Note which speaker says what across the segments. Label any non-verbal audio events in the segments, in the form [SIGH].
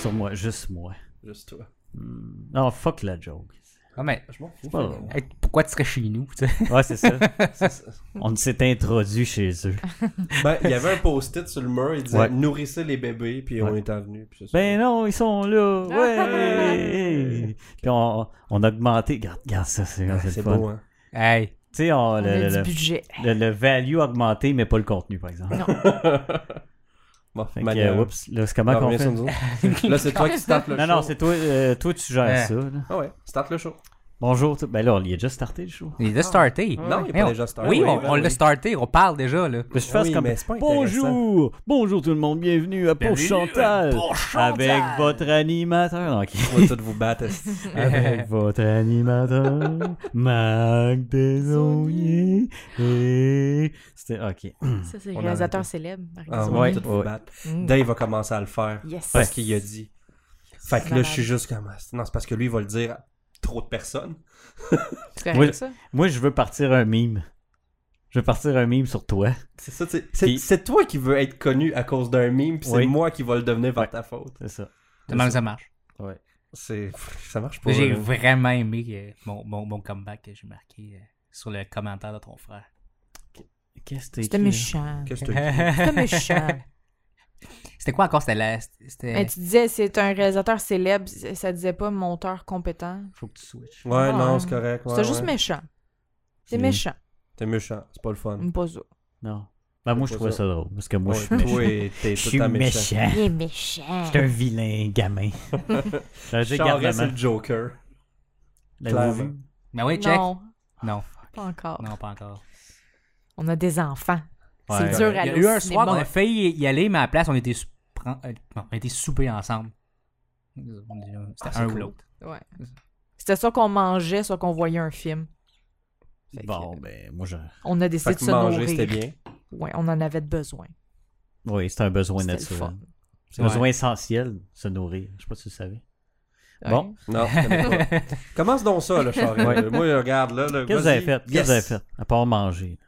Speaker 1: Sur moi, juste moi.
Speaker 2: Juste toi.
Speaker 1: Hmm. Non, fuck la joke.
Speaker 3: Ah, mais
Speaker 2: Je m'en fous.
Speaker 1: pas
Speaker 2: finalement.
Speaker 3: hey, pourquoi tu serais chez nous, tu sais? [LAUGHS]
Speaker 1: Ouais, c'est ça.
Speaker 2: [LAUGHS] C'est ça.
Speaker 1: On s'est introduit chez eux.
Speaker 4: Ah.
Speaker 2: Ben, il y avait un post-it sur le mur, il disait
Speaker 1: Ouais.
Speaker 2: nourrissez les bébés, puis on
Speaker 1: Ouais.
Speaker 2: est revenu. Puis c'est ça.
Speaker 1: Ben non, ils sont là.
Speaker 4: Ah.
Speaker 1: Ouais. Puis on, on a augmenté. Regarde, regarde ça, c'est
Speaker 2: Ah,
Speaker 1: c'est le
Speaker 2: c'est
Speaker 1: fun.
Speaker 2: beau, hein.
Speaker 3: Hey,
Speaker 1: Tu sais, on-
Speaker 4: On
Speaker 1: le,
Speaker 4: a
Speaker 1: le-
Speaker 4: du
Speaker 1: le-
Speaker 4: [LAUGHS] budget.
Speaker 1: le- le value augmenté, mais pas le contenu, par exemple.
Speaker 2: Bon,
Speaker 1: Fait que,
Speaker 2: Manuel,
Speaker 1: euh, oups, là, c'est
Speaker 2: on
Speaker 1: comment qu'on
Speaker 2: revient
Speaker 1: fait?
Speaker 2: sur
Speaker 1: [LAUGHS]
Speaker 2: nous autres. Là, c'est toi qui start le
Speaker 1: Non,
Speaker 2: show.
Speaker 1: non, c'est toi, euh, toi, tu gères
Speaker 3: Ouais.
Speaker 1: ça. là.
Speaker 2: Ah ouais, start
Speaker 1: [LAUGHS]
Speaker 2: le show.
Speaker 1: Bonjour. tout- Ben là, on y a déjà starté le show.
Speaker 3: il est starté.
Speaker 2: Non, il est
Speaker 3: Mais
Speaker 2: pas
Speaker 3: on-
Speaker 2: déjà starté.
Speaker 3: Oui,
Speaker 2: Ouais,
Speaker 3: on,
Speaker 2: ouais,
Speaker 3: on
Speaker 2: ouais.
Speaker 3: l'a starté, on parle déjà, là.
Speaker 1: Que je fasse
Speaker 2: Oui,
Speaker 1: comme
Speaker 2: mais [LAUGHS] c'est pas intéressant.
Speaker 1: Bonjour, bonjour tout le monde, bienvenue à Pour
Speaker 3: Bienvenue
Speaker 1: Chantal,
Speaker 3: à Pour Chantal.
Speaker 1: avec votre animateur. Non, ok.
Speaker 2: On va tous vous battre. esti.
Speaker 4: [LAUGHS]
Speaker 3: [LAUGHS]
Speaker 1: avec votre animateur, Marc Desaulniers. Et c'était ok.
Speaker 4: Ça, c'est
Speaker 2: On
Speaker 4: le
Speaker 2: a
Speaker 4: réalisateur
Speaker 2: arrêté.
Speaker 4: célèbre. Marc
Speaker 2: Ah, on
Speaker 4: Desaulniers.
Speaker 2: va
Speaker 1: Ouais,
Speaker 2: tous vous
Speaker 1: ouais.
Speaker 2: battre.
Speaker 4: Mm.
Speaker 2: Dave va commencer à le faire.
Speaker 4: Yes.
Speaker 2: Parce qu'il a dit. Fait que là,
Speaker 4: malade.
Speaker 2: je suis juste comme. Non, c'est parce que lui, il va le dire à trop de personnes.
Speaker 4: C'est correct,
Speaker 1: Oui.
Speaker 4: ça?
Speaker 1: Moi, je veux partir un mime. Je veux partir un mime sur toi.
Speaker 2: C'est ça, tu sais, c'est
Speaker 1: Puis-
Speaker 2: c'est toi qui veux être connu à cause d'un meme, puis c'est
Speaker 1: Oui.
Speaker 2: moi qui va le devenir par
Speaker 1: Ouais.
Speaker 2: ta faute.
Speaker 1: C'est ça.
Speaker 3: C'est même ça marche.
Speaker 2: C'est. Ça marche pas.
Speaker 3: J'ai
Speaker 2: là.
Speaker 3: vraiment aimé euh, mon, mon, mon comeback que j'ai marqué euh, sur le commentaire de ton frère.
Speaker 1: Qu'est-ce que t'es
Speaker 4: C'était
Speaker 1: écrit,
Speaker 4: méchant.
Speaker 1: [LAUGHS]
Speaker 2: Qu'est-ce que t'as dit?
Speaker 4: C'était
Speaker 3: C'était
Speaker 4: méchant.
Speaker 3: quoi encore? [LAUGHS] C'était la... C'était...
Speaker 4: Mais tu disais, c'est un réalisateur célèbre. Ça disait pas monteur compétent.
Speaker 1: là? Faut que tu switches.
Speaker 2: Ouais, non,
Speaker 4: Ah, Ouais.
Speaker 2: c'est correct. ouais,
Speaker 4: C'était juste
Speaker 2: ouais.
Speaker 4: méchant. C'est
Speaker 1: Mm.
Speaker 4: méchant.
Speaker 2: T'es méchant, c'est pas le fun.
Speaker 4: Pas ça.
Speaker 1: Non. Ben, moi, je
Speaker 2: C'est pas
Speaker 1: trouvais
Speaker 2: ça.
Speaker 1: ça drôle. Parce que moi, je suis
Speaker 2: Ouais,
Speaker 1: méchant.
Speaker 2: toi, et t'es
Speaker 1: Je
Speaker 2: tout
Speaker 1: suis
Speaker 2: le temps méchant.
Speaker 1: méchant.
Speaker 4: Il est méchant.
Speaker 1: Je suis un vilain
Speaker 2: [LAUGHS]
Speaker 1: gamin. Là, j'ai
Speaker 2: Charest,
Speaker 1: gardé la
Speaker 2: c'est
Speaker 1: main.
Speaker 2: le Joker.
Speaker 1: L'avez-vous
Speaker 2: clairement.
Speaker 1: vu?
Speaker 3: Mais Ben oui, check.
Speaker 4: Non,
Speaker 3: Non,
Speaker 4: pas encore.
Speaker 3: non, pas encore.
Speaker 4: On a des enfants.
Speaker 1: Ouais.
Speaker 4: C'est dur à
Speaker 3: Il y a
Speaker 4: aller
Speaker 3: eu
Speaker 4: au
Speaker 3: un soir qu'on
Speaker 4: cinéma.
Speaker 3: a failli y aller, mais à la place, on était, sou- pren- euh, non, on était soupés ensemble. C'était
Speaker 2: c'est
Speaker 3: un ou
Speaker 2: cool.
Speaker 3: l'autre.
Speaker 4: Ouais. C'était soit qu'on mangeait, soit qu'on voyait un film. Fait que,
Speaker 1: Bon,
Speaker 4: euh,
Speaker 1: ben, moi, je...
Speaker 4: on a décidé
Speaker 2: Fait
Speaker 4: de
Speaker 2: que
Speaker 4: se
Speaker 2: manger,
Speaker 4: nourrir.
Speaker 2: c'était bien.
Speaker 4: Ouais, on en avait de besoin.
Speaker 1: Oui, c'est un besoin
Speaker 4: C'était le
Speaker 1: naturel.
Speaker 4: fun.
Speaker 1: C'est un besoin essentiel, se nourrir. Je sais pas si tu le savais. Bon.
Speaker 4: Ouais.
Speaker 2: Non,
Speaker 4: [LAUGHS]
Speaker 2: t'aimais
Speaker 3: [LAUGHS]
Speaker 2: pas. Commence donc ça, le Charest.
Speaker 1: Ouais.
Speaker 2: Moi, regarde, là. là,
Speaker 1: Qu'est-ce que vous
Speaker 2: vas-y.
Speaker 1: avez fait? Qu'est-ce
Speaker 2: Yes.
Speaker 1: que vous avez fait? À part manger.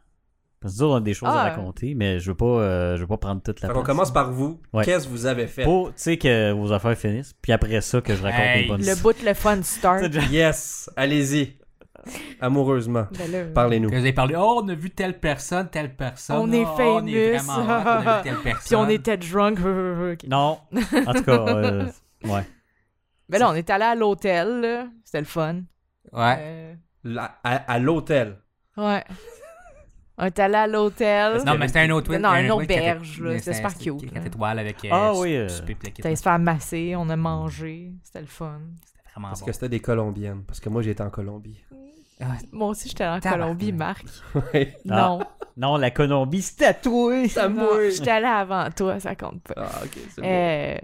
Speaker 1: Parce que nous autres, on a des choses à
Speaker 4: Ah.
Speaker 1: raconter, mais je veux pas, euh, je veux pas prendre toute la
Speaker 2: Fait
Speaker 1: place.
Speaker 2: qu'on commence par vous.
Speaker 1: Ouais.
Speaker 2: Qu'est-ce que vous avez fait?
Speaker 1: Pour, tu sais, que vos affaires finissent, puis après ça, que je raconte
Speaker 3: Hey.
Speaker 1: les bonnes [LAUGHS]
Speaker 4: Le bout, le fun start.
Speaker 1: histoires.
Speaker 2: Yes, allez-y. Amoureusement.
Speaker 4: Ben là,
Speaker 2: Parlez-nous.
Speaker 3: Que vous avez parlé, oh, on a vu telle personne, telle personne.
Speaker 4: On est
Speaker 3: Oh, On est
Speaker 4: famous.
Speaker 3: vraiment hot, on a vu telle personne.
Speaker 4: [LAUGHS] Puis on était drunk. euh, Ok.
Speaker 1: Non. En tout cas, euh, ouais.
Speaker 4: Ben là, on est allé à l'hôtel. là. C'était le fun.
Speaker 3: Ouais.
Speaker 4: Euh,
Speaker 2: La- à à l'hôtel.
Speaker 1: Ah
Speaker 4: ouais. [LAUGHS] on est allé à l'hôtel.
Speaker 3: Euh, Non, mais c'était un autre
Speaker 4: Non,
Speaker 3: un
Speaker 4: une
Speaker 3: autre
Speaker 4: auberge,
Speaker 3: quatre-
Speaker 4: là, c'était
Speaker 3: un-
Speaker 4: super cute,
Speaker 3: quatre-
Speaker 4: là.
Speaker 3: Quatre étoiles avec. euh,
Speaker 1: Ah oui, euh,
Speaker 3: souper, puis la
Speaker 4: T'as
Speaker 3: quête-
Speaker 4: allé se faire masser, on a mangé. C'était le fun.
Speaker 3: C'était vraiment
Speaker 2: Parce
Speaker 3: bon.
Speaker 2: que c'était des Colombiennes. Parce que moi, j'étais en Colombie.
Speaker 3: Ah,
Speaker 4: Moi aussi, j'étais en
Speaker 3: Tabarnak.
Speaker 1: [LAUGHS]
Speaker 4: Colombie, Marc.
Speaker 2: Ouais.
Speaker 4: Non.
Speaker 1: Non, la Colombie, c'est tatoué.
Speaker 2: Ça
Speaker 4: non,
Speaker 2: mouille.
Speaker 4: J'étais allée avant toi, ça compte pas.
Speaker 2: Ah, ok, c'est bon.
Speaker 4: Euh,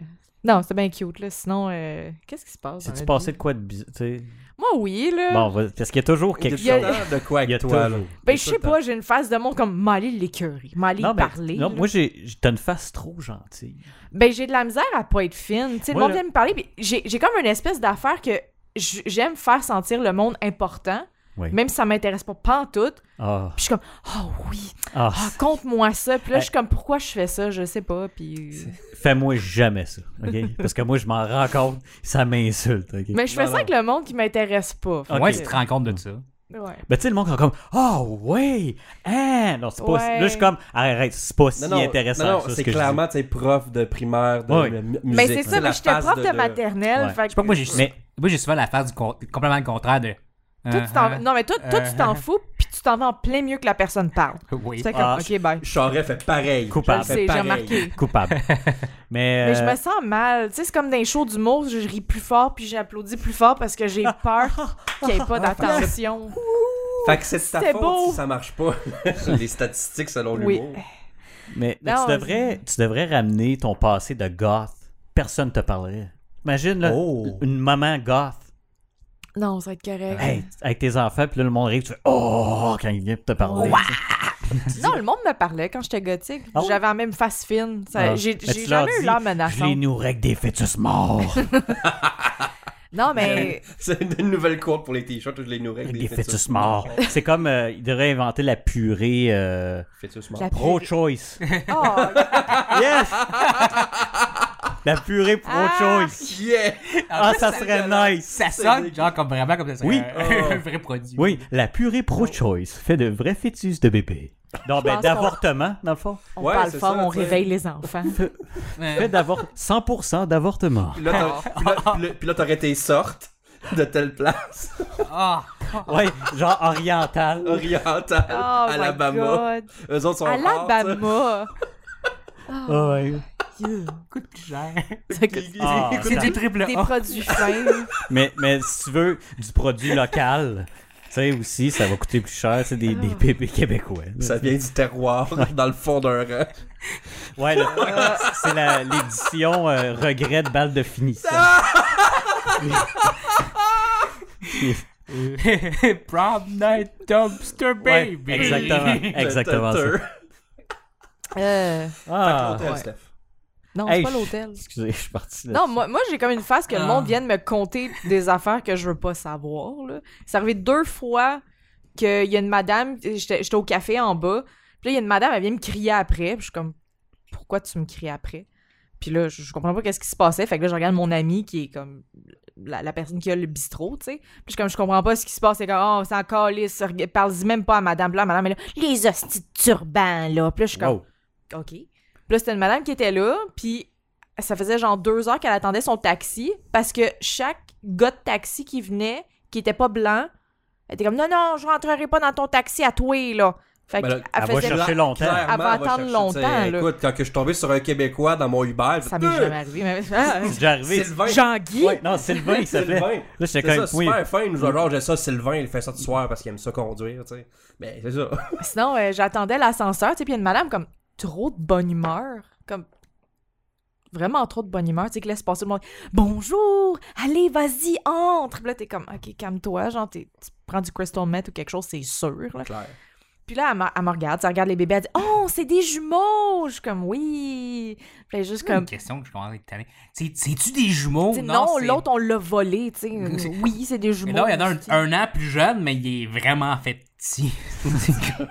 Speaker 4: non, c'était bien cute, là. Sinon, euh, qu'est-ce qui se passe? dans
Speaker 1: Si tu
Speaker 4: notre
Speaker 1: passais
Speaker 4: vie?
Speaker 1: de quoi de bizarre, tu sais.
Speaker 4: Moi, oui, là.
Speaker 1: Bon, va- parce qu'il y a toujours quelque
Speaker 2: Il y a
Speaker 1: chose.
Speaker 2: tant de quoi
Speaker 1: Il y a
Speaker 2: avec toi, là.
Speaker 1: toujours.
Speaker 2: il y
Speaker 4: ben,
Speaker 2: a tout
Speaker 4: je sais
Speaker 2: le temps.
Speaker 4: pas, j'ai une face de monde comme m'aller l'écurie, m'aller
Speaker 1: euh, Non, mais-
Speaker 4: parler.
Speaker 1: non,
Speaker 4: là.
Speaker 1: moi, j'ai, j'ai- t'as une face trop gentille.
Speaker 4: Ben, j'ai de la misère à pas être fine. Tu sais, le
Speaker 1: Moi,
Speaker 4: monde
Speaker 1: là-
Speaker 4: vient me parler, puis j'ai j'ai comme une espèce d'affaire que j- j'aime faire sentir le monde important,
Speaker 1: Oui.
Speaker 4: même si ça m'intéresse pas pantoute.
Speaker 1: Ah,
Speaker 4: Puis je suis comme, oh oui,
Speaker 1: ah,
Speaker 4: ah, compte-moi ça. Puis là,
Speaker 1: Hey.
Speaker 4: je suis comme, pourquoi je fais ça? Je sais pas. Puis.
Speaker 1: fais-moi jamais ça, OK? Parce que moi, je m'en rends compte, ça m'insulte, OK?
Speaker 4: Mais je fais
Speaker 2: Non,
Speaker 4: ça avec le monde qui m'intéresse pas. Fait
Speaker 1: Ok.
Speaker 3: Ouais,
Speaker 4: que-
Speaker 3: tu te rends compte de ça.
Speaker 4: Ouais.
Speaker 1: Ben, tu sais, le monde sont comme Ah, ouais! Hein! Non, c'est pas.
Speaker 4: Ouais.
Speaker 1: Là, je suis comme Arrête, c'est pas si
Speaker 2: Non, non,
Speaker 1: intéressant
Speaker 2: non, non,
Speaker 1: que ça. ce
Speaker 2: c'est
Speaker 1: que je
Speaker 2: clairement, tu sais, prof de primaire, de
Speaker 1: Oui.
Speaker 2: mu- musique.
Speaker 4: Mais Ben, c'est ça,
Speaker 2: la
Speaker 4: mais j'étais
Speaker 2: phase
Speaker 4: prof de,
Speaker 1: Ouais.
Speaker 4: maternelle. fait
Speaker 3: Je sais pas,
Speaker 4: que-
Speaker 3: moi, j'ai
Speaker 1: dis. Mais
Speaker 3: moi, j'ai souvent la phase du con- complètement le contraire de.
Speaker 4: Toi, tu t'en-
Speaker 3: Euh,
Speaker 4: Non, mais toi, toi, tu t'en fous, puis tu t'en vas en plein mieux que la personne parle.
Speaker 3: euh, Oui.
Speaker 4: C'est comme,
Speaker 1: Ah,
Speaker 4: OK, bye.
Speaker 2: Charest fait pareil.
Speaker 1: Coupable.
Speaker 4: Je
Speaker 2: Fait
Speaker 4: sais, j'ai
Speaker 2: pareil.
Speaker 4: remarqué.
Speaker 2: [LAUGHS]
Speaker 1: coupable. mais.
Speaker 4: Mais je
Speaker 1: euh,
Speaker 4: me sens mal. Tu sais, c'est comme dans les shows d'humour, je ris plus fort puis j'applaudis plus fort parce que j'ai [LAUGHS] peur qu'il n'y ait pas d'attention.
Speaker 2: Fait que c'est de ta
Speaker 4: C'était
Speaker 2: faute
Speaker 4: beau.
Speaker 2: si ça marche pas. Les statistiques selon
Speaker 4: Oui.
Speaker 2: l'humour.
Speaker 1: Mais
Speaker 4: Non,
Speaker 1: tu, devrais, tu devrais ramener ton passé de goth. Personne te parlerait. Imagine, là,
Speaker 2: Oh.
Speaker 1: une maman goth.
Speaker 4: Non, ça va être correct.
Speaker 1: Hey, avec tes enfants, puis là, le monde arrive, tu fais Oh! quand il vient pour te parler.
Speaker 4: Non, le monde me parlait quand j'étais gothique.
Speaker 1: Ah oui?
Speaker 4: J'avais la même face fine. Ça-
Speaker 1: Ah.
Speaker 4: J'ai
Speaker 1: Mais
Speaker 4: j'ai
Speaker 1: tu leur
Speaker 4: jamais eu
Speaker 1: dis,
Speaker 4: l'air
Speaker 1: Je les
Speaker 4: menaçante.
Speaker 1: nourris avec des fœtus morts.
Speaker 4: Non, mais
Speaker 2: [LAUGHS] C'est une nouvelle courte pour les t-shirts où je les nourris [LAUGHS] avec
Speaker 1: avec
Speaker 2: des
Speaker 1: des fœtus morts. c'est comme. euh, ils devraient inventer la purée euh,
Speaker 2: Fœtus morts.
Speaker 4: La- [LAUGHS]
Speaker 1: pro-choice.
Speaker 4: oh,
Speaker 1: Yes! La purée pour autre
Speaker 4: Ah!
Speaker 1: chose.
Speaker 2: Yeah!
Speaker 1: Ah, ça serait nice.
Speaker 3: Ça sonne genre comme vraiment comme ça. serait
Speaker 1: Oui. Oh.
Speaker 3: Un, un vrai produit.
Speaker 1: Oui, la purée pro-choice fait de vrais fœtus de bébé. Non, ben
Speaker 4: pense qu'on-
Speaker 1: d'avortement, dans le fond. [LAUGHS]
Speaker 4: On
Speaker 2: Ouais,
Speaker 4: parle
Speaker 2: c'est
Speaker 4: fort,
Speaker 2: ça,
Speaker 4: on
Speaker 2: tu sais.
Speaker 4: réveille les enfants.
Speaker 1: Fait
Speaker 3: Ouais.
Speaker 1: d'avor 100%
Speaker 4: [LAUGHS]
Speaker 1: d'avortement.
Speaker 2: Puis là, t'as- puis là- puis là- puis là, t'aurais tes sortes de telle place [LAUGHS]
Speaker 3: Ah.
Speaker 1: Ouais, genre oriental.
Speaker 2: orientale,
Speaker 4: Oh
Speaker 2: Alabama.
Speaker 4: my god.
Speaker 2: Eux autres sont rares,
Speaker 1: [LAUGHS]
Speaker 4: Alabama. Ah.
Speaker 1: Ouais.
Speaker 3: Coûte plus cher.
Speaker 4: Ça
Speaker 2: tu sais.
Speaker 4: coûte-
Speaker 1: Ah,
Speaker 3: C'est
Speaker 1: ça-
Speaker 3: du triple
Speaker 4: Des
Speaker 3: A. [LAUGHS]
Speaker 4: produits fins.
Speaker 1: mais, mais si tu veux du produit local, tu sais aussi, ça va coûter plus cher. C'est des,
Speaker 4: Ah.
Speaker 1: des bébés québécois. là.
Speaker 2: Ça vient du terroir, [LAUGHS] dans le fond d'un rang.
Speaker 1: Ouais,
Speaker 4: [LAUGHS]
Speaker 1: le-
Speaker 4: Euh.
Speaker 1: c'est la- l'édition euh, Regret de balle de finissant.
Speaker 3: Prom night dumpster
Speaker 1: Ouais,
Speaker 3: baby.
Speaker 1: exactement,
Speaker 2: [LAUGHS]
Speaker 1: exactement ça.
Speaker 4: Euh,
Speaker 1: Ah,
Speaker 2: Hôtel,
Speaker 4: ouais.
Speaker 2: Steph.
Speaker 4: non,
Speaker 1: Hey,
Speaker 4: c'est pas
Speaker 1: je-
Speaker 4: l'hôtel.
Speaker 1: excusez, je suis parti là.
Speaker 4: Non, moi, moi j'ai comme une phase que le
Speaker 3: Ah.
Speaker 4: monde vienne me conter des affaires que je veux pas savoir. Là. C'est arrivé deux fois qu'il y a une madame, j'étais, j'étais au café en bas, puis là, il y a une madame, elle vient me crier après, puis je suis comme, pourquoi tu me cries après? Puis là, je, je comprends pas qu'est-ce qui se passait, fait que là, je regarde mon ami qui est comme la, la personne qui a le bistrot, tu sais. Puis je suis comme, je comprends pas ce qui se passe, c'est comme, oh, c'est encore lisse, parle-y même pas à madame, Puis là, madame, elle est là, les hosties de turban, là. Puis là, je suis comme,
Speaker 1: Wow.
Speaker 4: OK. Puis là, c'était une madame qui était là, puis ça faisait genre deux heures qu'elle attendait son taxi parce que chaque gars de taxi qui venait, qui était pas blanc, elle était comme non, non, je rentrerai pas dans ton taxi à toi, là. Fait
Speaker 2: Ben là,
Speaker 4: qu'elle
Speaker 1: elle va
Speaker 4: faisait.
Speaker 1: chercher- longtemps.
Speaker 2: Clairement,
Speaker 4: Elle va
Speaker 2: elle
Speaker 4: attendre
Speaker 2: chercher,
Speaker 4: longtemps,
Speaker 2: tu sais,
Speaker 4: là.
Speaker 2: Écoute, quand que je suis tombé sur un Québécois dans mon Uber,
Speaker 4: Ça m'est jamais arrivé, mais. [LAUGHS] Ah,
Speaker 1: C'est déjà arrivé.
Speaker 2: Sylvain.
Speaker 4: Jean-Guy?
Speaker 1: Ouais, non, Sylvain, il s'appelait. Là,
Speaker 2: Sylvain.
Speaker 1: j'étais
Speaker 2: C'est
Speaker 1: quand même.
Speaker 2: ça,
Speaker 1: Oui. Mm.
Speaker 2: super fin. Nous genre, j'ai ça, Sylvain, il fait ça du soir parce qu'il aime ça conduire, tu sais. Mais c'est ça.
Speaker 4: Sinon, euh, j'attendais l'ascenseur, tu sais, puis il y a une madame comme trop de bonne humeur. Comme vraiment trop de bonne humeur, tu sais, qui laisse passer le monde. Bonjour, allez, vas-y, entre. Puis là, t'es comme, OK, calme-toi, genre, t'es- tu prends du crystal meth ou quelque chose, c'est sûr. là.
Speaker 2: Clair.
Speaker 4: Puis là, elle me- elle me regarde, ça regarde les bébés, elle dit, Oh, c'est des jumeaux. Je suis comme, Oui. Puis elle est juste
Speaker 3: C'est une
Speaker 4: comme,
Speaker 3: question que je commence à être tanné. C'est- C'est-tu des jumeaux?
Speaker 4: Tu sais, Non,
Speaker 3: Oh, c'est-
Speaker 4: l'autre, on l'a volé, tu
Speaker 3: [LAUGHS]
Speaker 4: sais.
Speaker 3: C'est-
Speaker 4: Oui, c'est des jumeaux.
Speaker 3: Mais là, il y en a un, un an plus jeune, mais il est vraiment fait
Speaker 4: [LAUGHS]
Speaker 3: petit. [LAUGHS]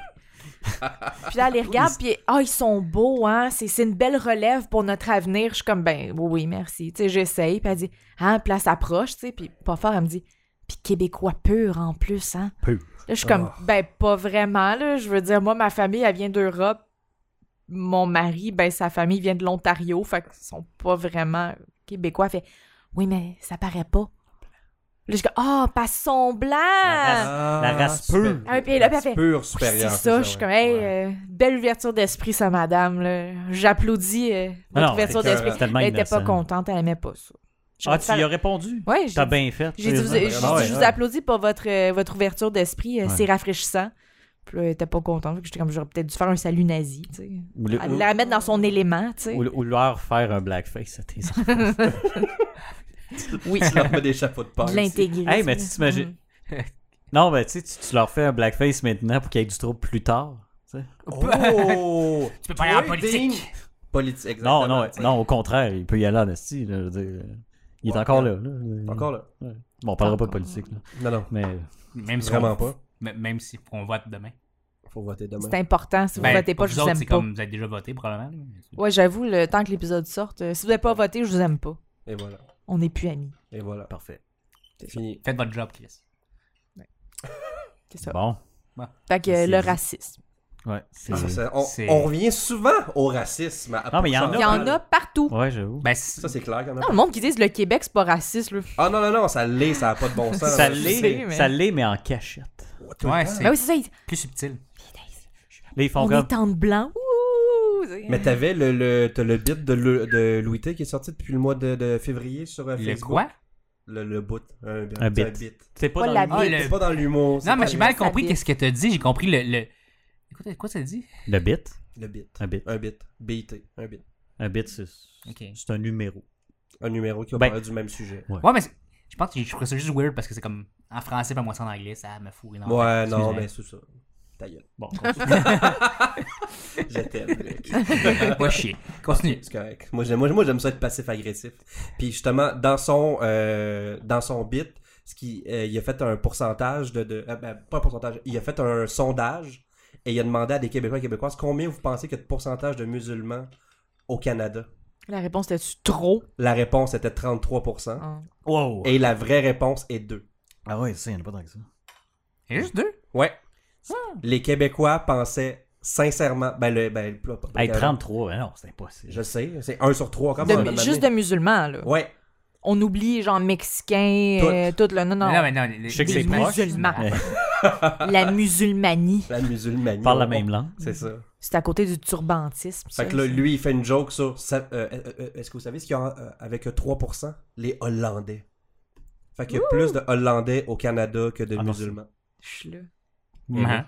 Speaker 4: Puis là, elle les regarde, puis ah, ils sont beaux, hein. C'est c'est une belle relève pour notre avenir. Je suis comme, ben oui, oui, merci. Tu sais, j'essaye. Puis elle dit, hein, puis là, elle s'approche, tu sais. Puis pas fort, elle me dit, puis québécois pur en plus, hein.
Speaker 1: Pur.
Speaker 4: Là, je suis comme, ben pas vraiment, là. Je veux dire, moi, ma famille, elle vient d'Europe. Mon mari, ben sa famille vient de l'Ontario. Fait qu'ils sont pas vraiment québécois. Elle fait, oui, mais ça paraît pas. Là, je suis comme, ah, oh, pas son blanc!
Speaker 1: La race pure.
Speaker 4: Ah, puis là, puis elle fait,
Speaker 2: Pure
Speaker 4: Oui, C'est
Speaker 2: supérieure.
Speaker 4: ça, je suis comme, hey, euh, belle ouverture d'esprit, ça, madame. là. J'applaudis euh,
Speaker 1: Ah
Speaker 4: votre
Speaker 1: non,
Speaker 4: ouverture
Speaker 2: c'est que-
Speaker 4: d'esprit.
Speaker 1: c'est tellement
Speaker 4: Elle était pas
Speaker 1: innocent.
Speaker 4: contente, elle aimait pas ça.
Speaker 1: Ah, tu y as répondu?
Speaker 4: Ouais, j'ai
Speaker 1: T'as bien fait.
Speaker 4: j'ai dit, vous- j'ai dit,
Speaker 1: Ah ouais,
Speaker 4: je vous
Speaker 1: ouais.
Speaker 4: applaudis pour votre, euh, votre ouverture d'esprit, euh,
Speaker 1: Ouais.
Speaker 4: c'est rafraîchissant. Puis là, elle était pas contente, fait que j'étais comme, j'aurais peut-être dû faire un salut nazi, tu sais.
Speaker 1: Euh, Ou le-
Speaker 4: Elle la mettre dans son élément, tu sais.
Speaker 1: Ou, ou leur faire un blackface à tes enfants.
Speaker 4: Oui,
Speaker 2: Tu leur mets des chapeaux de
Speaker 4: [LAUGHS]
Speaker 2: paille.
Speaker 4: euh, de Mm. l'intégrisme.
Speaker 1: Hey, mais tu t'imagines- non, mais tu sais, tu tu leur fais un blackface maintenant pour qu'il y ait du trouble plus tard. tu sais.
Speaker 2: Oh!
Speaker 3: Tu peux pas aller en
Speaker 2: Toi,
Speaker 3: politique.
Speaker 2: Dean. Politique, exactement.
Speaker 1: Non, non,
Speaker 2: tu sais.
Speaker 1: non, au contraire, il peut y aller en esti. là, je veux dire. Il est
Speaker 2: Ouais.
Speaker 1: encore là. là.
Speaker 2: Encore là.
Speaker 1: Bon, on parlera pas de politique. Là.
Speaker 2: Non, non.
Speaker 1: Mais
Speaker 3: Même si
Speaker 2: Vraiment
Speaker 3: on,
Speaker 2: pas.
Speaker 3: m- Même si on vote demain.
Speaker 2: Faut voter demain.
Speaker 4: C'est important, si vous
Speaker 3: Ben,
Speaker 4: votez pas,
Speaker 3: pour
Speaker 4: je
Speaker 3: vous
Speaker 4: vous
Speaker 3: autres,
Speaker 4: aime
Speaker 3: c'est
Speaker 4: pas.
Speaker 3: comme vous avez déjà voté, probablement. là.
Speaker 4: Ouais, j'avoue, le temps que l'épisode sorte, euh, si vous n'avez pas voté, je vous aime pas.
Speaker 2: Et voilà.
Speaker 4: On n'est plus amis.
Speaker 2: Et voilà.
Speaker 1: parfait.
Speaker 2: C'est fini.
Speaker 3: Faites votre job, Chris.
Speaker 4: C'est ça.
Speaker 1: Bon,
Speaker 4: Fait que
Speaker 1: C'est
Speaker 4: euh, le
Speaker 1: dit.
Speaker 4: racisme.
Speaker 1: ouais. c'est-
Speaker 2: Ah, ça, on,
Speaker 3: c'est-
Speaker 2: on revient souvent au racisme. à- à
Speaker 1: Non, mais il y en a.
Speaker 4: Il y en a partout.
Speaker 1: Ouais, j'avoue.
Speaker 3: Ben, c'est-
Speaker 2: Ça, c'est clair quand même.
Speaker 4: Non, le monde qui dit que le Québec, c'est pas raciste, là.
Speaker 2: Ah non, non, non, ça l'est, ça n'a pas de bon sens.
Speaker 1: ça
Speaker 2: Je
Speaker 1: l'est,
Speaker 2: sais.
Speaker 4: mais-
Speaker 1: ça l'est, mais en cachette.
Speaker 3: ouais,
Speaker 4: Ben
Speaker 3: c'est
Speaker 4: oui, c'est ça. ils-
Speaker 3: plus subtil.
Speaker 1: Là, ils font
Speaker 4: On
Speaker 1: comme.
Speaker 4: est en blanc. Ouh! c'est-
Speaker 2: Mais t'avais le, le, t'as le bit de, le- de Louis T qui est sorti depuis le mois de, de février sur euh,
Speaker 3: Le
Speaker 2: Facebook.
Speaker 3: quoi?
Speaker 2: Le, le bout. Un, bit.
Speaker 1: Un bit.
Speaker 2: Un bit.
Speaker 1: C'est pas
Speaker 4: Pas
Speaker 1: dans
Speaker 4: la
Speaker 1: le-
Speaker 3: Ah,
Speaker 2: C'est
Speaker 3: le...
Speaker 2: pas dans l'humour. c'est
Speaker 3: Non, mais
Speaker 2: pas
Speaker 3: j'ai
Speaker 2: le-
Speaker 3: mal
Speaker 4: Ça
Speaker 3: compris
Speaker 4: bite.
Speaker 3: qu'est-ce que t'as dit. J'ai compris le... le... Écoute, quoi ça dit?
Speaker 1: Le bit.
Speaker 2: Le bit.
Speaker 1: Un bit.
Speaker 2: Un bit. BIT. Un bit.
Speaker 1: Un bit, c'est
Speaker 3: Ok.
Speaker 1: c'est un numéro.
Speaker 2: Un numéro qui a
Speaker 1: Ben-
Speaker 2: parlé du même sujet.
Speaker 3: Ouais, mais c'est- je pense que je trouve ça juste weird parce que c'est comme en français, pas moi ça en anglais, ça me fout énormément.
Speaker 2: Ouais,
Speaker 1: ben,
Speaker 2: non,
Speaker 3: Excusez-moi.
Speaker 2: mais c'est ça. Ta gueule.
Speaker 1: Bon,
Speaker 2: Je t'aime, Rick.
Speaker 3: Pas chier. Continue.
Speaker 2: C'est correct. Moi, j'aime, moi, moi, j'aime ça être passif-agressif. Puis justement, dans son, euh, dans son bit, ce qui, euh, il a fait un pourcentage de... de- euh, ben, pas un pourcentage, il a fait un sondage et il a demandé à des Québécois et Québécoises combien vous pensez qu'il y a de pourcentage de musulmans au Canada.
Speaker 4: La réponse était-tu trop?
Speaker 2: La réponse était 33%.
Speaker 4: Ah.
Speaker 1: Wow!
Speaker 2: Et la vraie réponse est 2.
Speaker 1: Ah ouais, ça, il n'y en a pas tant que ça.
Speaker 3: Il y a juste deux.
Speaker 2: Ouais. Les Québécois pensaient sincèrement. Ben, le. Ben, le- pas- pas-
Speaker 1: Hey, 33, ben non, c'est impossible.
Speaker 2: Je sais, c'est 1 sur 3.
Speaker 4: De-
Speaker 2: Comment on a
Speaker 4: juste de
Speaker 2: donné?
Speaker 4: musulmans, là.
Speaker 2: Ouais.
Speaker 4: On oublie, genre, mexicain,
Speaker 2: Tout.
Speaker 4: euh, tout, là. Non, non.
Speaker 3: Non, mais non, les,
Speaker 1: Je sais que
Speaker 4: les
Speaker 1: c'est proche.
Speaker 4: musulmans.
Speaker 1: mais-
Speaker 4: La musulmanie.
Speaker 2: La musulmanie.
Speaker 1: On parle la
Speaker 2: on-
Speaker 1: même langue.
Speaker 2: C'est ça.
Speaker 4: C'est à côté du turbantisme. ça,
Speaker 2: Fait que là,
Speaker 4: ça.
Speaker 2: lui, il fait une joke sur. ça- euh, euh, euh, Est-ce que vous savez ce qu'il y a euh, avec 3% Les Hollandais. Fait qu'il y a plus de Hollandais au Canada que de
Speaker 1: Ah non,
Speaker 2: musulmans.
Speaker 4: Je suis là.
Speaker 1: Mais
Speaker 3: [LAUGHS] Ouais.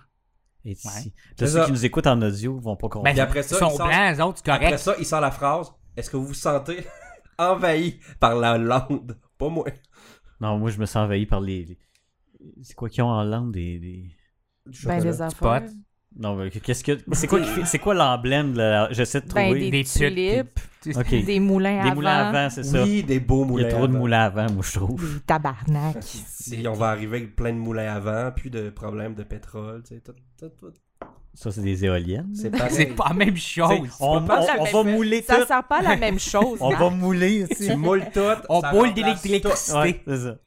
Speaker 1: Et si.
Speaker 3: Ouais.
Speaker 1: Là,
Speaker 2: C'est
Speaker 1: Mhm. ceux
Speaker 2: ça.
Speaker 1: qui nous écoutent en audio vont pas comprendre.
Speaker 3: Ben,
Speaker 2: Puis après ça,
Speaker 3: ils sont
Speaker 2: ils sortent-
Speaker 3: blancs, les autres, c'est
Speaker 2: Après
Speaker 3: correct.
Speaker 2: ça, il sort la phrase Est-ce que vous vous sentez [LAUGHS] envahi par la Hollande Pas moi.
Speaker 1: Non, moi, je me sens envahi par les. les- C'est quoi qu'ils ont en langue des. des-
Speaker 2: Du
Speaker 4: Ben,
Speaker 2: chocolat.
Speaker 4: des affaires.
Speaker 3: potes.
Speaker 1: Non, mais qu'est-ce que. C'est quoi, qui fait- c'est quoi l'emblème de la. J'essaie de
Speaker 4: Ben,
Speaker 1: trouver.
Speaker 4: des,
Speaker 3: Des tuiles,
Speaker 4: tulipes,
Speaker 3: puis-
Speaker 1: Ok.
Speaker 4: des moulins à
Speaker 1: Des moulins à
Speaker 4: vent,
Speaker 1: vent, c'est ça.
Speaker 2: Oui, des beaux
Speaker 1: Il y
Speaker 2: moulins.
Speaker 1: a trop de
Speaker 2: à vent.
Speaker 1: moulins à vent, moi, je trouve.
Speaker 4: des tabarnak.
Speaker 2: [LAUGHS] Si on va arriver avec plein de moulins à vent, puis de problèmes de pétrole, tu sais, tout, tout, tout.
Speaker 1: Ça, [LAUGHS] c'est des éoliennes.
Speaker 2: C'est pareil.
Speaker 3: C'est pas la même
Speaker 1: On,
Speaker 3: chose.
Speaker 1: on-
Speaker 2: pas
Speaker 4: la
Speaker 1: on
Speaker 4: même-
Speaker 1: va mouler
Speaker 4: Ça
Speaker 1: tout.
Speaker 4: sert pas à la même chose.
Speaker 1: [LAUGHS] On
Speaker 4: hein.
Speaker 1: va mouler, tu
Speaker 2: Tu
Speaker 1: sais.
Speaker 2: moules tout.
Speaker 3: On
Speaker 2: ça
Speaker 3: boule
Speaker 2: remplace
Speaker 3: d'électricité.
Speaker 1: Ouais, c'est ça.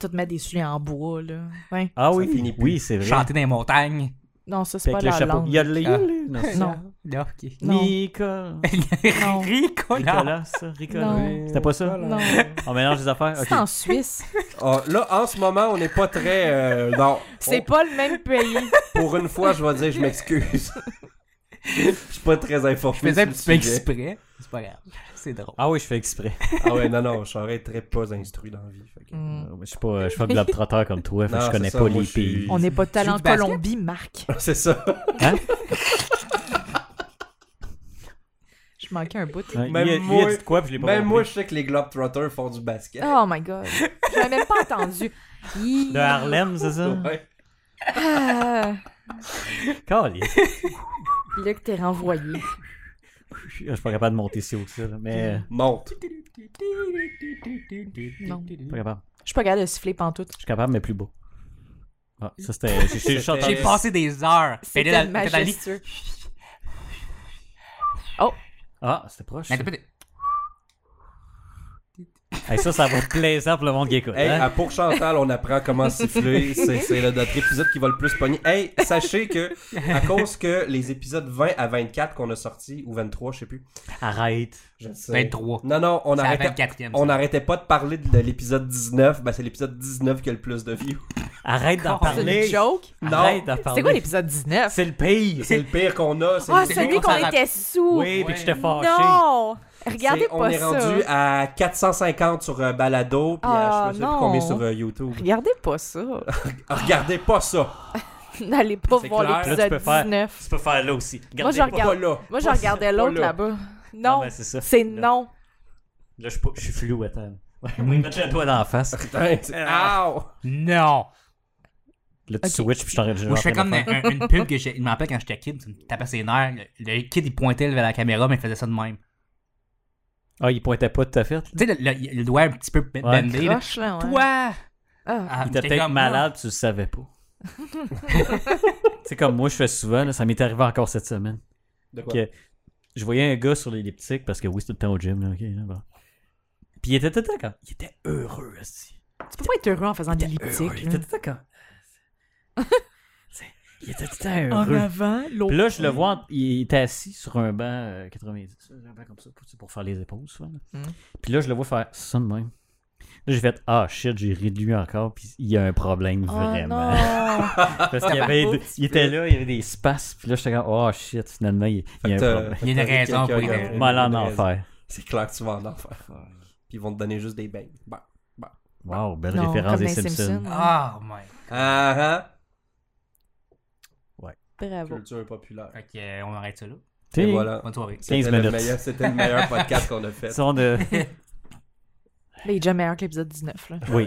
Speaker 4: Tout mettre des souliers en bois, là. Ouais.
Speaker 1: Ah
Speaker 2: Ça
Speaker 1: oui,
Speaker 2: finit plus.
Speaker 1: oui, c'est vrai.
Speaker 3: Chanter dans les montagnes.
Speaker 4: Non, ça, c'est
Speaker 1: Fait
Speaker 4: pas
Speaker 1: avec le
Speaker 4: la
Speaker 1: chapeau.
Speaker 4: langue.
Speaker 1: Il y a le.
Speaker 3: Ah.
Speaker 1: Non, c'est-
Speaker 4: Non.
Speaker 3: Là, ok. [LAUGHS]
Speaker 4: Non.
Speaker 1: Nicolas.
Speaker 4: Non.
Speaker 3: Ricola.
Speaker 1: Nicolas, ça. Ricolas.
Speaker 4: Non.
Speaker 2: tout.
Speaker 1: C'était pas ça?
Speaker 4: Non.
Speaker 1: On mélange les affaires? Ok.
Speaker 4: C'est en Suisse.
Speaker 2: Ah, là, en ce moment, on n'est pas très. euh, non.
Speaker 4: C'est
Speaker 2: On-
Speaker 4: pas le même [LAUGHS] pays.
Speaker 2: Pour une fois, je vais dire, je m'excuse. Je suis pas très informé.
Speaker 3: Je faisais
Speaker 2: sur
Speaker 3: un
Speaker 2: le
Speaker 3: petit peu
Speaker 2: sujet.
Speaker 3: exprès. C'est pas grave. C'est drôle.
Speaker 1: Ah oui, je fais exprès.
Speaker 2: Ah ouais, non, non, je serais très pas instruit dans la vie. fait que-
Speaker 4: Mm.
Speaker 1: Euh, Je suis pas, je suis pas globe-trotteur comme toi, fait que
Speaker 2: Non,
Speaker 1: je connais
Speaker 2: c'est ça,
Speaker 1: pas
Speaker 2: moi,
Speaker 1: les
Speaker 2: je suis-
Speaker 1: pays.
Speaker 4: On n'est pas talent
Speaker 3: du basket?
Speaker 4: Colombie, Marc.
Speaker 2: [LAUGHS] C'est ça.
Speaker 4: Je manquais un bout.
Speaker 1: Ouais,
Speaker 2: Même
Speaker 1: lui, lui, Hein,
Speaker 2: moi-
Speaker 1: il a dit de quoi, puis je l'ai pas Ah,
Speaker 2: Même
Speaker 1: compris.
Speaker 2: Ben, moi, je sais que les Globetrotters font du basket.
Speaker 4: Oh my god. Je l'avais même pas entendu. Hi.
Speaker 1: De Harlem, c'est ça?
Speaker 2: Ouais.
Speaker 4: Ah.
Speaker 1: Caliste.
Speaker 4: Luc, t'es renvoyé.
Speaker 1: Je suis pas capable de monter si haut que ça, là, mais...
Speaker 2: Monte.
Speaker 4: Non.
Speaker 1: Pas capable.
Speaker 4: Je suis pas capable de siffler pantoute.
Speaker 1: Je suis capable, mais plus beau. Ah, ça c'était... j'ai- J'ai chanté...
Speaker 3: J'ai passé des heures.
Speaker 4: C'est
Speaker 3: Elle est dans- elle est dans le lit.
Speaker 4: majestueux.
Speaker 1: Ah, c'était proche.
Speaker 3: Mais Ben, t'as pas de-
Speaker 1: Hey, ça, ça va être plaisant pour le monde qui écoute.
Speaker 2: Hey,
Speaker 1: hein?
Speaker 2: à Pour Chantal, on apprend comment
Speaker 1: [LAUGHS]
Speaker 2: siffler. C'est c'est le- notre épisode qui va le plus pogner. Hey, sachez que,
Speaker 1: [LAUGHS]
Speaker 2: à cause que les épisodes 20 à 24 qu'on a sortis, ou 23, je sais plus.
Speaker 1: Arrête.
Speaker 2: Je le sais.
Speaker 3: 23.
Speaker 2: Non, non, on
Speaker 3: Ben, C'est la
Speaker 2: arrêtait,
Speaker 3: 24e.
Speaker 2: on
Speaker 3: ça.
Speaker 2: arrêtait pas de parler de l'épisode 19. Ben, c'est l'épisode 19 qui a le plus de views.
Speaker 1: Arrête d'en
Speaker 4: C'est une
Speaker 1: parler.
Speaker 4: joke?
Speaker 1: Arrête d'en parler.
Speaker 4: C'est quoi l'épisode 19?
Speaker 1: C'est le pays.
Speaker 2: C'est le pire qu'on a. c'est
Speaker 4: Ah,
Speaker 2: le-
Speaker 3: c'est
Speaker 4: celui
Speaker 3: nous, on
Speaker 4: qu'on
Speaker 3: s'en
Speaker 4: était sous!
Speaker 1: Oui, puis que j'étais fâché.
Speaker 4: Non! Regardez
Speaker 2: c'est- on
Speaker 4: pas
Speaker 2: est
Speaker 4: ça.
Speaker 2: rendu à 450 sur euh, Balado, puis à
Speaker 4: Ah,
Speaker 2: je sais plus
Speaker 4: non.
Speaker 2: combien sur euh, YouTube.
Speaker 4: Regardez pas ça.
Speaker 2: Ah, regardez pas ça.
Speaker 4: N'allez pas
Speaker 2: C'est
Speaker 4: voir
Speaker 2: clair. Là, tu
Speaker 4: l'épisode
Speaker 1: peux faire-
Speaker 4: 19.
Speaker 1: Tu peux faire là aussi.
Speaker 4: Moi, je regarde.
Speaker 2: Pas là.
Speaker 4: Moi, je
Speaker 2: Pas-
Speaker 4: regardais
Speaker 2: pas
Speaker 4: l'autre
Speaker 2: là.
Speaker 4: là-bas.
Speaker 1: Non,
Speaker 4: Non,
Speaker 1: ben, c'est ça.
Speaker 4: c'est
Speaker 1: Là.
Speaker 4: non.
Speaker 1: Là, je suis pas- je suis flou, attends. [LAUGHS] Mets-te le doigt dans la face.
Speaker 3: [LAUGHS]
Speaker 1: Ah.
Speaker 2: Putain, c'est-
Speaker 3: Ah.
Speaker 2: Ow!
Speaker 3: Non.
Speaker 1: Là, tu switches, puis je t'en
Speaker 3: Moi, je fais comme un- un- une pub que j'ai. Il me rappelle quand j'étais kid, ça me tapait ses nerfs. Le, le kid, il pointait vers la caméra, mais il faisait ça de même.
Speaker 1: Ah, il pointait pas tout à fait.
Speaker 3: Tu sais, le, le- le doigt un petit peu b-
Speaker 1: Ouais.
Speaker 3: bendé. là.
Speaker 4: Croche, là, ouais.
Speaker 3: Toi!
Speaker 4: Ah.
Speaker 3: Ah,
Speaker 1: Il était
Speaker 3: j'étais
Speaker 1: peut-être
Speaker 3: comme,
Speaker 1: malade, tu le savais
Speaker 4: [LAUGHS]
Speaker 1: pas. c'est comme moi, je fais souvent, là, ça m'est arrivé encore cette semaine.
Speaker 2: De quoi?
Speaker 1: Que je voyais un gars sur l'elliptique, parce que oui, c'est tout le temps au gym, là, ok, là, bon. Puis il était tout le temps comme- Il était heureux, aussi.
Speaker 4: Tu peux pas être heureux en faisant de l'elliptique.
Speaker 1: Il
Speaker 4: là.
Speaker 1: était tout le temps
Speaker 4: [LAUGHS]
Speaker 1: comme- C'est- Il était tout le temps heureux.
Speaker 4: avant, l'autre.
Speaker 1: Puis là, je le vois, il était assis sur un banc euh, 90, un banc comme ça, pour, pour faire les épaules souvent. là.
Speaker 4: Mm.
Speaker 1: Puis là, je le vois faire ça de même. Là, j'ai fait Ah shit, j'ai réduit encore, puis il y a un problème
Speaker 4: Oh,
Speaker 1: vraiment.
Speaker 4: non.
Speaker 1: [LAUGHS] Parce qu'il y avait,
Speaker 2: Oh,
Speaker 1: des- il était là, il y avait des espaces, puis là, j'étais comme Oh shit, finalement, il, il y a un
Speaker 2: T'as-
Speaker 1: problème.
Speaker 3: Il y a une
Speaker 2: euh, t'as
Speaker 3: raison
Speaker 2: quelqu'un
Speaker 3: pour
Speaker 2: qui
Speaker 3: y
Speaker 2: a-
Speaker 3: aller.
Speaker 2: une
Speaker 1: Mal en
Speaker 2: raison.
Speaker 1: enfer.
Speaker 2: C'est clair que tu vas en enfer. Puis ils vont te donner juste des beignes. Bon.
Speaker 1: Wow, belle
Speaker 4: Non,
Speaker 1: référence
Speaker 4: comme
Speaker 1: des
Speaker 4: dans
Speaker 1: Simpsons.
Speaker 4: Simpsons.
Speaker 3: Ah, ouais.
Speaker 2: Ah ah,
Speaker 4: Bravo.
Speaker 2: culture populaire.
Speaker 3: Fait que, euh, on arrête ça là.
Speaker 1: Tu sais,
Speaker 2: Et voilà.
Speaker 3: Bonne soirée.
Speaker 2: C'était
Speaker 1: 15
Speaker 2: le
Speaker 1: minutes.
Speaker 2: meilleur- C'était le meilleur podcast qu'on a
Speaker 1: ils [LAUGHS]
Speaker 2: fait.
Speaker 1: sont de-
Speaker 4: Là, il est déjà meilleur que l'épisode 19. Là. [LAUGHS]
Speaker 1: Oui.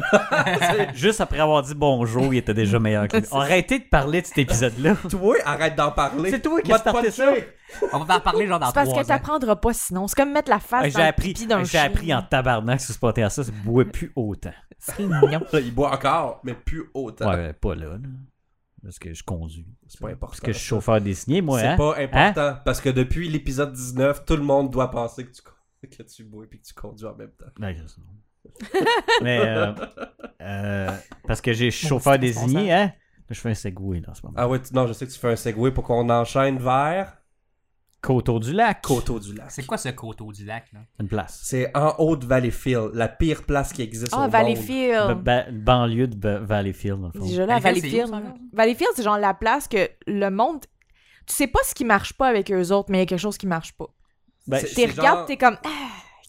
Speaker 1: Juste après avoir dit bonjour, il était déjà meilleur
Speaker 4: [LAUGHS]
Speaker 1: que lui. Arrêtez de parler de cet épisode-là.
Speaker 2: Toi, arrête d'en parler.
Speaker 1: C'est toi qui
Speaker 2: Va
Speaker 1: as
Speaker 2: te
Speaker 1: starté ça.
Speaker 2: puncher.
Speaker 3: On va en parler genre dans
Speaker 4: C'est
Speaker 3: trois
Speaker 4: parce que
Speaker 3: ans.
Speaker 4: t'apprendras pas sinon. C'est comme mettre la face
Speaker 1: Hey,
Speaker 4: dans
Speaker 1: J'ai
Speaker 4: le
Speaker 1: appris,
Speaker 4: pipi d'un
Speaker 1: j'ai
Speaker 4: chien.
Speaker 1: appris en tabarnak sur ce podcast-là, ça ne boit plus autant. [LAUGHS]
Speaker 4: C'est mignon.
Speaker 2: Il boit encore, mais plus autant.
Speaker 1: Ouais, pas là. là. Parce que je conduis.
Speaker 2: C'est pas important.
Speaker 1: Parce que je suis chauffeur désigné, moi.
Speaker 2: C'est
Speaker 1: hein?
Speaker 2: pas important parce que depuis l'épisode 19, tout le monde doit penser que tu, con- que tu bois et que tu conduis en même temps.
Speaker 1: Ben, je sais pas. Mais euh, euh, parce que j'ai chauffeur
Speaker 3: petit
Speaker 1: désigné, hein? Je fais un segway là, en ce moment.
Speaker 2: Ah ouais, tu- non, je sais que tu fais un segway pour qu'on enchaîne vers
Speaker 1: Coteau du lac.
Speaker 2: Coteau du Lac.
Speaker 3: C'est quoi ce coteau du lac, là?
Speaker 1: Une place.
Speaker 2: C'est en haut de Valleyfield, la pire place qui existe au
Speaker 4: Ah,
Speaker 2: monde.
Speaker 1: Ba-
Speaker 4: Valleyfield.
Speaker 1: ba- banlieue de Ba- Valleyfield, dans le fond.
Speaker 4: Déjà là, à
Speaker 3: Valleyfield, c'est où,
Speaker 4: Valleyfield.
Speaker 3: ça, encore?
Speaker 4: Valleyfield, c'est genre la place que le monde. Tu sais pas ce qui marche pas avec eux autres, mais il y a quelque chose qui marche pas.
Speaker 1: Ben,
Speaker 2: C'est-
Speaker 4: Tu regardes,
Speaker 2: genre-
Speaker 4: t'es comme. Ah,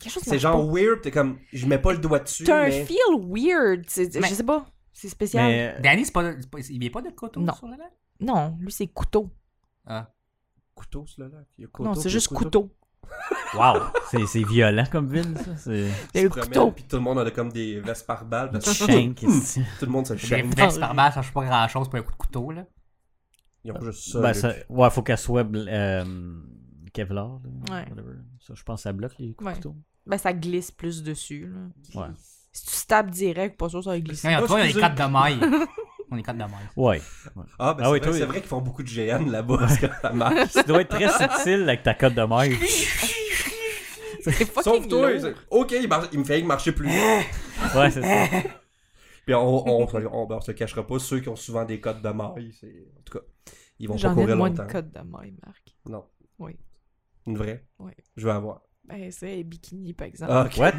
Speaker 4: quelque chose qui
Speaker 2: C'est
Speaker 4: marche
Speaker 2: genre
Speaker 4: pas.
Speaker 2: weird, t'es comme, je mets pas le doigt dessus,
Speaker 4: T'as un
Speaker 2: mais-
Speaker 4: feel weird. c'est-
Speaker 3: Mais-
Speaker 4: Je sais pas. C'est spécial.
Speaker 1: mais, euh,
Speaker 3: Danny, c'est pas, c'est pas- il vient pas de coteau
Speaker 4: Non.
Speaker 3: sur le lac?
Speaker 4: Non, lui, c'est couteau.
Speaker 3: Ah.
Speaker 2: couteau, ce lac. Il y a
Speaker 4: non,
Speaker 2: puis
Speaker 4: c'est
Speaker 2: il y a
Speaker 4: juste couteau.
Speaker 1: wow, c'est- c'est violent comme ville, ça. C'est
Speaker 4: Il y a
Speaker 2: Tu
Speaker 4: le
Speaker 2: te promènes,
Speaker 4: couteau.
Speaker 2: Puis tout le monde a comme des vestes par balle.
Speaker 1: une
Speaker 2: parce que-
Speaker 1: shank. ici.
Speaker 2: Tout le monde se
Speaker 3: J'ai
Speaker 2: chèque.
Speaker 3: une veste par balle, ça change pas grand chose pour un coup de couteau, là.
Speaker 2: Ils ont juste ça.
Speaker 1: ben,
Speaker 2: le-
Speaker 1: ça ouais, faut qu'elle soit bl- euh, Kevlar. là,
Speaker 4: Ouais.
Speaker 1: whatever. Ça, je pense que ça bloque les coups de
Speaker 4: Ouais.
Speaker 1: couteau.
Speaker 4: Ben, ça glisse plus dessus. là.
Speaker 1: Ouais.
Speaker 4: Si tu tapes direct, pas sûr ça va glisser.
Speaker 2: [LAUGHS]
Speaker 3: Non,
Speaker 2: Oh,
Speaker 3: toi, il y a les
Speaker 2: excusez.
Speaker 3: cotes de maille.
Speaker 1: [LAUGHS]
Speaker 3: On est cotes de maille.
Speaker 1: Ouais.
Speaker 2: Ah, ben,
Speaker 1: Ah
Speaker 2: c'est
Speaker 1: oui,
Speaker 2: vrai,
Speaker 1: toi,
Speaker 2: c'est
Speaker 1: il-
Speaker 2: vrai qu'ils font beaucoup de GN là-bas. parce que ça marche.
Speaker 1: tu dois être très subtil avec ta cote de maille.
Speaker 4: C'est fucking
Speaker 2: Sauf toi.
Speaker 4: lourd.
Speaker 2: c'est- Ok, il, marche- il me fait marcher plus.
Speaker 1: [GASPS] Ouais, c'est ça.
Speaker 4: [LAUGHS]
Speaker 2: Puis on, on, on- ben, on se le cachera pas. Ceux qui ont souvent des codes de maille, c'est- en tout cas, ils vont pas
Speaker 4: J'en ai de
Speaker 2: courir
Speaker 4: moins une
Speaker 2: longtemps.
Speaker 4: cote de maille, Marc.
Speaker 2: Non.
Speaker 4: Oui.
Speaker 2: Une vraie
Speaker 4: Oui.
Speaker 2: Je vais avoir.
Speaker 4: Ben, c'est les bikinis, par exemple.
Speaker 2: Ah, ok.
Speaker 1: What?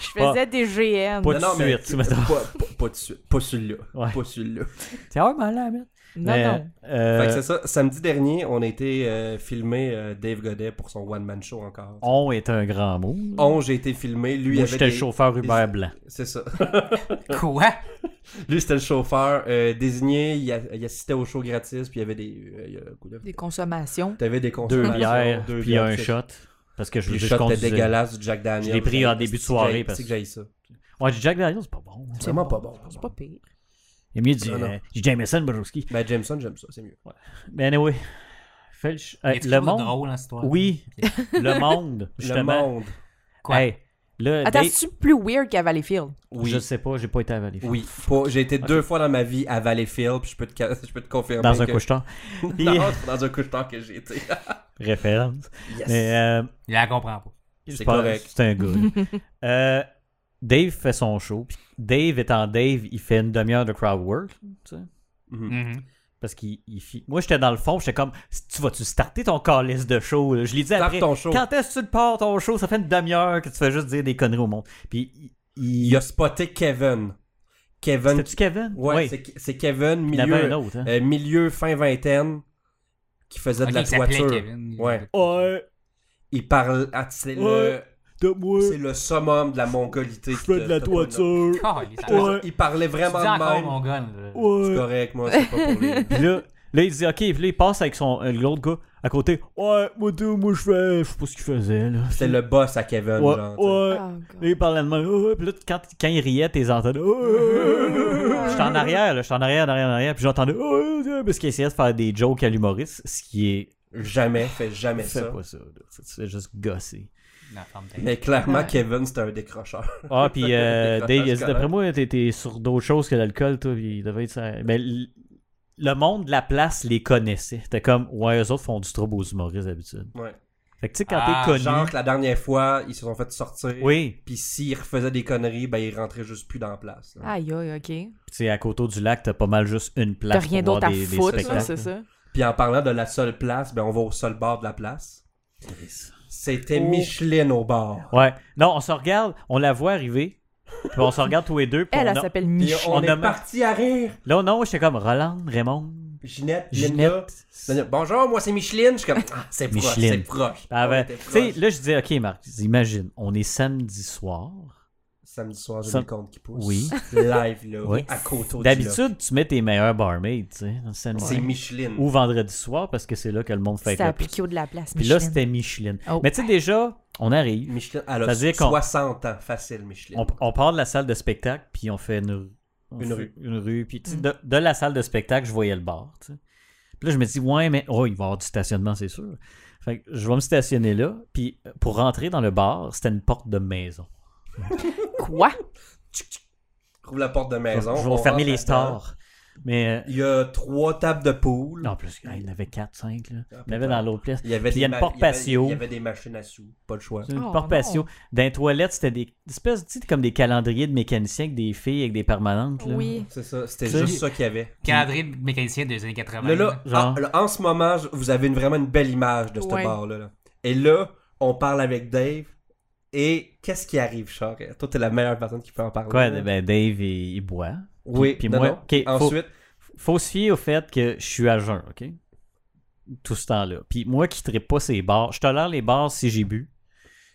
Speaker 4: Je faisais des GN.
Speaker 1: Pas
Speaker 2: Non,
Speaker 1: de
Speaker 2: non, mais-
Speaker 1: suite, tu m'attends.
Speaker 2: Pas, pas, pas de suite. Pas celui-là.
Speaker 1: Ouais. Euh,
Speaker 2: Pas celui-là.
Speaker 1: C'est vraiment là, man.
Speaker 4: Non,
Speaker 1: Mais,
Speaker 4: non.
Speaker 1: euh,
Speaker 2: Fait que c'est ça. Samedi dernier, on a été euh, filmé euh, Dave Godet pour son one-man show encore.
Speaker 1: on est un grand mot.
Speaker 2: On, j'ai été filmé. Oh, Lui,
Speaker 1: Moi,
Speaker 2: avait
Speaker 1: j'étais
Speaker 2: des-
Speaker 1: le chauffeur Uber blanc.
Speaker 2: C'est ça. [LAUGHS]
Speaker 1: Euh,
Speaker 3: Quoi?
Speaker 2: Lui, c'était le chauffeur euh, désigné. Il, a- il assistait au show gratis. Puis il y avait des. euh, il y a- quoi de-
Speaker 4: Des consommations.
Speaker 2: T'avais des consommations.
Speaker 1: Deux bières,
Speaker 2: deux
Speaker 1: puis un
Speaker 2: c'est-
Speaker 1: shot. Parce que je
Speaker 2: Puis
Speaker 1: veux dire,
Speaker 2: le shot
Speaker 1: je
Speaker 2: était
Speaker 1: conduisais.
Speaker 2: dégueulasse du Jack Daniel.
Speaker 1: Je l'ai pris en début de soirée, parce
Speaker 2: C'est que j'ai ça.
Speaker 1: Ouais, du Jack Daniels, c'est pas bon.
Speaker 2: C'est vraiment pas bon.
Speaker 4: C'est pas pire.
Speaker 1: Il est mieux du,
Speaker 2: Non, non.
Speaker 1: euh, du Jameson Borowski.
Speaker 2: Ben, Jameson, j'aime ça, c'est mieux.
Speaker 1: Mais anyway, fais le, ch-
Speaker 3: Y
Speaker 1: euh, le
Speaker 3: a-t-il quelque chose de
Speaker 1: monde.
Speaker 3: drôle dans cette histoire?
Speaker 1: Oui, le monde, justement.
Speaker 2: Le monde.
Speaker 3: Quoi?
Speaker 1: Hey, là,
Speaker 4: Attends,
Speaker 1: Dave-
Speaker 4: c'est-tu plus weird qu'à Valleyfield?
Speaker 2: Oui.
Speaker 1: je sais pas, j'ai pas été à Valleyfield.
Speaker 2: Oui. Pas- J'ai été deux fois dans ma vie à Valleyfield. Puis je peux te, ca- [LAUGHS] je peux te confirmer.
Speaker 1: Dans un
Speaker 2: que...
Speaker 1: couche-tard. Puis-
Speaker 2: [LAUGHS] Non, c'est dans un couche-temps que
Speaker 1: [LAUGHS]
Speaker 2: j'ai été.
Speaker 1: Référence.
Speaker 2: Yes.
Speaker 1: Mais euh,
Speaker 3: Il la comprend pas.
Speaker 1: je
Speaker 2: C'est
Speaker 1: pense-
Speaker 2: correct.
Speaker 1: C'est un gars.
Speaker 2: [LAUGHS]
Speaker 1: Euh, Dave fait son show. Puis Dave étant Dave, il fait une demi-heure de crowd work. tu sais. Mm.
Speaker 2: Mhm.
Speaker 3: Mhm.
Speaker 1: Parce qu'il il fi- Moi, j'étais dans le fond, j'étais comme, tu vas-tu starter ton calice de show? là? Je l'ai dit
Speaker 2: Tape
Speaker 1: après.
Speaker 2: ton show.
Speaker 1: Quand est-ce que tu le pars ton show? Ça fait une demi-heure que tu fais juste dire des conneries au monde. Puis, il- il.
Speaker 2: Il a spoté Kevin. Kevin.
Speaker 1: C'était-tu Kevin?
Speaker 2: Ouais,
Speaker 1: Ouais.
Speaker 2: c'est- c'est Kevin,
Speaker 1: Il y en avait
Speaker 2: milieu,
Speaker 1: un autre. Hein?
Speaker 2: euh, milieu fin vingtaine, qui faisait
Speaker 3: Ok,
Speaker 2: de la
Speaker 3: il s'appelait
Speaker 2: toiture.
Speaker 3: Kevin.
Speaker 2: Ouais.
Speaker 1: Ouais,
Speaker 2: Il parle. ah, c'est le.
Speaker 1: Ouais. de moi,
Speaker 2: C'est euh, le summum de la mongolité.
Speaker 1: je fais de la toiture.
Speaker 3: Calé, ça-
Speaker 1: Ouais.
Speaker 2: Il parlait
Speaker 3: Tu dis
Speaker 2: vraiment de
Speaker 3: encore
Speaker 1: oh
Speaker 2: même.
Speaker 3: oh, mon gars, là.
Speaker 2: C'est
Speaker 1: Ouais.
Speaker 2: correct, moi, c'est pas pour lui.
Speaker 1: Puis là, là, il dit, ok, puis là, il passe avec son euh, l'autre gars à côté. Ouais, moi, tout, moi, je fais. Je sais pas ce qu'il faisait, là.
Speaker 2: C'était le boss à Kevin,
Speaker 1: Ouais,
Speaker 2: genre. tu sais.
Speaker 1: ouais.
Speaker 4: Ah,
Speaker 1: Là, il parlait de moi. Oh, oh. Puis là, quand, quand il riait, t'es entendais. Oh, oh, oh, oh. J'étais en arrière, là. J'étais en arrière, en arrière, en arrière. Puis j'entendais. Oh, oh, oh, parce qu'il essayait de faire des jokes à l'humoriste, ce qui est.
Speaker 2: Jamais, fait jamais
Speaker 1: Fais
Speaker 2: ça.
Speaker 1: pas ça. là. Tu tu fais juste gosser.
Speaker 3: Non, ferme ta gueule.
Speaker 2: Mais clairement,
Speaker 4: Ouais.
Speaker 2: Kevin, c'était un décrocheur.
Speaker 1: Ah, puis euh, Dave,
Speaker 2: Décrochage
Speaker 1: il a dit
Speaker 2: scolaire.
Speaker 1: d'après moi, t'étais sur d'autres choses que l'alcool, toi. puis il devait être. ça- Mais l- le monde de la place les connaissait. T'es comme, ouais, eux autres font du trouble aux humoristes d'habitude.
Speaker 2: Ouais.
Speaker 1: Fait que tu sais, quand
Speaker 3: Ah,
Speaker 1: t'es connu.
Speaker 2: Genre que la dernière fois, ils se sont fait sortir.
Speaker 1: Oui,
Speaker 2: Puis s'ils refaisaient des conneries, ben ils rentraient juste plus dans la place. là.
Speaker 4: Aïe, aïe, ok.
Speaker 1: Puis tu sais, à Coteau du Lac, t'as pas mal juste une place.
Speaker 4: T'as rien
Speaker 1: pour
Speaker 4: d'autre
Speaker 1: voir
Speaker 4: à
Speaker 1: des, des
Speaker 4: foutre, là,
Speaker 1: spectacles,
Speaker 4: c'est ça?
Speaker 2: Puis en parlant de la seule place, ben on va au seul bar de la place.
Speaker 1: Chris. Oh.
Speaker 2: C'était Micheline au bar.
Speaker 1: Ouais. Non, on se regarde, on la voit arriver. Puis on se regarde tous les deux. puis
Speaker 4: [LAUGHS] Elle,
Speaker 1: on
Speaker 4: elle
Speaker 1: a-
Speaker 4: s'appelle
Speaker 2: Puis
Speaker 4: Michou.
Speaker 2: on,
Speaker 1: On
Speaker 2: est
Speaker 1: a-
Speaker 2: parti à rire.
Speaker 1: Là, non, j'étais comme Roland, Raymond,
Speaker 2: Ginette, Linda.
Speaker 1: Ginette.
Speaker 2: Linda, Bonjour, moi c'est Micheline. Je suis comme, ah, c'est proche,
Speaker 1: Micheline.
Speaker 2: c'est proche.
Speaker 1: Ah
Speaker 2: On
Speaker 1: ben,
Speaker 2: était
Speaker 1: tu sais,
Speaker 2: proche.
Speaker 1: là, je disais, OK, Marc, imagine, on est samedi soir.
Speaker 2: Samedi soir, j'ai
Speaker 1: Sam-
Speaker 2: le compte qui pousse.
Speaker 1: Oui.
Speaker 2: Live, là,
Speaker 1: Oui.
Speaker 2: à Coteau du Lac.
Speaker 1: D'habitude, tu mets tes meilleurs barmaids, tu sais, le samedi.
Speaker 2: C'est Micheline.
Speaker 1: Ou vendredi soir, parce que c'est là que le monde fait
Speaker 4: C'est
Speaker 1: le
Speaker 4: à
Speaker 1: plus.
Speaker 4: Piquot de la place,
Speaker 1: Puis là,
Speaker 4: Micheline.
Speaker 1: c'était Micheline.
Speaker 4: Oh.
Speaker 1: Mais tu sais, déjà, on arrive.
Speaker 2: Micheline, elle
Speaker 1: Ça veut
Speaker 2: a
Speaker 1: dire qu'on-
Speaker 2: 60 ans, facile, Micheline.
Speaker 1: on, on part de la salle de spectacle, puis on fait une rue. On
Speaker 2: Une
Speaker 1: fait
Speaker 2: rue.
Speaker 1: Une rue. Puis tu
Speaker 4: Mm.
Speaker 1: sais, de, de la salle de spectacle, je voyais le bar. tu sais. Puis là, je me dis, ouais, mais oh, il va y avoir du stationnement, c'est sûr. Fait que je vais me stationner là. Puis pour rentrer dans le bar, c'était une porte de maison.
Speaker 4: Quoi?
Speaker 2: Trouve la porte de maison.
Speaker 1: je
Speaker 2: on
Speaker 1: vais fermer
Speaker 2: rentre
Speaker 1: les
Speaker 2: là-dedans.
Speaker 1: stores. Mais
Speaker 2: Il y a trois tables de
Speaker 1: euh,
Speaker 2: poule.
Speaker 1: non, plus, il y en avait 4, 5. Là.
Speaker 2: Ah,
Speaker 1: Il y en avait dans l'autre place.
Speaker 2: Il y
Speaker 1: Puis
Speaker 2: avait
Speaker 1: il
Speaker 2: des
Speaker 1: y a une
Speaker 2: ma-
Speaker 1: porte
Speaker 2: il y avait-
Speaker 1: patio.
Speaker 2: Il y avait des machines à sous, pas le choix.
Speaker 1: Une
Speaker 4: Oh,
Speaker 1: porte patio.
Speaker 4: non.
Speaker 1: Dans les toilettes, c'était des espèces, tu sais, comme des calendriers de mécaniciens avec des filles, avec des permanentes. Là.
Speaker 4: Oui.
Speaker 2: C'est ça, c'était
Speaker 1: Ça,
Speaker 2: juste
Speaker 1: il-
Speaker 2: ça qu'il y avait.
Speaker 3: Cadré de mécanicien des années 80.
Speaker 2: Là, là,
Speaker 1: Genre.
Speaker 2: en, là, en ce moment, je- vous avez une- vraiment une belle image de ce
Speaker 4: Ouais.
Speaker 2: bar-là. là. Et là, on parle avec Dave. Et qu'est-ce qui arrive, Charles? Toi, t'es la meilleure personne qui peut en parler.
Speaker 1: Quoi,
Speaker 2: là.
Speaker 1: ben Dave, il, il boit.
Speaker 2: Oui,
Speaker 1: puis
Speaker 2: non,
Speaker 1: moi-
Speaker 2: non.
Speaker 1: ok, faut-
Speaker 2: Ensuite,
Speaker 1: Faut se fier au fait que je suis à jeun, OK? Tout ce temps-là. Puis moi qui ne pas ces bars, je tolère les bars si j'ai bu.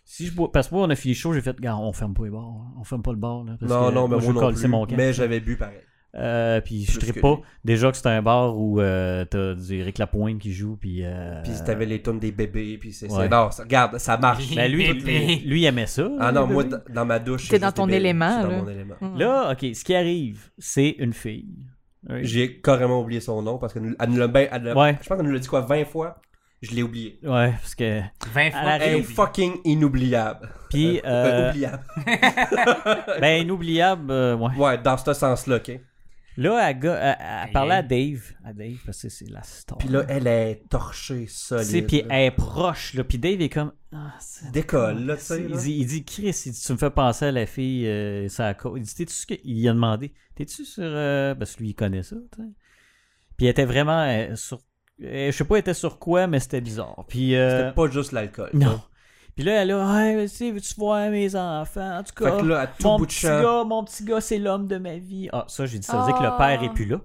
Speaker 1: Si je bois, parce que moi, on a fini chaud, j'ai fait, gars, on ferme pas les bars, hein. on ferme pas le bar. Là, parce
Speaker 2: non,
Speaker 1: que
Speaker 2: non, mais
Speaker 1: moi, je veux
Speaker 2: moi non
Speaker 1: coller,
Speaker 2: plus,
Speaker 1: c'est mon camp.
Speaker 2: Mais j'avais bu pareil.
Speaker 1: Euh, puis je
Speaker 2: Plus
Speaker 1: trippe
Speaker 2: que
Speaker 1: pas.
Speaker 2: lui.
Speaker 1: Déjà que c'est un bar où euh, t'as du Eric Lapointe qui joue, puis. euh,
Speaker 2: Puis t'avais les tonnes des bébés, puis c'est... c'est-
Speaker 1: Ouais.
Speaker 2: Non, ça- regarde, ça marche.
Speaker 1: ben, lui,
Speaker 3: Pépé.
Speaker 1: lui, lui, il aimait ça.
Speaker 2: Ah non,
Speaker 1: le
Speaker 2: moi,
Speaker 1: bébé.
Speaker 2: d- dans ma douche...
Speaker 4: T'es
Speaker 2: c'est
Speaker 4: dans
Speaker 2: juste
Speaker 4: ton
Speaker 2: des bébés.
Speaker 4: élément,
Speaker 2: Je suis
Speaker 4: là.
Speaker 2: dans mon élément.
Speaker 1: Là, OK, ce qui arrive, c'est une fille. Ouais.
Speaker 2: J'ai carrément oublié son nom, parce qu'elle nous- elle nous l'a bien... elle l'a-
Speaker 1: Ouais.
Speaker 2: Je pense qu'elle nous l'a dit quoi, 20 fois? Je l'ai oublié.
Speaker 1: Ouais, parce que.
Speaker 3: 20 fois.
Speaker 1: À la-
Speaker 3: j'ai
Speaker 2: Hey,
Speaker 3: oublié.
Speaker 2: fucking inoubliable.
Speaker 1: Puis,
Speaker 2: Euh,
Speaker 1: euh,
Speaker 2: oubliable.
Speaker 1: ben, inoubliable, euh, ouais.
Speaker 2: Ouais, dans ce sens-là, OK?
Speaker 1: Là, elle, ga- elle- elle
Speaker 3: Hey,
Speaker 1: parlait à
Speaker 3: hey.
Speaker 1: Dave. À Dave, parce que c'est la star.
Speaker 2: Puis là, elle est torchée
Speaker 1: Tu
Speaker 2: solide.
Speaker 1: sais, puis elle est proche, là. Puis Dave est comme. Ah, c'est-
Speaker 2: Décolle, là, tu sais,
Speaker 1: Il
Speaker 2: là.
Speaker 1: dit, il dit, Chris, il dit, tu me fais penser à la fille, euh, sa co- Il dit, t'es-tu ce que. Il a demandé, t'es-tu sur. euh, Parce que lui, il connaît ça, tu sais. Puis elle était vraiment euh, sur. euh, je sais pas, elle était sur quoi, mais c'était bizarre. Puis. euh,
Speaker 2: C'était pas juste l'alcool.
Speaker 1: Non.
Speaker 2: là.
Speaker 1: Puis là, elle a, hey, mais tu sais, veux-tu voir mes enfants? En tout
Speaker 2: Fait
Speaker 1: cas,
Speaker 2: que là, à tout
Speaker 1: mon
Speaker 2: bout de
Speaker 1: petit
Speaker 2: champ...
Speaker 1: gars, mon petit gars, c'est l'homme de ma vie. Ah, ça, j'ai dit, ça veut dire que le
Speaker 4: Ah.
Speaker 1: père est plus là.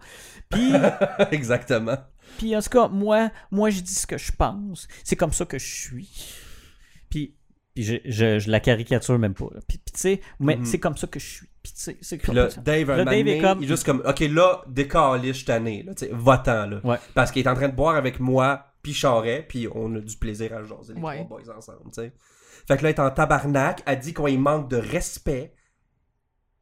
Speaker 1: Puis,
Speaker 2: [LAUGHS] Exactement.
Speaker 1: puis en tout cas, moi, moi, je dis ce que je pense. C'est comme ça que je suis. Puis, puis je, je, je la caricature même pas. là. Puis, puis tu sais, mais
Speaker 2: Mhm.
Speaker 1: c'est comme ça que je suis. Puis tu sais, c'est
Speaker 2: Puis
Speaker 1: comme
Speaker 2: là,
Speaker 1: ça.
Speaker 2: Dave, un
Speaker 1: Là,
Speaker 2: moment
Speaker 1: Dave est
Speaker 2: donné,
Speaker 1: comme-
Speaker 2: il est juste comme, OK, là, décalé, je suis tanné, là, tu sais, va-t'en, là.
Speaker 1: Ouais.
Speaker 2: Parce qu'il est en train de boire avec moi, puis Charret, puis on a du plaisir à jaser les
Speaker 4: Ouais.
Speaker 2: trois boys ensemble, tu sais. Fait que là, il est en tabarnak, a dit qu'on lui manque de respect,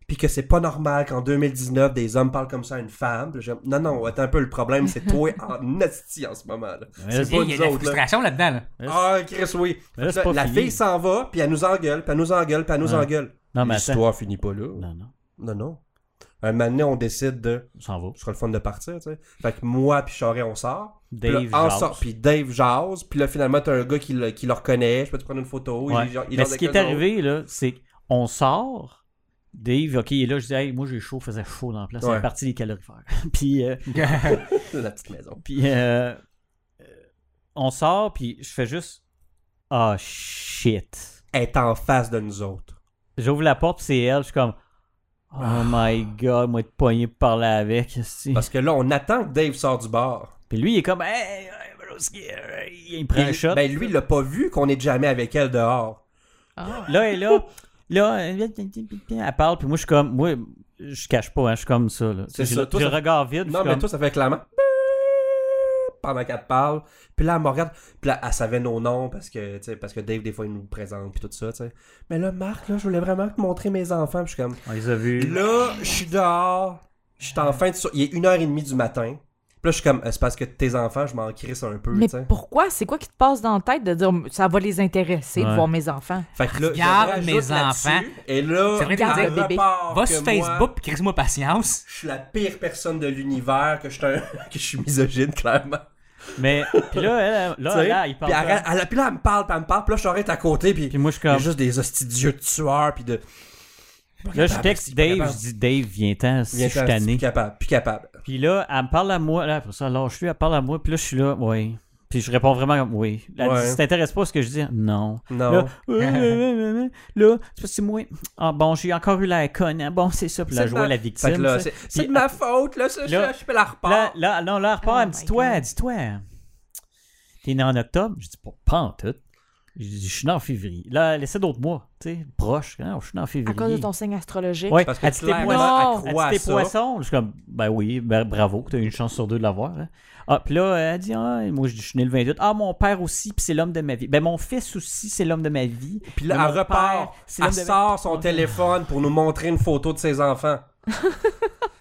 Speaker 2: puis que c'est pas normal qu'en 2019, des hommes parlent comme ça à une femme. Puis là, j'ai- non, non, attends un peu, le problème, c'est toi
Speaker 1: [LAUGHS]
Speaker 2: en esti en ce moment, là.
Speaker 1: Mais là,
Speaker 2: c'est
Speaker 3: Hey,
Speaker 2: pas
Speaker 3: Il y
Speaker 2: nous
Speaker 3: a de la
Speaker 2: autres, là.
Speaker 3: frustration là-dedans.
Speaker 1: [LAUGHS]
Speaker 3: là.
Speaker 2: Ah, Chris, oui.
Speaker 1: Mais là, c'est
Speaker 2: Là,
Speaker 1: pas
Speaker 2: la
Speaker 1: fini.
Speaker 2: fille s'en va, puis elle nous engueule, puis elle nous engueule, puis elle nous
Speaker 1: Ouais.
Speaker 2: engueule.
Speaker 1: Non, mais attends.
Speaker 2: L'histoire finit pas là.
Speaker 1: Non, non,
Speaker 2: Non, non. Un moment donné, on décide de.
Speaker 1: on s'en va.
Speaker 2: Ce sera le fun de partir, tu sais. Fait que moi puis Charest, on sort. Puis là,
Speaker 1: Dave,
Speaker 2: on
Speaker 1: jase.
Speaker 2: sort, puis Dave jase. Puis là, finalement, t'as un gars qui le, qui le reconnaît. Je peux te prendre une photo.
Speaker 1: Ouais.
Speaker 2: Il, il
Speaker 1: Mais
Speaker 2: jase
Speaker 1: ce qui
Speaker 2: avec
Speaker 1: est
Speaker 2: eux
Speaker 1: arrivé, là, c'est qu'on sort. Dave, OK, il est là, je dis, hey, moi j'ai chaud, faisait chaud dans la place. C'est
Speaker 2: Ouais.
Speaker 1: la partie des calorifères. [LAUGHS] puis, euh,
Speaker 2: autres. La petite maison.
Speaker 1: puis euh, euh, on sort, puis je fais juste, ah shit.
Speaker 2: Elle est en face de nous autres.
Speaker 1: J'ouvre la porte, puis c'est elle, je suis comme, oh my god, moi être poigné pour parler avec. [LAUGHS] esti.
Speaker 2: Ah. Parce que là, on attend que Dave sorte du bar.
Speaker 1: Puis lui, il est comme, hey, hey, Broski, euh, il prend un
Speaker 2: Puis-
Speaker 1: shot.
Speaker 2: Ben, lui, il l'a pas vu qu'on est jamais avec elle dehors.
Speaker 4: Ah.
Speaker 1: Là, elle est là. Là, elle parle, puis moi, je suis comme, moi, je cache pas, hein, je suis comme ça. Là.
Speaker 2: C'est
Speaker 1: J'ai
Speaker 2: ça,
Speaker 1: le-
Speaker 2: toi,
Speaker 1: j'ai le
Speaker 2: ça-
Speaker 1: regard vide. puis
Speaker 2: Non,
Speaker 1: je suis
Speaker 2: mais
Speaker 1: comme-
Speaker 2: toi, ça fait clairement. [LAUGHS] Pendant qu'elle te parle. Puis là, elle me regarde. Puis là, elle savait nos noms parce que, tu sais, parce que Dave, des fois, il nous le présente. Puis tout ça, tu sais. Mais là, Marc, là, je voulais vraiment te montrer mes enfants. Puis je suis comme.
Speaker 1: on les a vus.
Speaker 2: Là, je suis dehors. Je suis en fin de. so- Il est 1h30 du matin. Puis là, je suis comme. euh, C'est parce que tes enfants, je m'en crisse un peu, tu
Speaker 4: Mais
Speaker 2: sais.
Speaker 4: pourquoi? C'est quoi qui te passe dans la tête de dire ça va les intéresser
Speaker 1: Ouais.
Speaker 4: de voir mes enfants?
Speaker 2: Fait que là, je
Speaker 3: Regarde
Speaker 2: rajoute
Speaker 3: mes
Speaker 2: là-dessus,
Speaker 3: enfants.
Speaker 2: Et là,
Speaker 3: C'est vrai que
Speaker 2: elle
Speaker 3: t'as dit,
Speaker 2: repart
Speaker 4: bébé,
Speaker 2: que
Speaker 3: Va sur
Speaker 2: moi,
Speaker 3: Facebook puis crise-moi patience. [LAUGHS]
Speaker 2: je suis la pire personne de l'univers, que je suis un- [LAUGHS] que je suis misogyne, clairement.
Speaker 1: Mais puis là, elle, elle-
Speaker 2: Tu
Speaker 1: là,
Speaker 2: sais?
Speaker 1: Ah, là, il
Speaker 2: Puis, elle,
Speaker 1: parle.
Speaker 2: elle- elle- puis là, elle me parle, puis elle me parle, puis là, je suis arrête à côté, puis
Speaker 1: Puis moi, je suis
Speaker 2: il y a
Speaker 1: comme.
Speaker 2: juste des hostidieux de tueurs, puis de.
Speaker 1: Là, je texte Dave, je dis Dave, viens-t'en, si je
Speaker 2: Viens
Speaker 1: suis
Speaker 2: t'en, c'est plus
Speaker 1: tanné.
Speaker 2: capable, plus capable.
Speaker 1: Puis là, elle me parle à moi. Là, après ça, lâche-lui, elle parle à moi. Puis là, je suis là, oui. Puis je réponds vraiment comme oui. Elle
Speaker 2: Ouais.
Speaker 1: dit, ça t'intéresse pas ce que je dis? Non. Là,
Speaker 2: Non.
Speaker 1: euh, euh, euh, euh, là, c'est parce que c'est moi. Ah bon, j'ai encore eu la conne. hein. Bon, c'est ça. Puis là,
Speaker 2: C'est
Speaker 1: je
Speaker 2: de
Speaker 1: vois
Speaker 2: ma-
Speaker 1: la
Speaker 2: Fait que
Speaker 1: victime.
Speaker 2: là,
Speaker 1: tu sais.
Speaker 2: c'est c'est
Speaker 1: Puis
Speaker 2: de ma faute, là, ça,
Speaker 1: là-
Speaker 2: je, je fais la
Speaker 1: Là,
Speaker 2: repart.
Speaker 1: là, là, on la repart,
Speaker 4: Oh
Speaker 1: elle me dit
Speaker 4: my
Speaker 1: Toi,
Speaker 4: God.
Speaker 1: elle dit Toi, t'es né en octobre Je dis Pas, pas en tout. Je dis Je suis né en février. Là, laissez d'autres mois, tu sais, proche. Hein, je suis né en février.
Speaker 4: À cause de ton signe astrologique.
Speaker 1: Ouais,
Speaker 2: Parce que
Speaker 1: elle dit T'es
Speaker 2: clairement,
Speaker 1: poisson.
Speaker 4: Non.
Speaker 2: elle
Speaker 1: Elle
Speaker 2: croit
Speaker 1: dit
Speaker 2: à
Speaker 1: T'es
Speaker 2: ça.
Speaker 1: poisson. Je suis comme Ben oui, ben, bravo, t'as une chance sur deux de l'avoir. hein. Ah, puis là, elle dit Ah, moi, je dis, je suis né le 28. Ah, mon père aussi, puis c'est l'homme de ma vie. Ben, mon fils aussi, c'est l'homme de ma vie.
Speaker 2: Puis là,
Speaker 1: Mais
Speaker 2: elle
Speaker 1: mon
Speaker 2: repart,
Speaker 1: père, c'est
Speaker 2: elle
Speaker 1: l'homme de-
Speaker 2: sort son téléphone pour nous montrer une photo de
Speaker 1: [LAUGHS]
Speaker 2: ses enfants.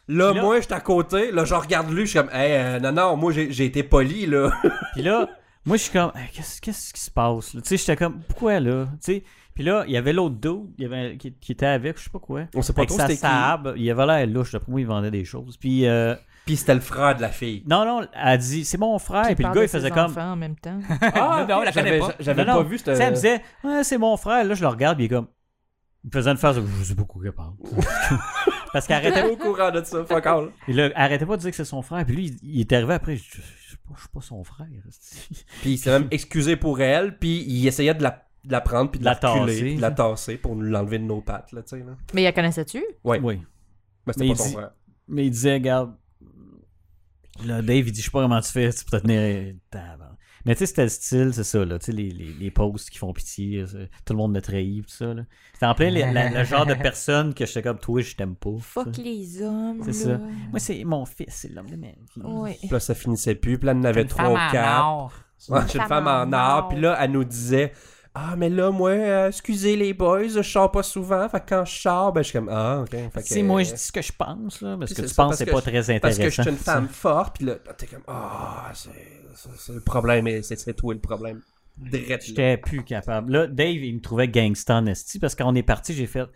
Speaker 2: Là,
Speaker 1: Puis là-
Speaker 2: moi, je suis à côté, là, je regarde lui, je suis comme, hey, euh, non, non, moi, j'ai j'ai été poli, là.
Speaker 1: Puis là, moi, je suis comme, Hey, qu'est-ce qu'est-ce qui se passe? là? Tu sais, j'étais comme, pourquoi là? Tu sais, puis là, il y avait l'autre dude il y avait, qui, qui était avec, je sais pas quoi.
Speaker 2: On sait pas
Speaker 1: Avec
Speaker 2: trop
Speaker 1: sa
Speaker 2: c'était qui.
Speaker 1: sable, il avait l'air louche, d'après moi, il vendait des choses. Puis, euh,
Speaker 2: Puis c'était le frère de la
Speaker 1: [LAUGHS]
Speaker 2: fille.
Speaker 1: Non, non, elle dit, c'est mon frère. Puis, le
Speaker 4: parle
Speaker 1: gars,
Speaker 4: de
Speaker 1: il faisait
Speaker 4: ses
Speaker 1: comme.
Speaker 4: enfants en même temps.
Speaker 3: Ah, non, on la connaît
Speaker 2: j'avais
Speaker 3: pas.
Speaker 2: j'avais
Speaker 1: Non,
Speaker 2: pas
Speaker 1: non.
Speaker 2: vu
Speaker 1: Tu sais, elle me
Speaker 2: cette.
Speaker 1: disait, Ouais, c'est mon frère. Là, je le regarde, puis il est comme. Il me faisait une face, de, je sais pas quoi qu'elle parle. [LAUGHS] Parce qu'elle arrêtait,
Speaker 2: J'étais au courant de ça, fuck all.
Speaker 1: il a- elle arrêtait pas de dire que c'est son frère. Puis lui, il- il est arrivé après, je dis, je suis pas, je suis pas son frère.
Speaker 2: Puis il s'est même excusé pour elle, puis il essayait de la, de la prendre, puis de la,
Speaker 1: La tasser.
Speaker 2: reculer, puis de la tasser pour nous l'enlever de nos pattes, là, tu sais. Là.
Speaker 4: Mais la connaissais-tu?
Speaker 2: Ouais.
Speaker 1: Oui.
Speaker 2: Mais
Speaker 1: Mais
Speaker 2: c'était pas
Speaker 1: il
Speaker 2: son
Speaker 1: dit-
Speaker 2: frère.
Speaker 1: Mais il disait, regarde, là, Dave, il dit, je sais pas comment tu fais, tu peux te tenir. Tabarnak. Mais tu sais, c'était le style, c'est ça, là. Tu sais, les, les, les posts qui font pitié, euh, c'est- tout le monde me trahit, tout ça, là. C'était en plein les- la- le genre de personne que j'étais comme, toi, je t'aime pas.
Speaker 4: Fuck
Speaker 1: ça.
Speaker 4: les hommes.
Speaker 1: C'est
Speaker 4: là.
Speaker 1: ça. Moi, c'est mon fils, c'est l'homme de ma vie.
Speaker 4: Ouais.
Speaker 2: Puis là, ça finissait plus, puis là, elle en avait
Speaker 3: Une
Speaker 2: trois
Speaker 3: femme
Speaker 2: ou
Speaker 3: en
Speaker 2: quatre.
Speaker 3: or.
Speaker 2: Ouais, J'ai une femme en or, puis là, elle nous disait. Ah, mais là, moi, euh, excusez les boys, je sors pas souvent. Fait que quand je sors, ben, je suis comme, ah, ok. Fait que,
Speaker 1: Si moi, je dis ce que je pense, là, parce
Speaker 2: Puis
Speaker 1: que
Speaker 2: c'est
Speaker 1: tu
Speaker 2: ça,
Speaker 1: penses
Speaker 2: parce
Speaker 1: que c'est
Speaker 2: que
Speaker 1: pas
Speaker 2: je-
Speaker 1: très intéressant.
Speaker 2: Parce que je suis une
Speaker 1: ça.
Speaker 2: femme forte, puis là, t'es comme, ah, c'est c'est- c'est le problème, et c'est c'est toi le problème. Drette, là.
Speaker 1: [LAUGHS] J'étais plus capable. Là, Dave, il me trouvait gangsta en esti, parce que quand on est parti, j'ai fait...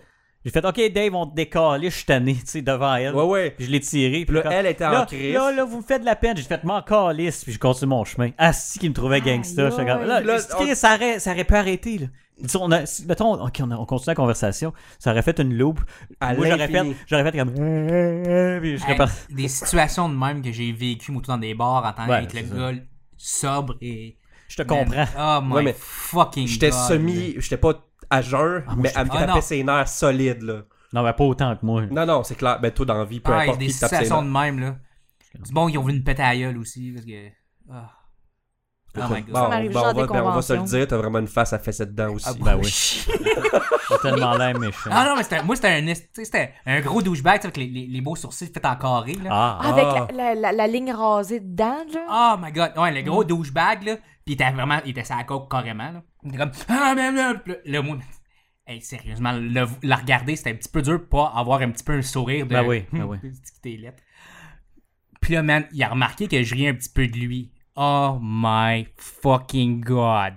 Speaker 1: J'ai fait, OK, Dave, on te décolle, je suis tanné, [LAUGHS] tu sais, devant elle.
Speaker 2: Ouais, ouais.
Speaker 1: Puis je l'ai tiré. Puis
Speaker 2: Puis là,
Speaker 1: quand-
Speaker 2: elle était en
Speaker 1: là,
Speaker 2: crise.
Speaker 1: Là, là, vous me faites de la peine. J'ai fait mon calice, puis je continue mon chemin. Asti qui me trouvait gangster.
Speaker 4: Aïe,
Speaker 1: J'étais comme,
Speaker 4: aïe.
Speaker 1: Là,
Speaker 2: Puis là,
Speaker 1: esti, Chris, ça, aurait, ça aurait pu arrêter. Là. Ils sont- on a- si- mettons, OK, on, a- on continue la conversation. Ça aurait fait une loupe.
Speaker 2: À
Speaker 1: Moi, j'aurais fait,
Speaker 2: l'infini. Hein?
Speaker 1: j'aurais fait comme. [LAUGHS] Puis je serais
Speaker 3: Hey,
Speaker 1: parti.
Speaker 3: des situations de même que j'ai vécu moi, tout dans des bars en tant
Speaker 1: Ouais,
Speaker 3: avec le
Speaker 1: c'est
Speaker 3: gars sobre et.
Speaker 1: Je te comprends.
Speaker 3: Oh my
Speaker 2: Ouais, mais
Speaker 3: fucking
Speaker 2: J'étais
Speaker 3: God.
Speaker 2: semi, j'étais pas à jeun,
Speaker 1: Ah, moi,
Speaker 2: mais
Speaker 1: j'étais-
Speaker 2: elle me
Speaker 3: Ah,
Speaker 2: tapait
Speaker 3: non.
Speaker 2: ses nerfs solides, là.
Speaker 1: Non, mais pas autant que moi.
Speaker 2: Non, non, c'est clair. Ben, toi, dans la vie, peu
Speaker 3: Ah,
Speaker 2: importe
Speaker 3: des
Speaker 2: qui te tape ses
Speaker 3: situations de
Speaker 2: nerfs.
Speaker 3: même, là. Du bon, ils ont vu une péter à la gueule aussi, parce que. ah. Oh, my god.
Speaker 2: Bon,
Speaker 4: Ça m'arrive
Speaker 2: bon,
Speaker 4: juste
Speaker 2: on,
Speaker 4: dans
Speaker 2: va,
Speaker 4: des
Speaker 2: ben, on va se le
Speaker 4: conventions.
Speaker 2: dire, t'as vraiment une face à fesser dedans aussi.
Speaker 3: Ah,
Speaker 1: ben oui.
Speaker 3: shit.
Speaker 1: J'ai tellement l'air méchant.
Speaker 3: [LAUGHS] Ah non, mais c'était, moi, c'était un, est- tu sais, c'était un gros douchebag tu sais, avec les, les- les beaux sourcils faits en carré. Là.
Speaker 1: Ah,
Speaker 4: Avec
Speaker 2: Ah.
Speaker 4: la, la, la, la ligne rasée dedans, là.
Speaker 3: Oh my god, ouais, le gros douchebag, là. Puis il était vraiment, il était sur la coke carrément, là. Il était comme, ah, mais là, puis là, là, moi, hey, sérieusement, le- la regarder, c'était un petit peu dur de pas avoir un petit peu un sourire de. Hmm,
Speaker 1: Ben oui, ben oui.
Speaker 3: C'est-tu que t'es lettre. Puis là, man, il a remarqué que je riais un petit peu de lui. Oh my fucking god.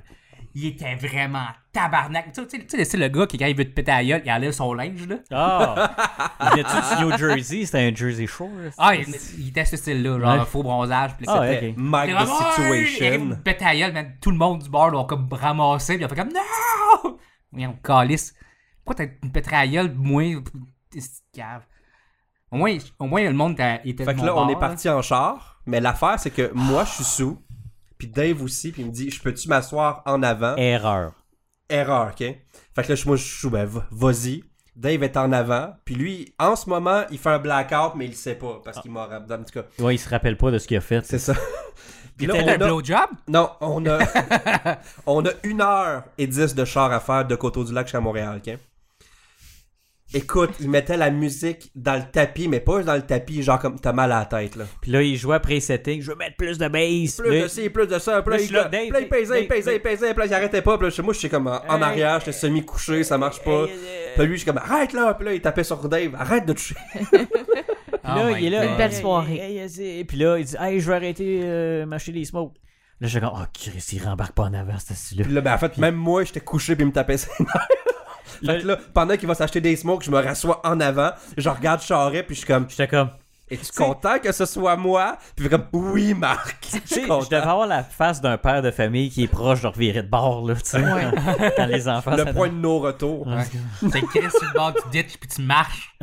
Speaker 3: Il était vraiment tabarnak. Tu sais, tu sais, tu sais, le gars qui, quand il veut te péter à la gueule, il enlève son linge, là.
Speaker 1: ah. Il venait-tu du New Jersey? C'était un Jersey Shore.
Speaker 3: Ah, il, il était ce style-là, genre
Speaker 1: Ouais.
Speaker 3: faux bronzage. Pis
Speaker 1: Ah,
Speaker 3: c'était-
Speaker 1: ok.
Speaker 2: Mike
Speaker 3: c'était
Speaker 2: the
Speaker 3: vraiment, hey, il
Speaker 2: situation.
Speaker 3: pète la gueule, man. tout le monde du bar l'ont comme ramassé, puis il a fait comme Non! Voyons, calice. Pourquoi t'as une pété à gueule, moi, t'es cave. Au moins, au moins, le monde t'a- était
Speaker 2: Fait
Speaker 3: de
Speaker 2: que
Speaker 3: mon
Speaker 2: là, on
Speaker 3: bord,
Speaker 2: est parti en char, mais l'affaire, c'est que moi, je suis sous, puis Dave aussi, puis il me dit, je peux-tu m'asseoir en avant?
Speaker 1: Erreur.
Speaker 2: Erreur, ok? Fait que là, je- moi, je suis, ben, va- vas-y. Dave est en avant, puis lui, en ce moment, il fait un blackout, mais il le sait pas, parce qu'il m'a rappelé, en tout cas,
Speaker 1: Ouais, il se rappelle pas de ce qu'il a fait.
Speaker 2: c'est ça. Puis là,
Speaker 3: T'as
Speaker 2: on
Speaker 3: un
Speaker 2: a-
Speaker 3: blowjob?
Speaker 2: Non, on a, [LAUGHS] on a une heure et dix de char à faire de Coteau-du-Lac jusqu'à Montréal, ok? Écoute, ils mettaient la musique dans le tapis, mais pas dans le tapis, genre comme t'as mal à la tête, là.
Speaker 1: Puis là, il jouait presetting. Je veux mettre plus de bass.
Speaker 2: Plus
Speaker 1: Là,
Speaker 2: de ci, plus de ça, plus
Speaker 1: Là, je
Speaker 2: de
Speaker 1: suis là,
Speaker 2: ça,
Speaker 1: Dave,
Speaker 2: plus de paisaient,
Speaker 1: Dave,
Speaker 2: paisaient,
Speaker 1: Dave.
Speaker 2: paisaient, puis là, j'arrêtais pas, puis là, moi, je suis comme en, en arrière, j'étais semi-couché, ça marche pas. Puis lui, je suis comme, arrête là, puis là, il tapait sur Dave, arrête de toucher.
Speaker 1: Puis là,
Speaker 3: Oh my
Speaker 1: il est là.
Speaker 3: God.
Speaker 4: Une belle soirée.
Speaker 1: Hey, hey, hey, hey. Puis là, il dit Hey, je vais arrêter euh, m'acheter des smokes. Là, je suis comme Oh, Chris, il rembarque pas en avant, cet assis-là.
Speaker 2: Puis là, ben, en fait, même moi, j'étais couché, puis il me tapait ça. Fait que là, pendant qu'il va s'acheter des smokes, je me rassois en avant, je regarde Charret, puis je suis comme,
Speaker 1: J'étais comme
Speaker 2: Es-tu content que ce soit moi? Puis il fait comme, oui, Marc.
Speaker 1: Tu sais,
Speaker 2: content.
Speaker 1: je devais avoir la face d'un père de famille qui est proche de revirer de bord, là, tu sais. [LAUGHS] Quand, quand les enfants. ça
Speaker 2: Le point de nos-retours.
Speaker 3: T'es Chris sur le bord du ditch, puis tu marches.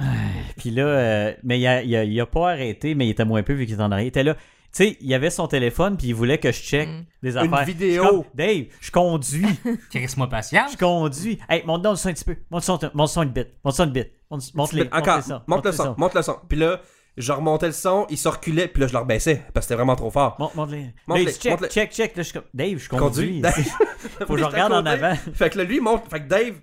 Speaker 1: Puis là, euh, mais il a, il a- il a pas arrêté, mais il était moins peu vu qu'il était en arrière. Il était là. Tu sais, il avait son téléphone, puis il voulait que je check des affaires.
Speaker 2: vidéo.
Speaker 1: Je suis comme, Dave, je conduis.
Speaker 3: Chris, moi, patient.
Speaker 1: Je conduis. Hey, monte donc le son un petit peu. Monte le son, monte le son une bite. Monte le son une bite. Monte, monte les,
Speaker 2: Encore,
Speaker 1: monte les sons,
Speaker 2: monte le son, monte le son. Puis là, je remontais le son, il se reculait, puis là, je le rebaissais, parce que c'était vraiment trop fort.
Speaker 1: Monte, monte les.
Speaker 2: Monte
Speaker 1: Là, il
Speaker 2: les,
Speaker 1: dit, check,
Speaker 2: monte les.
Speaker 1: check, check. Là, je suis comme, Dave, je
Speaker 2: Conduis.
Speaker 1: conduis.
Speaker 2: [LAUGHS]
Speaker 1: Faut que je regarde en avant.
Speaker 2: Fait que là, lui, il monte. Fait que Dave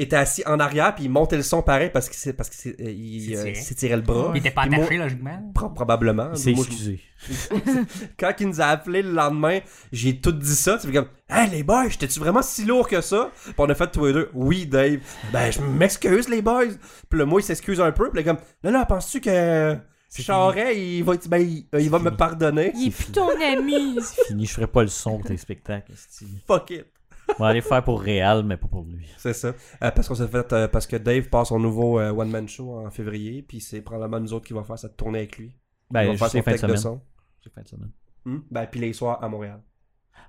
Speaker 2: était assis en arrière, puis il montait le son pareil, parce qu'il s'est- parce qu'il s'est- euh, il,
Speaker 3: C'est
Speaker 2: euh,
Speaker 3: tiré.
Speaker 2: s'est tiré le bras.
Speaker 3: Il était pas
Speaker 2: Puis moi,
Speaker 3: attaché, logiquement.
Speaker 2: pro- Probablement.
Speaker 1: C'est
Speaker 2: Moi, je-
Speaker 1: excusé.
Speaker 2: quand il nous a appelé le lendemain, j'ai tout dit ça. Tu fais comme, hey les boys, j'étais-tu vraiment si lourd que ça? Puis on a fait tous les deux, oui Dave, ben je m'excuse les boys. Puis le moi il s'excuse un peu, puis il est comme, là là, penses-tu que Charret, il va, être- ben, il, euh, il va me pardonner?
Speaker 4: Il est plus ton [LAUGHS] ami.
Speaker 1: Fini, je ferai pas le son pour tes spectacles. esti.
Speaker 2: Fuck it.
Speaker 1: On va aller faire pour Réal, mais pas pour lui.
Speaker 2: C'est ça. Euh, parce qu'on s'est fait, euh, parce que Dave passe son nouveau euh, one-man show en février, puis c'est probablement nous autres qui va faire cette tournée avec lui.
Speaker 1: Ben,
Speaker 2: il va
Speaker 1: juste
Speaker 2: faire
Speaker 1: les fins de
Speaker 2: son tech
Speaker 1: semaine.
Speaker 2: de son.
Speaker 1: Juste fin de semaine.
Speaker 2: Hmm? Ben, puis les soirs à Montréal.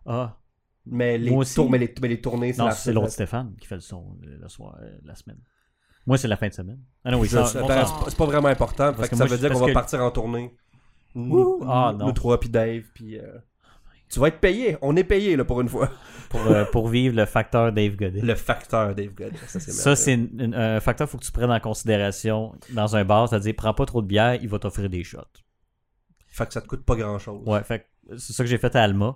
Speaker 1: Ah,
Speaker 2: Mais les,
Speaker 1: Moi aussi.
Speaker 2: tours, mais les, mais les tournées, c'est
Speaker 1: non,
Speaker 2: la
Speaker 1: c'est l'autre Stéphane qui fait le son euh, le soir, euh, la semaine. Moi, c'est la fin de semaine. Ah non, oui,
Speaker 2: Je
Speaker 1: ça,
Speaker 2: sais,
Speaker 1: bon, ça-
Speaker 2: ben, c'est pas- c'est pas vraiment important. Fait
Speaker 1: Parce
Speaker 2: que
Speaker 1: que
Speaker 2: ça
Speaker 1: moi,
Speaker 2: veut
Speaker 1: je-
Speaker 2: dire qu'on
Speaker 1: parce
Speaker 2: va
Speaker 1: que-
Speaker 2: partir en tournée.
Speaker 1: Ouh!
Speaker 2: Nous,
Speaker 1: Ah,
Speaker 2: nous-
Speaker 1: non.
Speaker 2: nous trois, puis Dave, puis. euh, Tu vas être payé. On est payé, là, pour une fois. [LAUGHS]
Speaker 1: pour, euh, pour vivre le facteur Dave Godet.
Speaker 2: Le facteur Dave Godet. Ça, c'est
Speaker 1: Ça, c'est une- une- un facteur qu'il faut que tu prennes en considération dans un bar, c'est-à-dire prends pas trop de bière, il va t'offrir des shots.
Speaker 2: Fait que ça te coûte pas grand-chose.
Speaker 1: Ouais, fait que c'est ça que j'ai fait à Alma.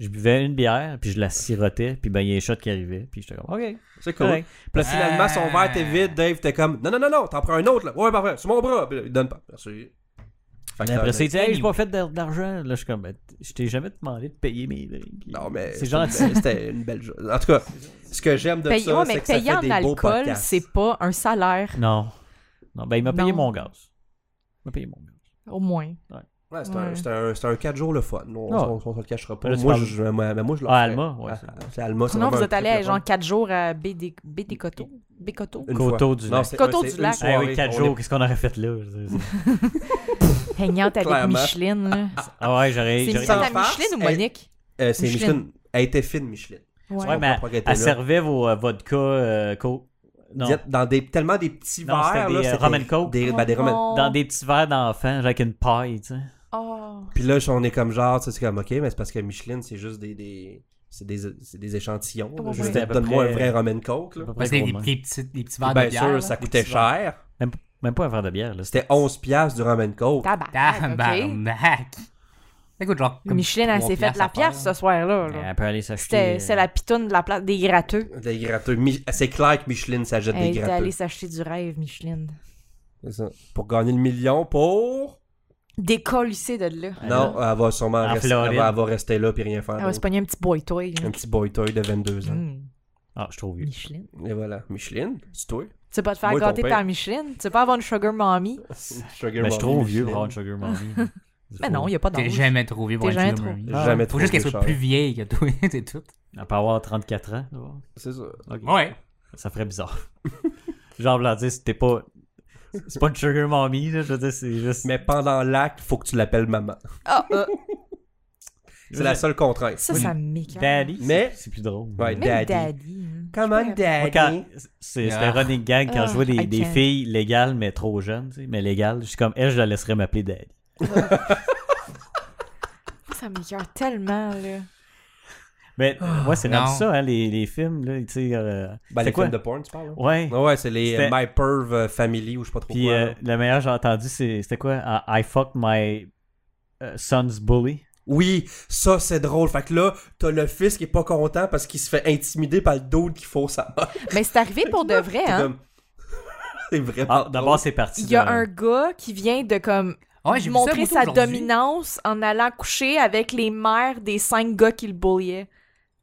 Speaker 1: Je buvais une bière, puis je la sirotais, puis ben il y a des shots qui arrivaient, puis j'étais comme OK.
Speaker 2: C'est cool.
Speaker 1: correct.
Speaker 2: Puis là, finalement, son verre était vide. Dave, t'es comme, non, non, non, non, t'en prends un autre, là. Ouais, parfait, c'est mon bras. Puis là, il donne pas. Merci. Fait que
Speaker 1: Mais
Speaker 2: ça-
Speaker 1: après ça, il dit Hey, j'ai pas fait d'ar- d'argent. Là, je suis comme Ben, Je t'ai jamais demandé de payer mes drinks.
Speaker 2: Non, mais.
Speaker 1: C'est gentil.
Speaker 2: une- C'était une belle chose. En tout cas, ce que j'aime de
Speaker 4: Payer-
Speaker 2: ça,
Speaker 4: ouais,
Speaker 2: c'est
Speaker 4: mais
Speaker 2: que ça
Speaker 4: payer
Speaker 2: fait
Speaker 4: en
Speaker 2: des beaux
Speaker 4: alcool,
Speaker 2: podcasts.
Speaker 4: c'est pas un salaire,
Speaker 1: Non. Non, ben il m'a payé
Speaker 4: Non.
Speaker 1: mon gaz. Il m'a payé mon gaz.
Speaker 4: au moins.
Speaker 2: Ouais, c'est
Speaker 4: Ouais.
Speaker 2: un, c'est un, c'est un 4 jours le fun. On,
Speaker 1: Ah.
Speaker 2: on, on se le cachera pas.
Speaker 1: Là, tu
Speaker 2: moi,
Speaker 1: parles-
Speaker 2: je, moi, mais moi, je le
Speaker 1: Ah,
Speaker 2: ferais.
Speaker 1: Alma, ouais,
Speaker 2: Ah,
Speaker 1: c'est-
Speaker 2: ah, c'est Alma. c'est
Speaker 4: Sinon,
Speaker 2: vraiment
Speaker 4: vous
Speaker 2: un
Speaker 4: êtes allé
Speaker 2: triple fun.
Speaker 4: genre 4 jours à BD Bécoto. [LAUGHS] Bécoto.
Speaker 2: Une
Speaker 1: Coteau
Speaker 2: fois.
Speaker 1: du
Speaker 2: Non,
Speaker 1: lac.
Speaker 2: c'est-
Speaker 4: Coteau
Speaker 2: c'est
Speaker 4: du
Speaker 2: une
Speaker 4: lac.
Speaker 1: Ah
Speaker 2: soirée.
Speaker 1: oui, 4
Speaker 2: On est-
Speaker 1: jours, qu'est-ce qu'on aurait fait
Speaker 2: [LAUGHS]
Speaker 1: là? Je sais-
Speaker 4: Haignante avec
Speaker 2: Clairement.
Speaker 4: Micheline. là.
Speaker 1: Ah ouais, j'aurais. j'aurais-
Speaker 4: C'est Micheline
Speaker 2: Sans
Speaker 4: à
Speaker 2: farce,
Speaker 4: Micheline ou
Speaker 2: elle-
Speaker 4: Monique?
Speaker 2: Euh, C'est
Speaker 4: Micheline.
Speaker 2: Micheline. Elle était fine, Micheline.
Speaker 4: Ouais.
Speaker 1: Ouais,
Speaker 2: On
Speaker 1: mais
Speaker 2: comprend qu'elle
Speaker 1: elle,
Speaker 2: était
Speaker 1: elle
Speaker 2: là.
Speaker 1: servait vos euh, vodka. euh, co- Non.
Speaker 2: Dites, Dans des, tellement des petits
Speaker 1: Non, c'était
Speaker 2: verres.
Speaker 1: des,
Speaker 2: là,
Speaker 1: euh,
Speaker 2: c'était
Speaker 1: rum and coke.
Speaker 2: Des, ben, des
Speaker 4: Oh
Speaker 2: rum and-
Speaker 4: non.
Speaker 1: Dans des petits verres d'enfant, genre avec une paille, tu sais.
Speaker 4: Oh.
Speaker 2: Puis là, on est comme genre, tu sais, c'est comme, ok, mais c'est parce que Micheline, c'est juste des. des... C'est des, c'est des échantillons. là.
Speaker 4: Ouais,
Speaker 2: Je veux
Speaker 4: ouais.
Speaker 2: dire,
Speaker 1: À peu
Speaker 2: donne-moi un
Speaker 1: près-
Speaker 2: vrai Roman Coke. là.
Speaker 1: À peu près
Speaker 3: Parce que les,
Speaker 1: gros de même.
Speaker 3: les petits, les petits verres
Speaker 2: Bien
Speaker 3: de bière.
Speaker 2: sûr,
Speaker 3: là.
Speaker 2: ça coûtait cher.
Speaker 1: Même, même pas un verre de bière, là.
Speaker 2: C'était 11$ piastres du Roman Coke.
Speaker 4: Tabarnak. ok.
Speaker 3: Tabarnak! Ça coûte genre comme
Speaker 4: Micheline, elle
Speaker 3: trois
Speaker 4: s'est faite
Speaker 3: piastres
Speaker 4: la
Speaker 3: à
Speaker 4: pièce ce
Speaker 3: faire.
Speaker 4: soir-là. là.
Speaker 1: Elle peut aller s'acheter. euh,
Speaker 4: C'était c'est la pitoune de la place des gratteux.
Speaker 2: Des gratteux. Mi- C'est clair que Micheline s'ajoute des
Speaker 4: Elle est allée
Speaker 2: gratteux.
Speaker 4: s'acheter du rêve, Micheline.
Speaker 2: C'est ça. Pour gagner le million, pour.
Speaker 4: Décollissée de là.
Speaker 1: Elle
Speaker 2: Non, elle va sûrement
Speaker 1: Ah En
Speaker 2: rester,
Speaker 1: Floride.
Speaker 2: elle va, elle va rester là puis rien faire.
Speaker 4: Elle va se
Speaker 2: d'autre.
Speaker 4: pogner un petit boy toy. là.
Speaker 2: Un petit boy toy de 22 ans.
Speaker 4: Mm.
Speaker 1: Ah, je trouve vieux.
Speaker 4: Micheline. Tu
Speaker 2: Et voilà. Micheline, c'est toi.
Speaker 4: sais pas te faire
Speaker 2: Moi, ton
Speaker 4: gâter
Speaker 2: père.
Speaker 4: par Micheline? Tu sais pas avoir une sugar mommy?
Speaker 2: Sugar
Speaker 1: Mais je
Speaker 2: Mommy,
Speaker 1: suis trop vieux
Speaker 2: Micheline.
Speaker 1: pour avoir une Sugar Mommy.
Speaker 2: [LAUGHS]
Speaker 4: Mais non, il y a pas
Speaker 3: T'es
Speaker 4: d'âge.
Speaker 3: jamais trop vieux pour
Speaker 4: T'es
Speaker 3: être
Speaker 4: jamais
Speaker 3: Sugar
Speaker 4: trop
Speaker 3: Mommy.
Speaker 1: Ah.
Speaker 2: Jamais
Speaker 3: Faut
Speaker 2: trop
Speaker 3: juste qu'elle
Speaker 2: vieux,
Speaker 3: soit
Speaker 2: cher.
Speaker 3: plus vieille que toi, [LAUGHS] c'est tout.
Speaker 1: Elle peut avoir 34 ans. tu vois.
Speaker 2: C'est ça.
Speaker 1: Ok.
Speaker 3: Ouais.
Speaker 1: Ça ferait bizarre. [LAUGHS] Genre, vouloir dire, c'était pas. C'est pas une Sugar Mommy, là. Je veux dire, c'est juste.
Speaker 2: Mais pendant l'acte, faut que tu l'appelles maman.
Speaker 4: Ah, ah,
Speaker 1: Je
Speaker 2: C'est
Speaker 1: veux
Speaker 2: la
Speaker 1: dire,
Speaker 2: seule contrainte.
Speaker 4: ça, ça m'écoeure.
Speaker 1: Daddy. c'est-
Speaker 2: Mais-
Speaker 1: C'est plus drôle.
Speaker 2: Ouais,
Speaker 4: Même
Speaker 2: daddy.
Speaker 4: daddy. hein.
Speaker 2: Comment
Speaker 1: Moi,
Speaker 2: daddy?
Speaker 1: quand- C'est c'était un
Speaker 3: Ah.
Speaker 1: running gag quand je vois
Speaker 4: Ah,
Speaker 1: des,
Speaker 4: I
Speaker 1: des
Speaker 4: can't.
Speaker 1: filles légales mais trop jeunes, tu sais, mais légales. Je suis comme, elle, je la laisserais m'appeler Daddy.
Speaker 4: Ça m'écoeure tellement, là.
Speaker 1: Mais moi, c'est
Speaker 3: non.
Speaker 1: rendu ça, hein, les, les films, là, tu sais. euh,
Speaker 2: Ben,
Speaker 1: c'est
Speaker 2: les
Speaker 1: quoi?
Speaker 2: films de porn, tu parles? là?
Speaker 1: Ouais.
Speaker 2: Ouais, ouais, c'est les euh,
Speaker 1: C'était-
Speaker 2: My Perv euh, Family ou je sais pas trop
Speaker 1: Puis
Speaker 2: quoi.
Speaker 1: euh,
Speaker 2: là.
Speaker 1: le meilleur que j'ai entendu, c'est- c'était quoi? Ah, I fucked my euh, son's bully.
Speaker 2: Oui, ça c'est drôle. Fait que là, t'as le fils qui est pas content parce qu'il se fait intimider par le dude qui faut sa mère.
Speaker 4: Mais c'est arrivé pour de vrai,
Speaker 2: C'est
Speaker 4: hein.
Speaker 2: comme- [LAUGHS] C'est vraiment.
Speaker 1: Ah,
Speaker 2: drôle.
Speaker 1: d'abord, c'est parti.
Speaker 4: Il y a
Speaker 1: de-
Speaker 4: un gars qui vient de comme
Speaker 3: Ouais, j'ai vu ça
Speaker 4: montrer
Speaker 3: beaucoup
Speaker 4: sa
Speaker 3: aujourd'hui.
Speaker 4: dominance en allant coucher avec les mères des cinq gars qui le bulliaient.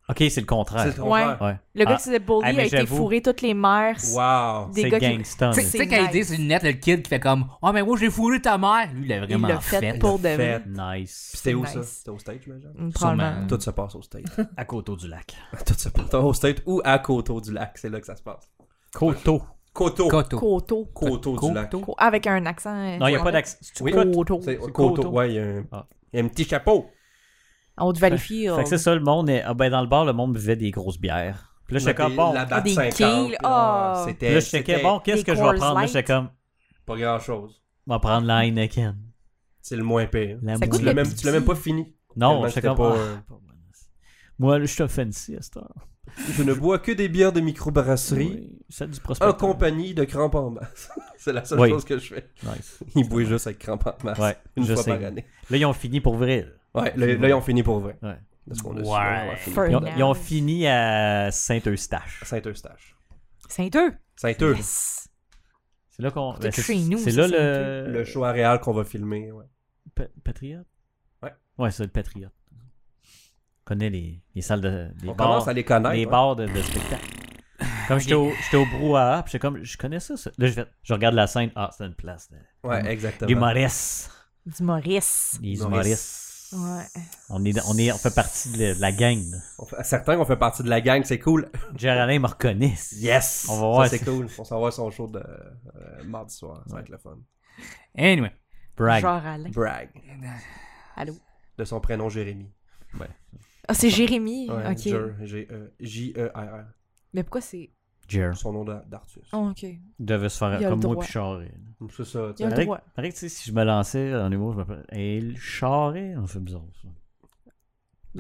Speaker 1: Ok, c'est le contraire.
Speaker 2: C'est le contraire.
Speaker 1: Ouais.
Speaker 4: Le gars
Speaker 1: Ah,
Speaker 4: qui s'est bully
Speaker 1: hey, mais
Speaker 4: a été
Speaker 1: j'avoue.
Speaker 4: fourré toutes les mères
Speaker 2: Wow.
Speaker 4: des
Speaker 1: C'est
Speaker 4: gars qui
Speaker 1: gangster.
Speaker 3: Tu sais-
Speaker 1: mais-
Speaker 3: tu
Speaker 4: C'est
Speaker 3: sais, quand il dit
Speaker 4: nice.
Speaker 3: sur une lettre, le kid qui fait comme Ah, mais moi, j'ai fourré ta mère. Lui, il l'a
Speaker 4: il
Speaker 3: vraiment
Speaker 4: l'a fait, pour de vrai.
Speaker 2: Fait. Puis
Speaker 1: Nice.
Speaker 2: c'était où
Speaker 4: Nice.
Speaker 2: ça? C'était au State, j'imagine.
Speaker 4: Mm, Probablement.
Speaker 3: Sûrement.
Speaker 2: Tout se passe au State.
Speaker 1: À Coteau du lac.
Speaker 2: [LAUGHS] Tout se passe au State ou à Coteau du Lac. C'est là que ça se passe.
Speaker 1: Coteau.
Speaker 2: Coteau.
Speaker 3: Coteau.
Speaker 4: Coteau.
Speaker 2: Coteau du Lac.
Speaker 3: Coteau.
Speaker 4: Co- Avec un accent. euh,
Speaker 1: Non, il n'y a
Speaker 4: français.
Speaker 1: pas d'accent. Tu
Speaker 2: Oui.
Speaker 1: écoutes?
Speaker 4: Coteau.
Speaker 2: C'est
Speaker 1: C'est
Speaker 2: Coteau.
Speaker 1: Coteau.
Speaker 2: Ouais, il y a un-
Speaker 1: Ah.
Speaker 2: il y a un petit chapeau.
Speaker 4: On euh, te vérifie.
Speaker 1: Fait que c'est ça, le monde. est- ah, ben, dans le bar, le monde buvait des grosses bières. Puis là, j'étais comme, bon.
Speaker 2: La
Speaker 1: Puis
Speaker 2: batte
Speaker 4: Ah, Des
Speaker 2: 50.
Speaker 4: kills,
Speaker 2: là,
Speaker 4: oh.
Speaker 2: Ah, C'était
Speaker 1: là, je
Speaker 2: c'était
Speaker 1: checkais, bon, qu'est-ce
Speaker 4: Des
Speaker 1: que je vais
Speaker 4: Coors
Speaker 1: prendre? Là,
Speaker 4: Light.
Speaker 1: j'étais comme,
Speaker 2: Pas grand chose.
Speaker 1: on va prendre la Heineken.
Speaker 2: C'est le moins pire.
Speaker 1: La
Speaker 4: Ça
Speaker 1: mou-
Speaker 4: goûte
Speaker 2: Tu l'as
Speaker 4: le
Speaker 2: même, tu l'as même pas fini.
Speaker 1: Non,
Speaker 2: Tellement
Speaker 1: j'étais
Speaker 2: c'était
Speaker 1: comme,
Speaker 2: pas,
Speaker 1: ah,
Speaker 2: euh,
Speaker 1: pas bon. Moi, là, je suis fancy à cette heure.
Speaker 2: Je ne bois que des bières de microbrasserie
Speaker 1: hein. Oui, Celle du prospect.
Speaker 2: en compagnie de crampes en masse. [LAUGHS] C'est la seule
Speaker 1: Oui.
Speaker 2: chose que je fais.
Speaker 1: Nice.
Speaker 2: Ils bouillent juste avec crampes en masse.
Speaker 1: Ouais,
Speaker 2: [LAUGHS] Une
Speaker 1: je
Speaker 2: fois
Speaker 1: sais.
Speaker 2: par année.
Speaker 1: Là, ils ont fini pour vrai. là.
Speaker 2: Ouais, là, là, ils ont fini pour vrai.
Speaker 1: Ouais.
Speaker 2: Parce qu'on a
Speaker 3: Ouais.
Speaker 2: su, on a fini pour
Speaker 1: Ils ont,
Speaker 2: vrai.
Speaker 1: ils ont fini à Saint-Eustache.
Speaker 2: Saint-Eustache.
Speaker 4: Saint-Eux.
Speaker 2: Saint-Eustache.
Speaker 4: Yes.
Speaker 1: C'est là qu'on.
Speaker 4: Écoutez,
Speaker 1: ben, C'est
Speaker 4: chez nous,
Speaker 1: c'est
Speaker 4: ça,
Speaker 1: là
Speaker 4: c'est
Speaker 1: le.
Speaker 2: Le show à Réal qu'on va filmer. ouais.
Speaker 1: Pa- Patriote
Speaker 2: Ouais.
Speaker 1: Ouais, c'est le Patriote. On connaît les, les salles de. Les
Speaker 2: On
Speaker 1: bars,
Speaker 2: commence à les connaître.
Speaker 1: les
Speaker 2: ouais.
Speaker 1: bars de, de spectacle. Comme j'étais au, j'étais au brouhaha, puis j'étais comme, je connais ça, ça. Là, je, fais- je regarde la scène. Ah, c'est une place. De...
Speaker 2: Ouais, exactement.
Speaker 1: Des Maurice.
Speaker 4: Du Maurice.
Speaker 1: Les
Speaker 2: Maurice.
Speaker 1: humoristes.
Speaker 4: Ouais.
Speaker 1: On, est, dans- on, est, on fait partie de la, de la gang. là.
Speaker 2: On fait- Certains qu'on fait partie de la gang, c'est cool.
Speaker 1: Géraldin me reconnaît.
Speaker 2: Yes!
Speaker 1: On va voir
Speaker 2: Ça, c'est
Speaker 1: si-
Speaker 2: cool. On s'en va à son show de euh, mardi soir. Ça va être le fun.
Speaker 3: Anyway.
Speaker 1: Brag.
Speaker 4: Genre Alain.
Speaker 2: Bragg.
Speaker 4: Allô?
Speaker 2: De son prénom Jérémy.
Speaker 4: Ah, c'est Jérémy.
Speaker 2: Ouais,
Speaker 4: ok.
Speaker 2: Jer- G- E- J-E-R-R.
Speaker 4: Mais pourquoi c'est.
Speaker 1: Jer.
Speaker 2: Son nom d'a- d'artiste.
Speaker 4: Oh, ok.
Speaker 1: Il devait se faire
Speaker 4: Il a
Speaker 1: comme
Speaker 4: le
Speaker 1: moi
Speaker 4: droit.
Speaker 1: puis charrer.
Speaker 4: Oh.
Speaker 2: Donc, C'est ça. tu sais.
Speaker 4: Il a le
Speaker 1: Pareil,
Speaker 4: droit.
Speaker 1: pareil que tu sais, si je me lançais en humour, je m'appelle. Et le charret, on fait bizarre ça.
Speaker 4: Ben,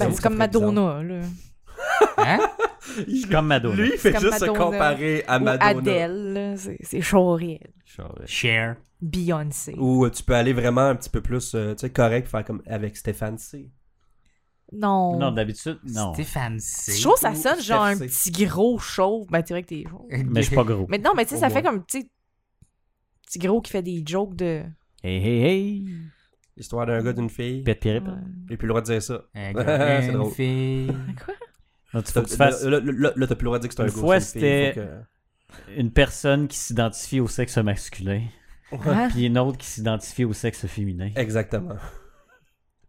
Speaker 2: J'avoue
Speaker 4: c'est
Speaker 2: que
Speaker 4: comme
Speaker 2: ça fait bizarre.
Speaker 4: Madonna, là.
Speaker 3: Hein?
Speaker 1: Je suis comme Madonna.
Speaker 2: Lui, il fait
Speaker 4: C'est
Speaker 2: juste
Speaker 4: comme
Speaker 2: se
Speaker 4: Madonna.
Speaker 2: comparer à
Speaker 4: Ou
Speaker 2: Madonna.
Speaker 4: Adele, là. C'est- C'est Choriel.
Speaker 1: Charret.
Speaker 3: Share.
Speaker 4: Beyoncé.
Speaker 2: Ou euh, tu peux aller vraiment un petit peu plus euh, tu sais, correct, faire comme avec Stéphane C.
Speaker 4: Non.
Speaker 1: Non, d'habitude, non.
Speaker 3: Stéphane
Speaker 4: Je
Speaker 3: C. [LAUGHS]
Speaker 4: trouve que ça
Speaker 2: Ou
Speaker 4: sonne genre un
Speaker 2: Steph C.
Speaker 4: petit gros chauve. Ben, tu vrai que t'es chauve.
Speaker 1: Mais je suis pas gros.
Speaker 4: Mais non, mais tu sais,
Speaker 2: Au
Speaker 4: ça fait
Speaker 2: moins.
Speaker 4: comme, tu sais, petit gros qui fait des jokes de.
Speaker 1: Hey, hey, hey!
Speaker 2: Histoire d'un gars, d'une fille.
Speaker 1: Pète pirip.
Speaker 4: Ah,
Speaker 2: J'ai plus le droit de dire ça.
Speaker 3: Un [LAUGHS]
Speaker 2: C'est
Speaker 3: gars, une
Speaker 2: drôle.
Speaker 3: fille.
Speaker 1: Non, tu
Speaker 2: T'as-
Speaker 1: faut que tu fasses
Speaker 2: Là, là- là, là, t'as plus le droit de dire que c'est un
Speaker 1: Une
Speaker 2: gars.
Speaker 1: fois,
Speaker 2: c'est une fille,
Speaker 1: c'était-
Speaker 2: faut
Speaker 1: une personne qui s'identifie au sexe masculin,
Speaker 4: Hein?
Speaker 1: puis une autre qui s'identifie au sexe féminin,
Speaker 2: que- Exactement.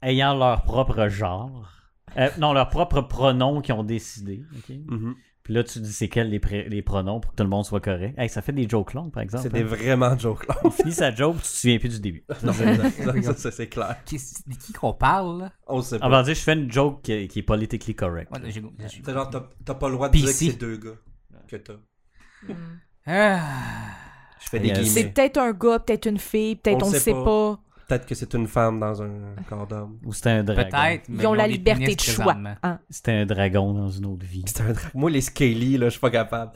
Speaker 1: ayant leur propre genre. Euh, non, leur propre pronom qu'ils ont décidé. ok?
Speaker 2: Mhm.
Speaker 1: Puis là, tu dis c'est quels les, pré- les pronoms pour que tout le monde soit correct. Hey, ça fait des jokes longues, par exemple.
Speaker 2: C'est des
Speaker 1: hein.
Speaker 2: vraiment jokes là.
Speaker 1: On finit sa joke, tu te souviens plus du début.
Speaker 2: [LAUGHS] Non, ça, ça, ça, c'est clair.
Speaker 3: Qui- De qui qu'on parle, là?
Speaker 2: On sait pas.
Speaker 1: En vrai, Ah, ben, je fais une joke qui, qui est politically correct.
Speaker 3: Ouais, j'ai- j'ai-
Speaker 2: C'est genre, t'as t'as pas le droit de
Speaker 3: PC.
Speaker 2: dire que c'est deux gars que t'as.
Speaker 3: Ah.
Speaker 2: Je fais des
Speaker 1: Yes.
Speaker 2: guillemets.
Speaker 4: C'est peut-être un gars, peut-être une fille, peut-être
Speaker 2: On
Speaker 4: on
Speaker 2: le
Speaker 4: ne
Speaker 2: sait
Speaker 4: sait pas.
Speaker 2: Peut-être que c'est une femme dans un corps d'homme.
Speaker 1: Ou c'était un dragon.
Speaker 3: Peut-être. mais
Speaker 4: Ils ont la
Speaker 3: des
Speaker 4: liberté
Speaker 3: pénis
Speaker 4: de choix.
Speaker 3: présentement.
Speaker 4: hein.
Speaker 1: C'était un dragon dans une autre vie.
Speaker 2: C'est un dra- Moi, les Scaly, là, je suis pas capable.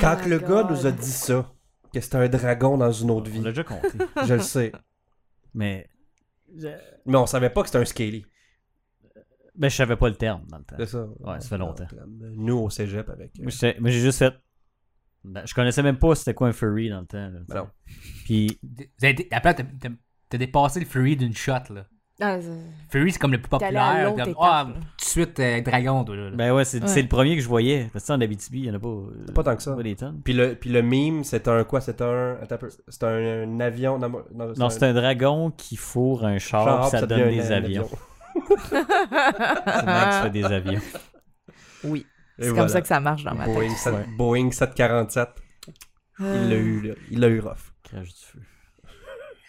Speaker 2: Quand que
Speaker 4: Oh my
Speaker 2: le gars
Speaker 4: God.
Speaker 2: nous a dit ça, que c'était un dragon dans une autre
Speaker 1: On
Speaker 2: vie,
Speaker 1: l'a déjà compté. [LAUGHS]
Speaker 2: je le sais.
Speaker 1: Mais.
Speaker 2: Mais on savait pas que c'était un Scaly.
Speaker 1: Mais je savais pas le terme dans le temps.
Speaker 2: C'est ça.
Speaker 1: Ouais, ça fait longtemps.
Speaker 2: Nous, au cégep avec. euh,
Speaker 1: Moi, j'étais- moi, j'ai juste fait. Ben, je connaissais même pas c'était quoi un furry dans le temps. là,
Speaker 2: Ben non.
Speaker 1: Puis
Speaker 3: Vous avez dé- Après, t'as- t'as t'as dépassé le Fury d'une shot, là.
Speaker 2: [LAUGHS]
Speaker 4: Ah, c'est-
Speaker 3: Fury, c'est comme le plus
Speaker 4: T'es allé à
Speaker 3: populaire.
Speaker 4: l'autre
Speaker 3: comme,
Speaker 4: étape,
Speaker 3: Ah,
Speaker 4: là.
Speaker 3: tout de suite, euh, Dragon, toi, là. là.
Speaker 1: Ben ouais, c'est
Speaker 4: Ouais.
Speaker 1: c'est le premier que je voyais. Parce que ça, en Abitibi, il n'y en a pas. euh,
Speaker 2: Pas tant que ça.
Speaker 1: Pas des tonnes.
Speaker 2: Puis le, puis le mime, c'est un quoi C'est un. Attends un peu. C'est un, un avion. Non, moi- non,
Speaker 1: Non, c'est un dragon qui fourre un char,
Speaker 2: char,
Speaker 1: puis ça,
Speaker 2: devient
Speaker 1: donne
Speaker 2: un-
Speaker 1: des
Speaker 2: un
Speaker 1: avions.
Speaker 2: avion.
Speaker 1: C'est même tu fais
Speaker 4: [LAUGHS]
Speaker 1: des avions.
Speaker 4: Oui.
Speaker 2: Et
Speaker 4: Ah, C'est comme
Speaker 2: voilà.
Speaker 4: ça que ça marche dans ma tête.
Speaker 2: Boeing, sept-
Speaker 1: Ouais.
Speaker 2: Boeing 747. Il l'a eu, là. Il l'a eu rough.
Speaker 1: Crache du feu.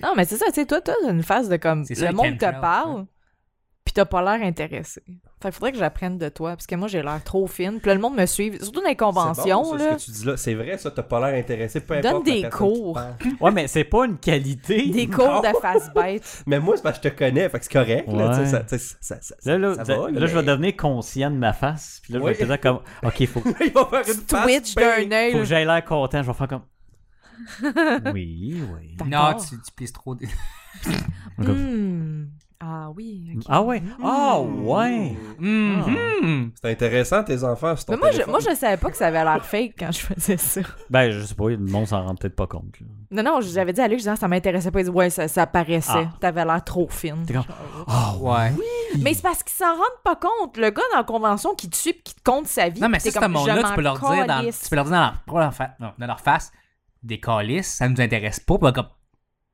Speaker 4: Non, mais c'est ça, tu sais, toi, t'as une phase de comme.
Speaker 3: C'est ça,
Speaker 4: Le
Speaker 3: les
Speaker 4: monde te
Speaker 3: chemtrails,
Speaker 4: parle, puis t'as pas l'air intéressé. Fait que faudrait que j'apprenne de toi, parce que moi, j'ai l'air trop fine. Puis là, le monde me suit, surtout dans les conventions,
Speaker 2: C'est bon, ça,
Speaker 4: là.
Speaker 2: Ce que tu dis là, c'est vrai, ça, t'as pas l'air intéressé. Peu
Speaker 4: Donne
Speaker 2: importe la
Speaker 4: des
Speaker 2: personne qui te
Speaker 4: cours.
Speaker 2: parle.
Speaker 1: Ouais, mais c'est pas une qualité.
Speaker 4: Des cours de face bête.
Speaker 2: Mais moi, c'est parce que je te connais, fait que c'est correct. là,
Speaker 1: Ouais.
Speaker 2: tu sais, ça- tu sais, ça- ça-
Speaker 1: Là, là,
Speaker 2: ça
Speaker 1: de-
Speaker 2: va,
Speaker 1: là,
Speaker 2: mais-
Speaker 1: je vais devenir conscient de ma face. Puis là, je
Speaker 2: Oui.
Speaker 1: vais être là comme. Ok,
Speaker 4: [LAUGHS]
Speaker 1: faut, faut
Speaker 2: [LAUGHS] Il va faire une [LAUGHS] face
Speaker 4: Twitch
Speaker 2: bien-
Speaker 4: d'un œil.
Speaker 1: que j'aille l'air content. Je vais faire comme.
Speaker 4: [LAUGHS]
Speaker 1: Oui, oui.
Speaker 3: Non,
Speaker 4: D'accord.
Speaker 3: tu, tu pisses trop. de-
Speaker 1: Comme-
Speaker 4: Hmm. Ah oui. ok.
Speaker 1: Ah ouais. Ah ouais.
Speaker 2: Mm.
Speaker 4: Ah.
Speaker 3: Mhm.
Speaker 2: C'est intéressant, tes enfants, sur ton
Speaker 4: Mais moi je,
Speaker 2: téléphone.
Speaker 4: moi, je savais pas que ça avait l'air fake quand je faisais ça.
Speaker 1: Ben, je sais pas, le monde s'en rend peut-être pas compte. là.
Speaker 4: Non, non, je vous avais dit à lui, je disais, ah, ça m'intéressait pas. Il dit, ouais, ça, ça paraissait.
Speaker 1: Ah.
Speaker 4: T'avais l'air trop fine.
Speaker 1: T'es comme.
Speaker 4: Ah
Speaker 3: Ouais.
Speaker 4: Mais c'est parce qu'ils s'en rendent pas compte. Le gars dans la convention qui te suit pis qui te compte sa vie.
Speaker 3: Non, mais
Speaker 4: pis t'es
Speaker 3: ça, c'est
Speaker 4: comme,
Speaker 3: un monde
Speaker 4: je
Speaker 3: là
Speaker 4: m'en
Speaker 3: tu peux leur dire dans,
Speaker 4: calisse.
Speaker 3: tu peux leur dire dans leur, pas leur fa- non, dans leur face des calices, ça nous intéresse pas. Puis comme,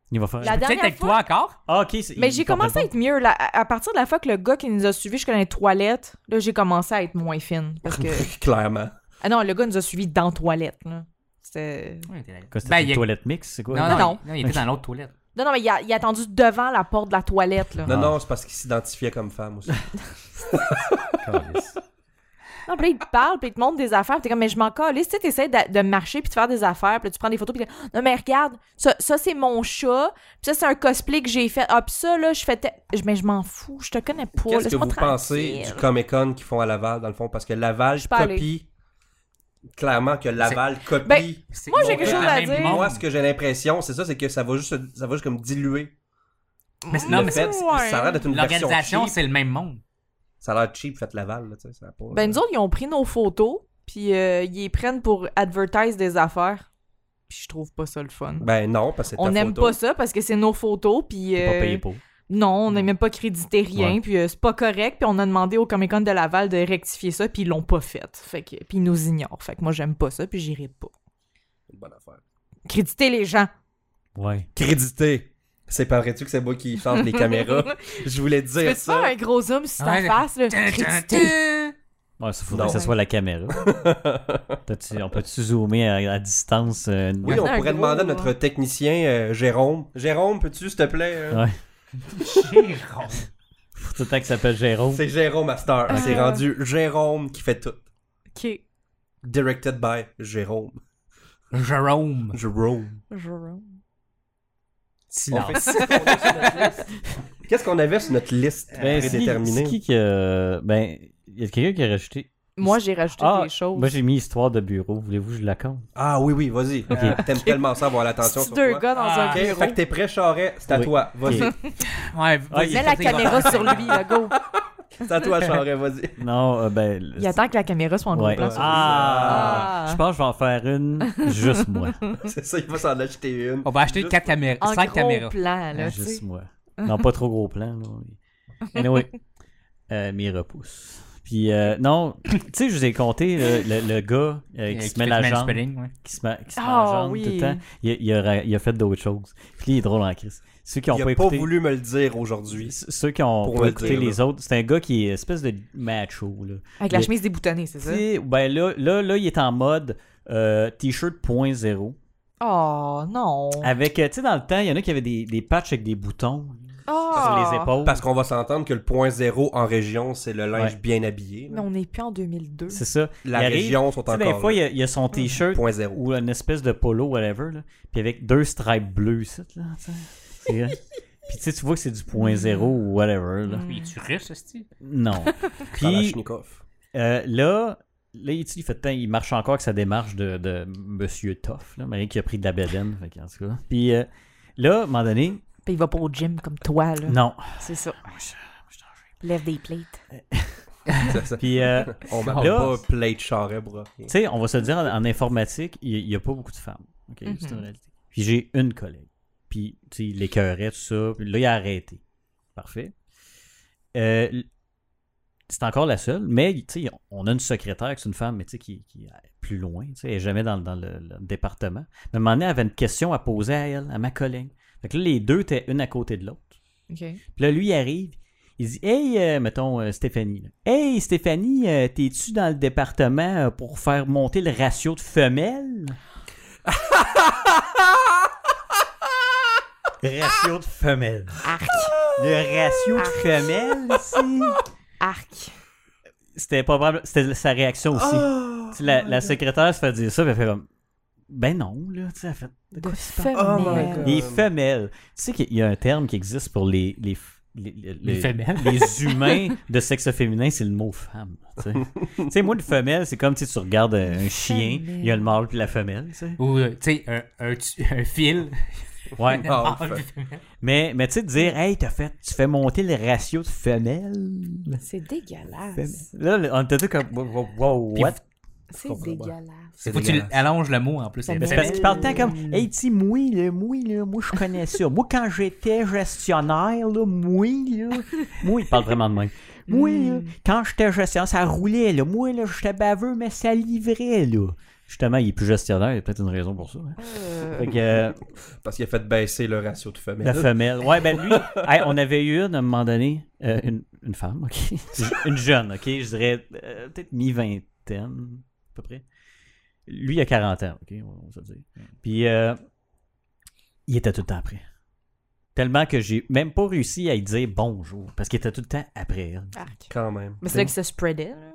Speaker 1: Il va faire.
Speaker 4: La-
Speaker 3: peut-être
Speaker 4: dernière
Speaker 3: avec
Speaker 4: fois-
Speaker 3: toi encore?
Speaker 1: Ah, ok. c'est-
Speaker 4: Mais
Speaker 1: il
Speaker 4: j'ai
Speaker 1: comprend
Speaker 4: commencé à
Speaker 1: pas.
Speaker 4: être mieux. Là, à à partir de la fois que le gars qui nous a suivis jusqu'à les toilettes, là, j'ai commencé à être moins fine.
Speaker 3: [LAUGHS]
Speaker 4: Parce que.
Speaker 2: [LAUGHS] Clairement.
Speaker 4: ah non, le gars nous a suivis dans la toilette. Là. C'était-
Speaker 3: Ouais, t'es là-
Speaker 1: Quoi, c'était
Speaker 3: Ben,
Speaker 1: une
Speaker 3: il-
Speaker 1: toilette mix, c'est quoi? [LAUGHS]
Speaker 3: Non, non,
Speaker 4: Non.
Speaker 3: il- non, il était dans l'autre toilette.
Speaker 4: Non, non, mais il a, il a attendu devant la porte de la toilette. Là.
Speaker 2: Non,
Speaker 1: Ah.
Speaker 2: non, c'est parce qu'il s'identifiait comme femme aussi.
Speaker 1: Calisse.
Speaker 4: Non, puis là, il te parle, puis il te montre des affaires, puis t'es comme, mais je m'en calisse. Tu sais, t'essaies de, de marcher, puis de faire des affaires, puis là, tu prends des photos, puis t'es comme, non, mais regarde, ça, ça, c'est mon chat, puis ça, c'est un cosplay que j'ai fait. Ah, puis ça, là, je fais. te- Je- Mais je m'en fous, je te connais pas.
Speaker 2: Qu'est-ce que
Speaker 4: laisse-moi
Speaker 2: vous pensez
Speaker 4: tranquille.
Speaker 2: du Comic-Con qu'ils font à Laval, dans le fond? Parce que Laval
Speaker 4: suis pas allée.
Speaker 2: copie... Clairement que Laval copie...
Speaker 4: Ben,
Speaker 3: C'est-
Speaker 4: Moi,
Speaker 2: j'ai
Speaker 3: Ils
Speaker 2: quelque
Speaker 3: sont
Speaker 2: chose
Speaker 3: dans
Speaker 4: à
Speaker 3: le même
Speaker 4: dire.
Speaker 3: monde.
Speaker 2: Moi, ce que j'ai l'impression, c'est ça, c'est que ça va juste, ça va juste comme diluer.
Speaker 3: Mais c'est- non,
Speaker 2: le
Speaker 3: mais
Speaker 2: fait,
Speaker 3: c'est-
Speaker 4: ouais.
Speaker 2: ça a l'air d'être une version
Speaker 3: l'organisation,
Speaker 2: cheap.
Speaker 3: c'est le même monde.
Speaker 2: Ça a l'air cheap, fait Laval, là, tu sais, ça a pas...
Speaker 4: Ben, nous autres, ils ont pris nos photos, puis euh, ils les prennent pour advertise des affaires. Puis je trouve pas ça le fun.
Speaker 2: Ben non, parce que c'est
Speaker 4: on
Speaker 2: ta
Speaker 4: n'aime
Speaker 2: photo.
Speaker 4: pas ça parce que c'est nos photos, puis.
Speaker 1: T'es pas
Speaker 4: euh,
Speaker 1: payé pour.
Speaker 4: non, on n'a même pas crédité rien,
Speaker 1: Ouais.
Speaker 4: puis euh, c'est pas correct, puis on a demandé au Comic Con de Laval de rectifier ça, puis ils l'ont pas fait. Fait que, puis ils nous ignorent. Fait que moi, j'aime pas ça, puis j'irai pas.
Speaker 2: C'est une bonne affaire.
Speaker 4: Créditer les gens.
Speaker 1: Ouais.
Speaker 2: Crédité! C'est pas vrai-tu que c'est moi qui chante
Speaker 4: [LAUGHS]
Speaker 2: les caméras? Je voulais
Speaker 4: Tu
Speaker 2: dire
Speaker 4: peux-tu faire
Speaker 2: ça.
Speaker 4: un gros homme sur ta
Speaker 3: Ouais.
Speaker 4: face, là?
Speaker 3: Tin, tin,
Speaker 4: Créditer.
Speaker 3: tin.
Speaker 1: Ouais, ça faudrait
Speaker 2: Non.
Speaker 1: que ça soit la [LAUGHS] caméra. T'as-tu- on peut-tu zoomer à, à distance? euh, une-
Speaker 2: Oui,
Speaker 4: Ouais.
Speaker 2: on
Speaker 4: Un
Speaker 2: pourrait
Speaker 4: gros,
Speaker 2: demander à
Speaker 4: euh,
Speaker 2: notre technicien euh, Jérôme. Jérôme, peux-tu, s'il te plaît? euh,
Speaker 1: Ouais.
Speaker 3: Jérôme.
Speaker 1: Faut tout le temps que ça s'appelle Jérôme.
Speaker 2: C'est Jérôme Master.
Speaker 4: Ah.
Speaker 2: C'est rendu Jérôme qui fait tout.
Speaker 4: Ok.
Speaker 2: Directed by Jérôme.
Speaker 3: Jérôme.
Speaker 2: [LAUGHS] Jérôme.
Speaker 4: Je-
Speaker 2: On
Speaker 3: Silence.
Speaker 2: fait ça, on est sur notre
Speaker 4: [LAUGHS]
Speaker 2: liste. Qu'est-ce qu'on avait sur notre liste
Speaker 1: Ben, c'est qui-
Speaker 2: prédéterminée?
Speaker 1: c'est qui qui a- Ben, il y a quelqu'un qui a rajouté.
Speaker 4: Moi, j'ai rajouté
Speaker 1: Ah,
Speaker 4: des choses.
Speaker 1: Moi, j'ai mis histoire de bureau. Voulez-vous que je la compte?
Speaker 2: Ah oui, oui, vas-y. Euh, T'aimes tellement ça avoir l'attention
Speaker 4: C'est
Speaker 2: sur toi.
Speaker 4: deux gars dans
Speaker 3: Ah,
Speaker 4: un
Speaker 2: Ok,
Speaker 4: bureau.
Speaker 2: fait que t'es prêt, Charret, c'est à
Speaker 1: Oui.
Speaker 2: toi. Vas-y. [LAUGHS]
Speaker 1: Ok.
Speaker 3: Ouais,
Speaker 1: Ah,
Speaker 3: vas-y,
Speaker 1: il
Speaker 4: Mets
Speaker 1: [LAUGHS]
Speaker 4: la
Speaker 3: vas-y,
Speaker 4: caméra
Speaker 3: vas-y.
Speaker 4: sur lui, là, go.
Speaker 2: C'est à toi,
Speaker 1: [LAUGHS]
Speaker 2: Charret, vas-y.
Speaker 1: Non, euh, ben. le-
Speaker 4: Il attend que la caméra soit en gros
Speaker 1: Ouais.
Speaker 4: plan sur lui.
Speaker 1: Ah!
Speaker 4: Ah.
Speaker 1: Je pense que je vais en faire une juste moi.
Speaker 2: C'est ça, il va s'en acheter une.
Speaker 1: Oh,
Speaker 3: On va acheter
Speaker 2: Juste-
Speaker 3: quatre caméras,
Speaker 4: En
Speaker 3: cinq
Speaker 4: gros
Speaker 3: caméras.
Speaker 4: plan, là, tu
Speaker 1: juste
Speaker 4: sais.
Speaker 1: moi. Non, pas trop gros plan. là. Anyway, euh, mes repousses. Puis, euh, non, tu sais, je vous ai compté le, le- le gars euh, qui,
Speaker 3: Euh,
Speaker 1: se met
Speaker 3: fait
Speaker 1: la
Speaker 3: du
Speaker 1: jambe.
Speaker 3: manspreading, ouais.
Speaker 1: Qui se met, qui se met
Speaker 4: Ah,
Speaker 1: la jambe
Speaker 4: oui.
Speaker 1: tout le temps. Il, il a, ra- il a fait d'autres choses. Puis, il est drôle en crise. Ceux qui ont
Speaker 2: Il
Speaker 1: pas
Speaker 2: a pas
Speaker 1: écouté.
Speaker 2: voulu me le dire aujourd'hui.
Speaker 1: c- Ceux qui ont
Speaker 2: Pour
Speaker 1: pas
Speaker 2: le
Speaker 1: écouté
Speaker 2: dire,
Speaker 1: les
Speaker 2: là.
Speaker 1: autres, c'est un gars qui est espèce de macho. Là.
Speaker 4: Avec la
Speaker 1: Mais-
Speaker 4: chemise déboutonnée, c'est ça?
Speaker 1: Tu sais, ben là, là, là, il est en mode euh, t-shirt point zéro.
Speaker 4: Oh, non.
Speaker 1: Avec, euh, tu sais, dans le temps, il y en a qui avaient des, des patchs avec des boutons
Speaker 4: Ah.
Speaker 1: sur les épaules.
Speaker 2: Parce qu'on va s'entendre que le point zéro en région, c'est le linge
Speaker 1: Ouais.
Speaker 2: bien habillé. là.
Speaker 4: Mais on n'est plus en 2002.
Speaker 1: C'est ça.
Speaker 2: La
Speaker 1: Il arrive,
Speaker 2: région sont
Speaker 1: Tu sais,
Speaker 2: encore
Speaker 1: des fois, il
Speaker 2: là.
Speaker 1: y a, il y a son t-shirt
Speaker 2: Point zéro.
Speaker 1: ou une espèce de polo, whatever, là, puis avec deux stripes bleues, ici, là, tu sais.
Speaker 4: [LAUGHS]
Speaker 1: C'est- Puis tu sais, tu vois que c'est du point zéro ou whatever,
Speaker 4: Hmm.
Speaker 1: là.
Speaker 3: Mais tu russes, ce
Speaker 1: Non.
Speaker 2: Ah,
Speaker 1: Puis [LAUGHS]
Speaker 2: Kalachnikov.
Speaker 1: euh, là, là, il, tu sais, il fait tant, il marche encore avec sa démarche de, de Monsieur Toff, là, mais qui a pris de la bédaine, fait qu'en tout cas. Puis euh, là, à un moment donné,
Speaker 4: Puis il va pas au gym comme toi, là.
Speaker 1: non.
Speaker 4: C'est ça. Lève des plates.
Speaker 2: C'est ça.
Speaker 1: Puis euh,
Speaker 2: [LAUGHS] On m'a
Speaker 1: Là-
Speaker 2: pas plate Charret, bro.
Speaker 1: Tu sais, on va se le dire, en, en informatique, il n'y a pas beaucoup de femmes. OK, c'est une réalité. Puis j'ai une collègue. Puis, tu sais, il l'écœurait, tout ça. Puis là, il a arrêté. Parfait. Euh, l- c'est encore la seule, mais, tu sais, on a une secrétaire, que c'est une femme, mais tu sais, qui, qui est plus loin, tu sais, elle est jamais dans, dans le, le département. Mais à un moment donné, elle avait une question à poser à elle, à ma collègue. Fait que là, les deux étaient une à côté de l'autre.
Speaker 4: OK.
Speaker 1: Puis là, lui, il arrive. Il dit Hey, euh, mettons euh, Stéphanie. là. Hey, Stéphanie, euh, t'es-tu dans le département euh, pour faire monter le ratio de femelles Ratio de femelles.
Speaker 4: Arc.
Speaker 1: Le ratio de femelles, si.
Speaker 4: Arc.
Speaker 1: C'était probable. C'était sa réaction aussi.
Speaker 4: Oh!
Speaker 1: Tu sais, la, la secrétaire se fait dire ça, puis elle fait comme Ben non, là. Tu sais, elle fait De
Speaker 4: De
Speaker 1: quoi tu parles?
Speaker 2: Oh my
Speaker 4: femelle.
Speaker 2: God.
Speaker 1: Les femelles. Tu sais qu'il y a un terme qui existe pour les. les, f- les, les- les-
Speaker 3: femelles.
Speaker 1: les humains de sexe féminin, c'est le mot femme. Tu sais. Tu sais, moi, une femelle, c'est comme si tu regardes euh, un, un chien, il y a le mâle puis la femelle. tu sais.
Speaker 3: Ou, euh, tu sais, un, un, tu- [LAUGHS] un fil.
Speaker 1: Ouais.
Speaker 2: Ah,
Speaker 3: [LAUGHS] Ah,
Speaker 2: fait-
Speaker 1: Mais, mais tu sais, de dire, hey, t'as fait, tu fais monter le ratio de femelles.
Speaker 4: Ah, C'est dégueulasse.
Speaker 1: Femelle. Là, le- on était tout comme, wow, wow,
Speaker 3: Puis
Speaker 1: what?
Speaker 4: C'est
Speaker 2: comprends pas.
Speaker 4: dégueulasse.
Speaker 2: C'est
Speaker 3: Faut que tu
Speaker 2: dégueulasse.
Speaker 3: allonges le mot en plus.
Speaker 4: Ben,
Speaker 1: Mais c'est parce qu'il parle tant comme, hey, tu sais, moi, là, moi, là, moi, je connais ça. Moi, quand j'étais gestionnaire, là, moi, là, moi, il parle vraiment de moi. Moi, là, quand j'étais gestionnaire, ça roulait, là. Moi, là, j'étais baveux, mais ça livrait, là. Justement, il est plus gestionnaire, il y a peut-être une raison pour ça. hein.
Speaker 4: Euh,
Speaker 1: Fait que, euh,
Speaker 2: Parce qu'il a fait baisser le ratio de femelles.
Speaker 1: la femelle. Ouais, ben lui, hey, on avait eu une à un moment donné, euh, une, une femme, OK? [LAUGHS] Une jeune, OK? Je dirais euh, peut-être mi-vingtaine, à peu près. Lui, il a 40 ans, OK? On va se le dire. Puis, euh, il était tout le temps après. Tellement que j'ai même pas réussi à lui dire bonjour, parce qu'il était tout le temps après elle.
Speaker 4: Arc.
Speaker 2: Quand même.
Speaker 4: Mais c'est là qu'il se spreadait, là.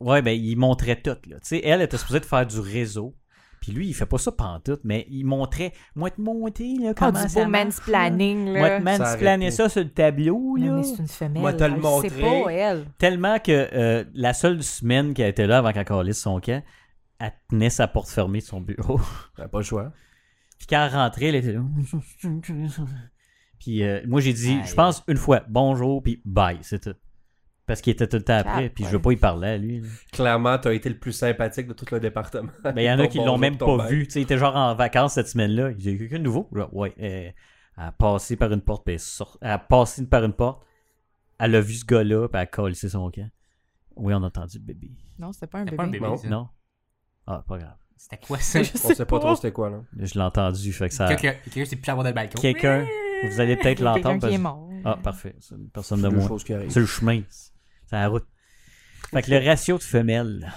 Speaker 1: Ouais, ben, il montrait tout, là. Tu sais, elle était supposée de faire du réseau. Puis lui, il fait pas ça pantoute, mais il montrait, moi te monter, là,
Speaker 4: Ah,
Speaker 1: comment
Speaker 4: du
Speaker 1: ça
Speaker 4: beau
Speaker 1: marche, là.
Speaker 4: mansplaining,
Speaker 1: Moi, te
Speaker 4: là.
Speaker 1: man,
Speaker 2: Ça
Speaker 1: tu planais
Speaker 2: arrête
Speaker 1: ça sur le tableau,
Speaker 4: Non,
Speaker 1: là.
Speaker 4: mais c'est une femelle.
Speaker 2: Moi, t'as le
Speaker 4: elle
Speaker 2: montré.
Speaker 4: C'est pas elle.
Speaker 1: Tellement que euh, la seule semaine qu'elle était là avant qu'elle calisse son camp, elle tenait sa porte fermée de son bureau. [LAUGHS]
Speaker 2: T'as pas le choix.
Speaker 1: Puis quand elle rentrait, elle était là. Puis euh, moi, j'ai dit, je pense, une fois, bonjour, puis bye, c'est tout. Parce qu'il était tout le temps après,
Speaker 4: Ah,
Speaker 1: puis je
Speaker 4: ouais.
Speaker 1: veux pas y parler à lui. là.
Speaker 2: Clairement, t'as été le plus sympathique de tout le département.
Speaker 1: Ben, il y en a
Speaker 2: [LAUGHS] Ton
Speaker 1: qui
Speaker 2: bonjour,
Speaker 1: l'ont même
Speaker 2: ton
Speaker 1: pas
Speaker 2: bye.
Speaker 1: vu. Tu sais, il était genre en vacances cette semaine-là. Il y a quelqu'un de nouveau. Genre, ouais. euh, elle a passé par une porte, puis elle, est sort- elle a passé par une porte. Elle a vu ce gars-là, puis elle a collé son camp. Oui, on a entendu le bébé.
Speaker 4: Non, c'était pas un
Speaker 3: C'était pas un
Speaker 4: bébé.
Speaker 3: bébé,
Speaker 2: Non.
Speaker 3: ça.
Speaker 1: Non? Ah, pas grave.
Speaker 3: C'était quoi ça?
Speaker 4: [LAUGHS] Je
Speaker 2: On
Speaker 4: sais
Speaker 2: sait pas trop c'était quoi, là.
Speaker 1: Je l'ai entendu, fait que ça...
Speaker 3: Quelqu'un qui s'est plus avoir dans le balcon.
Speaker 1: Quelqu'un, vous allez peut-être
Speaker 4: Quelqu'un
Speaker 1: l'entendre.
Speaker 4: qui est
Speaker 1: parce-
Speaker 4: mort.
Speaker 1: Ah, parfait. C'est une personne de
Speaker 2: Deux
Speaker 1: moi.
Speaker 2: choses qui arrivent.
Speaker 1: C'est le chemin. C'est la route. Fait que le ratio de femelles.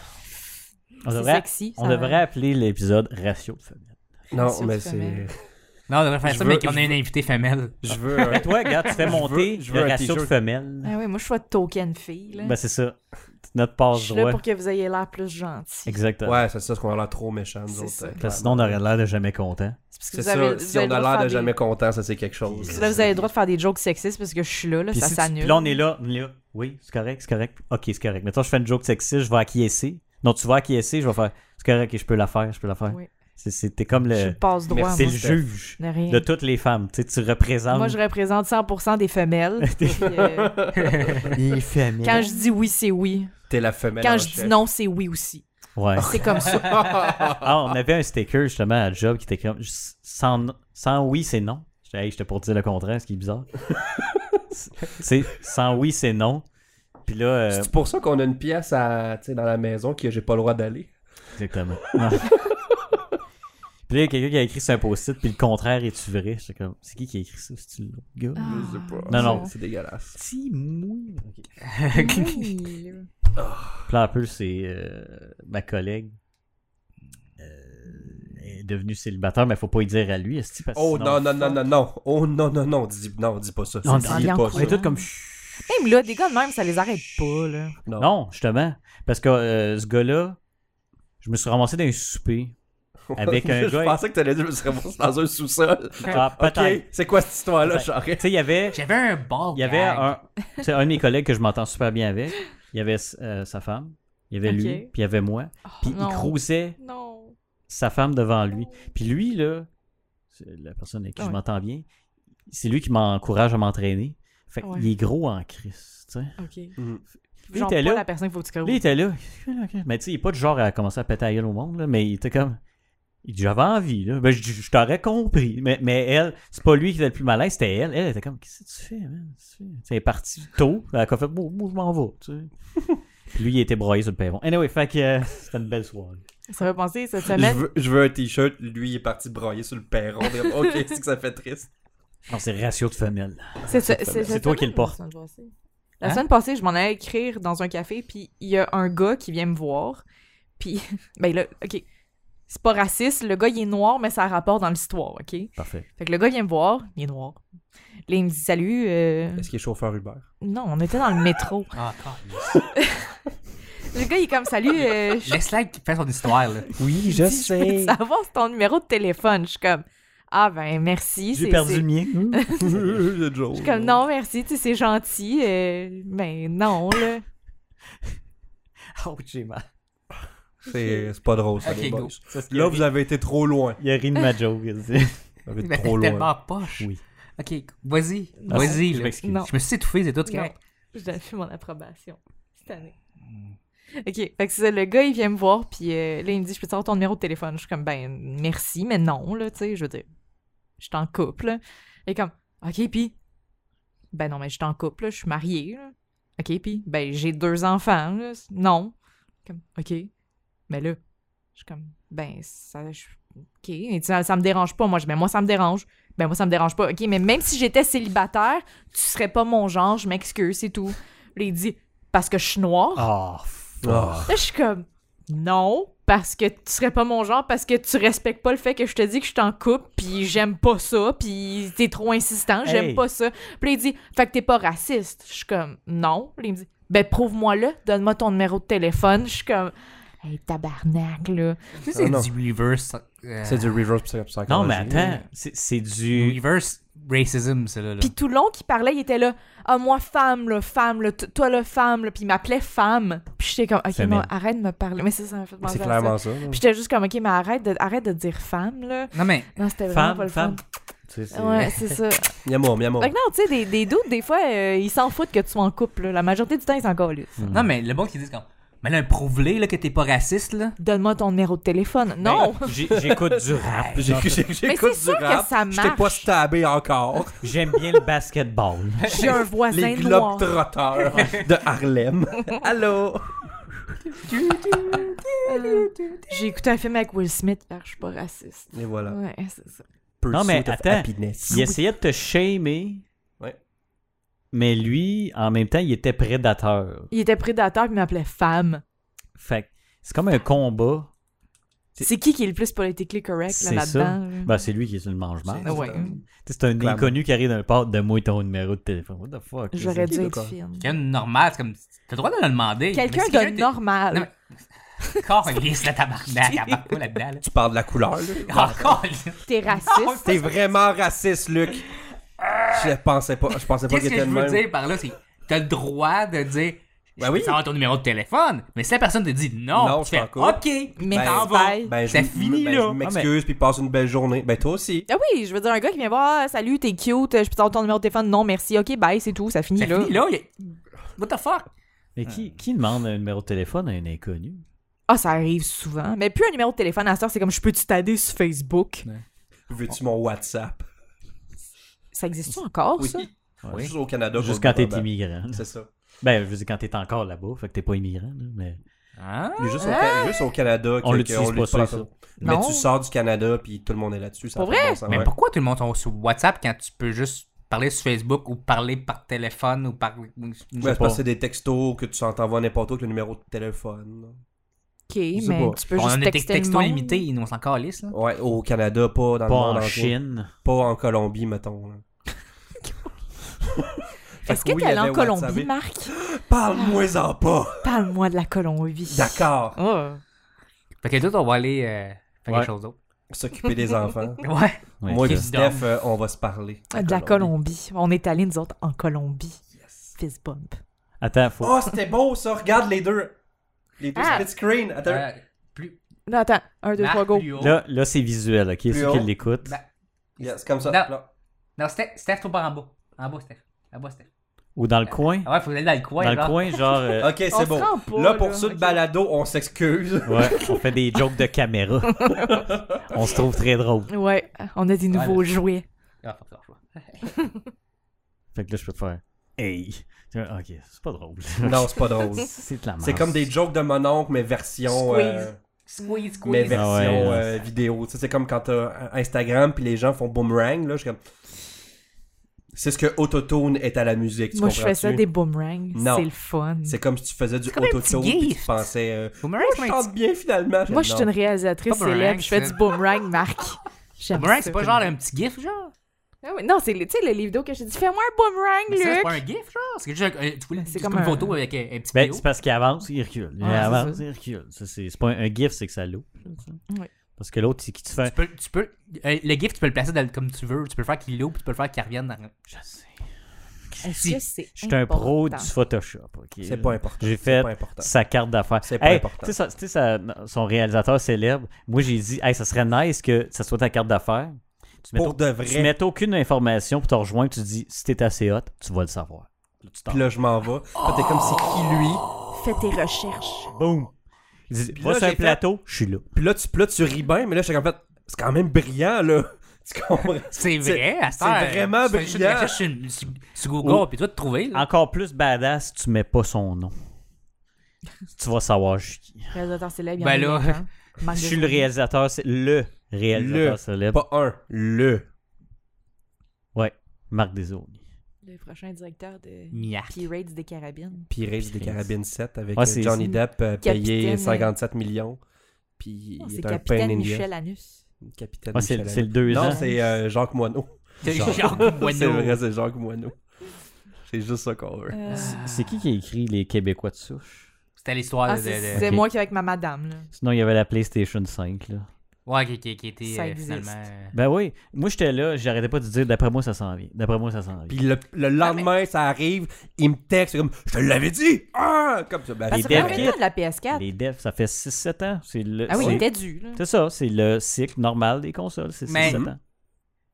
Speaker 1: On
Speaker 4: C'est
Speaker 1: devrait,
Speaker 4: sexy.
Speaker 1: on
Speaker 4: ça.
Speaker 1: devrait appeler l'épisode ratio de femelles.
Speaker 2: Non,
Speaker 4: Ratio de
Speaker 2: mais c'est.
Speaker 4: femelles.
Speaker 3: Non, on devrait faire
Speaker 2: Je
Speaker 3: ça,
Speaker 2: veux-
Speaker 3: mais qu'on
Speaker 2: je
Speaker 3: a une invitée femelle.
Speaker 2: Je veux. un-
Speaker 1: Ben, [LAUGHS] toi, regarde, tu fais
Speaker 2: Je
Speaker 1: monter
Speaker 2: veux- je
Speaker 1: le
Speaker 2: veux un
Speaker 1: ratio de
Speaker 2: t-shirt.
Speaker 1: femelles.
Speaker 4: Ah ouais, moi, je suis token fille. Là.
Speaker 1: Ben, c'est ça. C'est Notre
Speaker 4: je
Speaker 1: passe
Speaker 4: suis là
Speaker 1: droit.
Speaker 4: pour que vous ayez l'air plus gentil.
Speaker 1: [LAUGHS] Exactement.
Speaker 2: Ouais, c'est ça, parce qu'on a l'air trop méchants, nous
Speaker 4: C'est
Speaker 2: autres.
Speaker 4: ça.
Speaker 2: euh,
Speaker 1: Parce que sinon, on aurait l'air de jamais content.
Speaker 4: C'est parce que
Speaker 2: C'est
Speaker 4: vous
Speaker 2: ça,
Speaker 4: avez, vous
Speaker 2: si
Speaker 4: avez
Speaker 2: on
Speaker 4: le
Speaker 2: a
Speaker 4: droit de
Speaker 2: l'air de
Speaker 4: faire
Speaker 2: jamais content, ça c'est quelque chose.
Speaker 4: des- Là, vous avez le droit de faire des jokes sexistes parce que je suis là, là
Speaker 1: Puis
Speaker 4: ça
Speaker 1: si tu-
Speaker 4: s'annule.
Speaker 1: puis là, on est là, on est là. Oui, c'est correct, c'est correct. Ok, c'est correct. Maintenant, je fais une joke sexiste, je vais acquiescer. Non, tu vas acquiescer, je vais faire. C'est correct, et je peux la faire, je peux la faire.
Speaker 4: Oui.
Speaker 1: C'est- c'est- T'es comme
Speaker 4: Je
Speaker 1: le.
Speaker 4: passe droit,
Speaker 2: Merci,
Speaker 1: T'es
Speaker 4: moi.
Speaker 1: le juge
Speaker 4: De rien.
Speaker 1: de toutes les femmes. Tu sais, tu représentes.
Speaker 4: Moi, je représente 100%
Speaker 1: [LAUGHS]
Speaker 4: des femelles. puis, euh,
Speaker 1: les femmes.
Speaker 4: quand je dis oui, c'est oui.
Speaker 2: T'es la
Speaker 1: Ben
Speaker 2: femelle.
Speaker 4: Quand
Speaker 2: en
Speaker 4: je
Speaker 2: chef. [LAUGHS]
Speaker 4: dis non, c'est oui aussi.
Speaker 1: Ouais.
Speaker 4: C'est comme ça.
Speaker 1: Ah, on avait un sticker justement à Job qui était comme sans, sans oui, c'est non. J'étais, hey, j'étais pour dire le contraire, ce qui est bizarre. [LAUGHS] tu sais, sans oui, c'est non. Puis là, euh,
Speaker 2: C'est pour ça qu'on a une pièce à, tu sais, dans la maison que j'ai pas le droit d'aller.
Speaker 1: exactement. [LAUGHS] Non. Puis là, il y a quelqu'un qui a écrit sur un post-it, puis le contraire est-tu vrai? J'étais comme, c'est qui qui a écrit ça? C'est-tu l'autre gars?
Speaker 2: Je sais pas.
Speaker 1: Non, non.
Speaker 2: C'est- C'est dégueulasse.
Speaker 1: Si, mouille. [LAUGHS] Ok.
Speaker 4: Oui.
Speaker 1: Puis là, un peu, c'est euh, ma collègue. euh, est devenue célibataire, mais faut pas y dire à lui, est-ce que parce que
Speaker 2: Oh
Speaker 1: sinon-
Speaker 2: non, non, non, non, non. Oh non, non, non. Dis, non, dis pas ça.
Speaker 1: Non,
Speaker 2: dis
Speaker 1: dis-
Speaker 2: pas
Speaker 1: On
Speaker 2: ça.
Speaker 1: est tous comme
Speaker 4: Même là, des gars de même, ça les arrête pas, là.
Speaker 1: Non, justement. Parce que euh, ce gars-là, je me suis ramassé d'un souper
Speaker 2: [LAUGHS]
Speaker 1: avec un
Speaker 2: je
Speaker 1: gars.
Speaker 2: pensais que t'allais dire, je me serais ramassé dans un sous-sol.
Speaker 1: Ah,
Speaker 2: Ok,
Speaker 1: peut-être.
Speaker 2: c'est quoi cette histoire-là,
Speaker 1: Peut-être. Tu
Speaker 2: Charest?
Speaker 1: sais, il y avait,
Speaker 3: J'avais un bord.
Speaker 1: il y avait un, c'est un de mes collègues que je m'entends super bien avec. Il y avait euh, sa femme, il y avait lui,
Speaker 4: Ok.
Speaker 1: puis il y avait moi. Puis il
Speaker 4: Oh, non.
Speaker 1: crousait
Speaker 4: Non.
Speaker 1: sa femme devant lui. Puis lui, là, c'est la personne avec qui je
Speaker 4: Ouais.
Speaker 1: m'entends bien, c'est lui qui m'encourage à m'entraîner. Fait qu'il
Speaker 4: Ouais.
Speaker 1: est gros en crise, tu sais.
Speaker 4: OK.
Speaker 2: Mm.
Speaker 1: Lui,
Speaker 4: Genre
Speaker 1: t'es
Speaker 4: pas
Speaker 1: là.
Speaker 4: la personne qu'il faut que tu
Speaker 1: Là, il
Speaker 4: creuses.
Speaker 1: était là. Ok. Mais tu sais, il est pas du genre à commencer à péter la gueule au monde, là, mais il était comme. Il dit J'avais envie, là. Ben, je, dis, je t'aurais compris. Mais, mais elle, c'est pas lui qui était le plus malin, c'était elle. Elle était comme Qu'est-ce que tu fais, man Qu'est-ce que tu fais? Tu sais, Elle est partie tôt. Elle a fait Bon, moi, je m'en vais, tu sais. Puis lui, il était broyé sur le perron. Anyway, fait que euh, [LAUGHS] c'était une belle soirée.
Speaker 4: Ça m'a pensé cette
Speaker 2: Je
Speaker 4: semaine.
Speaker 2: veux, je veux un t-shirt, lui il est parti broyer sur le perron. [LAUGHS] ok, c'est que ça fait triste.
Speaker 1: Non, c'est ratio de femelle.
Speaker 4: C'est ce- c'est
Speaker 1: C'est
Speaker 4: cette
Speaker 1: toi qui le
Speaker 4: semaine,
Speaker 1: portes.
Speaker 4: La semaine passée, La
Speaker 3: Hein?
Speaker 4: semaine passée, je m'en allais écrire dans un café, puis il y a un gars qui vient me voir. Puis, [LAUGHS] ben là, OK. C'est pas raciste, le gars, il est noir, mais ça a rapport dans l'histoire, OK?
Speaker 1: Parfait.
Speaker 4: Fait que le gars vient me voir, il est noir. Là, il me dit Salut. euh,
Speaker 2: Est-ce qu'il est chauffeur [LAUGHS] Uber?
Speaker 4: Non, on était dans le métro. [LAUGHS]
Speaker 3: Ah, God.
Speaker 4: Le gars, il est comme Salut, euh, je
Speaker 3: Laisse-la faire son histoire, là.
Speaker 4: [LAUGHS]
Speaker 1: Oui, je
Speaker 4: dis, je peux savoir ton numéro de téléphone. Je suis comme Ah, ben merci.
Speaker 1: J'ai
Speaker 4: c'est-
Speaker 1: perdu
Speaker 4: c'est-
Speaker 1: le mien.
Speaker 4: [LAUGHS]
Speaker 2: C'est Joe.
Speaker 4: Je suis comme Non, merci, tu sais, c'est gentil. euh, mais non, là.
Speaker 1: oh, j'ai mal.
Speaker 2: C'est c'est pas drôle, ça,
Speaker 3: Ok,
Speaker 2: les
Speaker 3: go.
Speaker 2: boys.
Speaker 1: Ça, c'est-
Speaker 2: Là, vous avez été trop loin.
Speaker 1: Il a ri de ma joke. il dit.
Speaker 2: Vous avez été
Speaker 3: Mais
Speaker 2: trop
Speaker 3: t'es
Speaker 2: loin.
Speaker 3: tellement poche.
Speaker 1: Oui.
Speaker 3: Ok, vas-y.
Speaker 1: Ah,
Speaker 3: Vas-y,
Speaker 1: je
Speaker 3: là.
Speaker 1: m'excuse.
Speaker 4: Non.
Speaker 3: Je me suis étouffé, c'est tout ce qu'il y
Speaker 4: Non, je donne [LAUGHS] mon approbation cette année. OK, fait que c'est ça, le gars, il vient me voir, puis euh, là, il me dit, je peux te savoir ton numéro de téléphone? Je suis comme, ben, merci, mais non, là, tu sais, je veux dire, je suis en couple. là. Et comme, OK, puis, ben non, mais je suis en couple, là, je suis mariée, là. OK, puis, ben, j'ai deux enfants, là. Non. Comme, OK, mais là, je suis comme, ben, ça, je- OK, Et ça, ça me dérange pas. Moi, je, ben, moi, ça me dérange. Ben, moi, ça me dérange pas. OK, mais même si j'étais célibataire, tu serais pas mon genre, je m'excuse, c'est tout. Là, il dit, parce que je suis noire.
Speaker 1: Oh,
Speaker 2: Ah.
Speaker 1: fuck.
Speaker 4: Là, je suis comme, non, parce que tu serais pas mon genre, parce que tu respectes pas le fait que je te dis que je t'en couple, puis j'aime pas ça, puis t'es trop insistant, j'aime
Speaker 1: Hey.
Speaker 4: pas ça. Puis là, il dit, fait que t'es pas raciste. Je suis comme, non. Là, il me dit, ben prouve-moi-le, donne-moi ton numéro de téléphone. Je suis comme, hey, tabarnak, là.
Speaker 3: Tu sais,
Speaker 2: Ah, non.
Speaker 3: c'est du reverse. euh,
Speaker 2: C'est du reverse psy- psychologie.
Speaker 1: Non, mais attends, c'est c'est
Speaker 3: du
Speaker 1: du.
Speaker 3: reverse racism, ça, là. là.
Speaker 4: Puis tout le long qu'il parlait, il était là, ah, moi, femme, là, femme, là, t- toi, là, femme, là, puis il m'appelait femme. Puis j'étais comme, ok,
Speaker 1: Femelle.
Speaker 4: non, arrête de me parler. Mais c'est ça, ça m'a fait penser
Speaker 2: C'est
Speaker 4: à ça.
Speaker 2: clairement ça. là.
Speaker 4: Puis j'étais juste comme, ok, mais arrête de, arrête de dire femme, là.
Speaker 3: Non, mais.
Speaker 4: Non, c'était vraiment pas
Speaker 1: Femme, femme.
Speaker 4: le fun.
Speaker 1: Tu sais, c'est-
Speaker 4: Ouais, c'est ça.
Speaker 2: Miamour, miamour.
Speaker 4: Fait que non, tu sais, des, des doutes, des fois, euh, ils s'en foutent que tu sois en couple. là. La majorité du temps, ils s'en calissent.
Speaker 2: Hmm.
Speaker 3: Non, mais le bon qui dit comme. Mais là, prouve-le, là, que t'es pas raciste, là.
Speaker 4: Donne-moi ton numéro de téléphone.
Speaker 1: [LAUGHS]
Speaker 4: Non!
Speaker 1: Ben, j'ai- J'écoute du rap.
Speaker 2: J'ai- j'ai- J'écoute
Speaker 4: c'est
Speaker 2: du
Speaker 4: sûr que
Speaker 2: rap.
Speaker 4: ça
Speaker 2: Je t'ai pas
Speaker 4: marche.
Speaker 2: stabé encore.
Speaker 1: J'aime bien le basketball.
Speaker 4: J'ai un voisin
Speaker 2: Les
Speaker 3: [LAUGHS]
Speaker 4: noir.
Speaker 2: globetrotters de Harlem. Allô?
Speaker 4: Euh, J'ai écouté un film avec Will Smith, alors je suis pas raciste.
Speaker 2: Et voilà.
Speaker 4: Ouais, c'est ça.
Speaker 1: Non, mais
Speaker 2: Pursuit of
Speaker 1: attends.
Speaker 2: happiness.
Speaker 1: Il essayait de te shamer.
Speaker 2: Ouais.
Speaker 1: Mais lui, en même temps, il était prédateur.
Speaker 4: Il était prédateur, puis il m'appelait femme.
Speaker 1: Fait que c'est comme un combat. C'est-
Speaker 4: C'est qui qui est le plus politically correct là,
Speaker 1: C'est ça.
Speaker 4: là-dedans? là? Ah
Speaker 1: Ben, c'est lui qui est sur le mange
Speaker 2: C'est-
Speaker 4: ouais.
Speaker 1: C'est un
Speaker 2: Clairement.
Speaker 1: inconnu qui arrive dans le port de moi et ton numéro de téléphone. What the fuck?
Speaker 4: J'aurais
Speaker 2: qui,
Speaker 4: dû
Speaker 2: là,
Speaker 4: être
Speaker 2: quoi?
Speaker 4: fine.
Speaker 3: Quelqu'un de normal, c'est comme. T'as le droit de le demander.
Speaker 4: Quelqu'un
Speaker 3: Mais si
Speaker 4: de
Speaker 3: t'es- Non,
Speaker 4: normal.
Speaker 3: Encore une liste, la tabarnak. Elle parle pas là-dedans.
Speaker 2: [LAUGHS]
Speaker 3: là.
Speaker 2: Tu parles de la couleur, là.
Speaker 3: Encore une
Speaker 4: T'es raciste.
Speaker 2: T'es vraiment raciste, Luc. Je pensais pas, je pensais pas
Speaker 3: Qu'est-ce
Speaker 2: qu'il
Speaker 3: que
Speaker 2: était
Speaker 3: je
Speaker 2: le
Speaker 3: veux
Speaker 2: même.
Speaker 3: dire par là, c'est t'as le droit de dire
Speaker 2: Ben
Speaker 3: je
Speaker 2: oui.
Speaker 3: veux savoir ton numéro de téléphone, mais si la personne te dit non,
Speaker 2: Non,
Speaker 3: tu
Speaker 2: je
Speaker 3: fais
Speaker 2: t'en coupe.
Speaker 3: OK,
Speaker 4: Mais Ah,
Speaker 3: t'en
Speaker 4: c'est
Speaker 3: vas.
Speaker 4: pareil.
Speaker 2: Ben, je,
Speaker 3: C'est fini,
Speaker 2: ben,
Speaker 3: là.
Speaker 2: je m'excuse, puis passe une belle journée. Ben, toi aussi.
Speaker 4: Ah oui, je veux dire, un gars qui vient voir, Ah, salut, t'es cute, je peux avoir ton numéro de téléphone. Non, merci, ok, bye, c'est tout, ça finit
Speaker 3: Ça
Speaker 4: là.
Speaker 3: finit là. il y a- What the fuck?
Speaker 1: Mais qui, qui demande un numéro de téléphone à un inconnu?
Speaker 4: Ah, ça arrive souvent. Mais plus un numéro de téléphone à ça, c'est comme je peux tu t'aider sur Facebook.
Speaker 2: Veux-tu mon WhatsApp?
Speaker 4: Ça existe encore, ça?
Speaker 1: Ouais.
Speaker 2: Juste au Canada.
Speaker 1: Juste
Speaker 2: qu'on
Speaker 1: quand
Speaker 2: le
Speaker 1: t'es
Speaker 2: voit, ben,
Speaker 1: immigrant.
Speaker 2: C'est ça.
Speaker 1: Ben, je veux dire, quand t'es encore là-bas, fait que t'es pas immigrant. là, mais...
Speaker 3: Hein?
Speaker 2: Mais Ah. Juste, au, Ca- juste au Canada.
Speaker 1: On
Speaker 2: que-
Speaker 1: l'utilise
Speaker 2: qu'on
Speaker 1: pas,
Speaker 2: l'utilise
Speaker 1: ça,
Speaker 2: pas
Speaker 1: ça.
Speaker 2: là-bas. Mais
Speaker 4: Non.
Speaker 2: tu sors du Canada, puis tout le monde est là-dessus. ça
Speaker 4: Pour
Speaker 2: fait
Speaker 4: vrai?
Speaker 2: bon sens,
Speaker 3: Mais
Speaker 2: ouais.
Speaker 3: pourquoi tout le monde est sur WhatsApp quand tu peux juste parler sur Facebook ou parler par téléphone ou par.
Speaker 2: Ouais, c'est
Speaker 1: pas.
Speaker 2: parce que c'est des textos que tu t'envoies n'importe où avec le numéro de téléphone.
Speaker 4: Ok,
Speaker 2: sais
Speaker 4: mais
Speaker 2: pas.
Speaker 4: tu peux
Speaker 3: On a
Speaker 4: juste
Speaker 3: des
Speaker 4: texter le
Speaker 3: textos
Speaker 4: monde.
Speaker 3: limités, ils nous sont encore lisses. là.
Speaker 2: Ouais, au Canada, pas dans le
Speaker 1: Pas
Speaker 2: monde
Speaker 1: en
Speaker 2: entier.
Speaker 1: Chine.
Speaker 2: Pas en Colombie, mettons. là. Fait
Speaker 4: Est-ce que
Speaker 2: oui,
Speaker 4: t'es allé
Speaker 2: il y
Speaker 4: en
Speaker 2: avait
Speaker 4: Colombie,
Speaker 2: WhatsApp.
Speaker 4: Marc?
Speaker 2: Parle-moi-en pas!
Speaker 4: [LAUGHS] Parle-moi de la Colombie.
Speaker 2: D'accord.
Speaker 4: Oh.
Speaker 3: Fait que d'autres, on va aller euh, faire
Speaker 1: Ouais.
Speaker 3: quelque chose d'autre.
Speaker 2: S'occuper des enfants.
Speaker 3: Ouais.
Speaker 1: Ouais,
Speaker 2: Moi
Speaker 1: ça.
Speaker 2: et
Speaker 3: Qu'est-ce
Speaker 2: Steph, euh, on va se parler.
Speaker 4: Ah, De la Colombie. On est allés, nous autres, en Colombie. Fist bump.
Speaker 1: Attends, faut...
Speaker 2: Oh, c'était beau ça! Regarde les deux! Les deux
Speaker 4: Ah.
Speaker 2: split screen! Attends.
Speaker 3: Euh, plus.
Speaker 4: Non, attends. Un, deux,
Speaker 3: Marc,
Speaker 4: trois, go.
Speaker 3: plus haut.
Speaker 1: Là, là c'est visuel, OK? Ceux
Speaker 2: haut.
Speaker 1: qui l'écoutent.
Speaker 3: Ben-
Speaker 2: Yeah, c'est comme ça.
Speaker 3: Non.
Speaker 2: Là.
Speaker 3: Non, Steph, Steph, trop pas en bas. En bas, Steph. En bas, Steph.
Speaker 1: Ou dans le coin.
Speaker 3: Ah ouais, faut aller dans le coin.
Speaker 1: dans
Speaker 3: genre.
Speaker 1: le coin, genre... euh,
Speaker 2: [LAUGHS] Ok,
Speaker 4: On
Speaker 2: c'est
Speaker 4: se
Speaker 2: bon.
Speaker 4: rend pas,
Speaker 2: là, pour
Speaker 4: là.
Speaker 2: ceux de
Speaker 4: Ok.
Speaker 2: balado,
Speaker 1: [LAUGHS]
Speaker 2: on s'excuse.
Speaker 1: Ouais, on fait des jokes de caméra. on se trouve très drôle.
Speaker 4: Ouais, on a des nouveaux
Speaker 3: Voilà.
Speaker 4: jouets.
Speaker 3: Ah, fuck, fuck, fuck.
Speaker 1: Fait que là, je peux te faire. Hey! Tu vois, Ok, c'est pas drôle.
Speaker 2: non, c'est pas drôle.
Speaker 1: c'est de la merde.
Speaker 2: C'est comme des jokes de mon oncle, mais version. euh,
Speaker 3: Squeeze. Squeeze, squeeze.
Speaker 2: mais version
Speaker 1: ouais, là.
Speaker 2: euh, vidéo. Tu sais, c'est comme quand t'as Instagram puis les gens font boomerang. Là, je suis comme. C'est ce que autotune est à la musique. Tu
Speaker 4: Moi, je fais
Speaker 2: comprends-tu?
Speaker 4: ça des boomerangs.
Speaker 2: Non.
Speaker 4: C'est le fun.
Speaker 2: C'est comme si tu faisais du
Speaker 3: comme un petit
Speaker 2: autotune et tu
Speaker 3: gift.
Speaker 2: pensais. euh,
Speaker 3: Boomerang,
Speaker 2: Oh,
Speaker 3: c'est
Speaker 2: je
Speaker 3: pas un
Speaker 2: chante bien finalement.
Speaker 4: Moi, je suis une réalisatrice
Speaker 3: Pas boomerang,
Speaker 4: célèbre. Je fais
Speaker 3: c'est-
Speaker 4: du boomerang,
Speaker 2: [LAUGHS]
Speaker 4: Marc. J'aime
Speaker 3: Boomerang,
Speaker 4: ça.
Speaker 3: c'est pas genre un petit gif, genre?
Speaker 4: Ah oui, Non, c'est le- tu sais, le livre d'eau que j'ai dit fais-moi un boomerang,
Speaker 3: Mais ça, c'est pas
Speaker 4: Luc.
Speaker 3: un gif, genre? C'est juste un- euh, tu vois, c'est
Speaker 4: comme
Speaker 3: comme une
Speaker 4: un-
Speaker 3: photo avec un, un petit
Speaker 1: Ben,
Speaker 3: vidéo.
Speaker 1: c'est parce qu'il avance, il recule. Il
Speaker 4: Ouais, c'est
Speaker 1: avance,
Speaker 4: ça.
Speaker 1: il recule. Ça, C'est c'est pas un, un gif, c'est que ça loupe. là, ça.
Speaker 4: Ouais.
Speaker 1: Parce que l'autre, c'est qui tu fais.
Speaker 3: Tu peux, tu peux, euh, le gif, tu peux le placer dans- comme tu veux. Tu peux le faire qu'il loupe, tu peux le faire qu'il revienne dans...
Speaker 1: Je sais.
Speaker 4: Est-ce que c'est
Speaker 1: Je suis un pro du
Speaker 4: important?
Speaker 1: Photoshop. ok?
Speaker 2: C'est pas important.
Speaker 1: J'ai
Speaker 2: c'est
Speaker 1: fait
Speaker 2: pas important.
Speaker 1: sa carte d'affaires.
Speaker 2: C'est pas
Speaker 1: Hey,
Speaker 2: important.
Speaker 1: Tu sais, ça- tu sais, ça- son réalisateur célèbre, moi j'ai dit, hey, ça serait nice que ça soit ta carte d'affaires. Tu mets,
Speaker 2: Pour de vrai.
Speaker 1: tu mets aucune information pour te rejoindre, tu dis, si t'es assez hot, tu vas le savoir. Là, tu t'en
Speaker 2: Puis là, je m'en vais. Puis t'es comme c'est qui lui.
Speaker 4: Fais tes recherches.
Speaker 1: Boum! Il dit,
Speaker 2: Puis
Speaker 1: va
Speaker 2: là,
Speaker 1: sur un
Speaker 2: j'ai fait-
Speaker 1: plateau, je suis là.
Speaker 2: Puis là, tu, puis là, tu ris bien, mais là, je suis en fait, c'est quand même brillant, là. [LAUGHS] Tu comprends?
Speaker 3: C'est vrai, à cette
Speaker 2: c'est
Speaker 3: heure,
Speaker 2: vraiment
Speaker 3: tu fais juste une
Speaker 2: brillant.
Speaker 3: recherche sur, sur- sur Google,
Speaker 1: Oh.
Speaker 3: puis tu vas te trouver. là.
Speaker 1: Encore plus badass, tu mets pas son nom. tu vas savoir, je suis qui.
Speaker 4: Réalisateur célèbre.
Speaker 3: Ben
Speaker 4: il y en a
Speaker 3: là,
Speaker 4: des gens. hein. Manque
Speaker 1: Je
Speaker 4: de
Speaker 1: suis le réalisateur, c'est le réalisateur
Speaker 2: Le.
Speaker 1: célèbre,
Speaker 2: Pas un, le.
Speaker 1: Marc Desaulniers.
Speaker 4: Le prochain directeur
Speaker 2: Ah.
Speaker 4: de
Speaker 3: Miac.
Speaker 4: Pirates des Carabines.
Speaker 2: Pirates des Carabines 7 avec
Speaker 1: Ouais,
Speaker 2: euh,
Speaker 1: c'est-
Speaker 2: Johnny Depp euh, payé
Speaker 4: Capitaine.
Speaker 2: 57 millions. Puis il
Speaker 4: C'est
Speaker 2: est un pain in
Speaker 4: Capitaine
Speaker 2: the ass.
Speaker 4: Michel Anus.
Speaker 2: Capitaine
Speaker 1: Ouais, Ah, c'est
Speaker 2: Michel
Speaker 1: c'est le
Speaker 2: Allen.
Speaker 1: deux
Speaker 2: Non,
Speaker 1: ans.
Speaker 2: c'est euh, Jacques Moineau.
Speaker 3: C'est
Speaker 2: Genre.
Speaker 3: [LAUGHS] Jacques Moineau.
Speaker 2: [LAUGHS] c'est vrai, c'est Jacques Moineau. C'est juste ça qu'on veut.
Speaker 4: Euh,
Speaker 1: C'est qui qui a écrit les Québécois de souche?
Speaker 3: C'était l'histoire
Speaker 4: ah,
Speaker 3: de,
Speaker 4: c'est
Speaker 3: de-
Speaker 4: c'est
Speaker 1: Ok.
Speaker 4: moi qui est avec ma madame. Là.
Speaker 1: Sinon, il y avait la PlayStation 5, là.
Speaker 3: Ouais, qui, qui, qui était
Speaker 4: Ça
Speaker 3: euh,
Speaker 4: existe.
Speaker 3: finalement... euh,
Speaker 1: Ben oui, moi j'étais là, j'arrêtais pas de dire d'après moi ça s'en vient. D'après moi ça s'en vient.
Speaker 2: Puis le, le lendemain, ça arrive, il me texte c'est comme Je te l'avais dit Ah Comme ça. Ben,
Speaker 1: les
Speaker 4: Parce que
Speaker 2: c'est
Speaker 1: dev
Speaker 4: on
Speaker 2: vrai.
Speaker 1: kits.
Speaker 4: de la PS4.
Speaker 1: les devs, ça fait 6-7 ans. C'est le.
Speaker 4: Ah oui,
Speaker 1: c'est-
Speaker 4: il était dû. là.
Speaker 1: C'est ça, c'est le cycle normal des consoles, c'est
Speaker 3: Mais-
Speaker 1: 6-7 ans.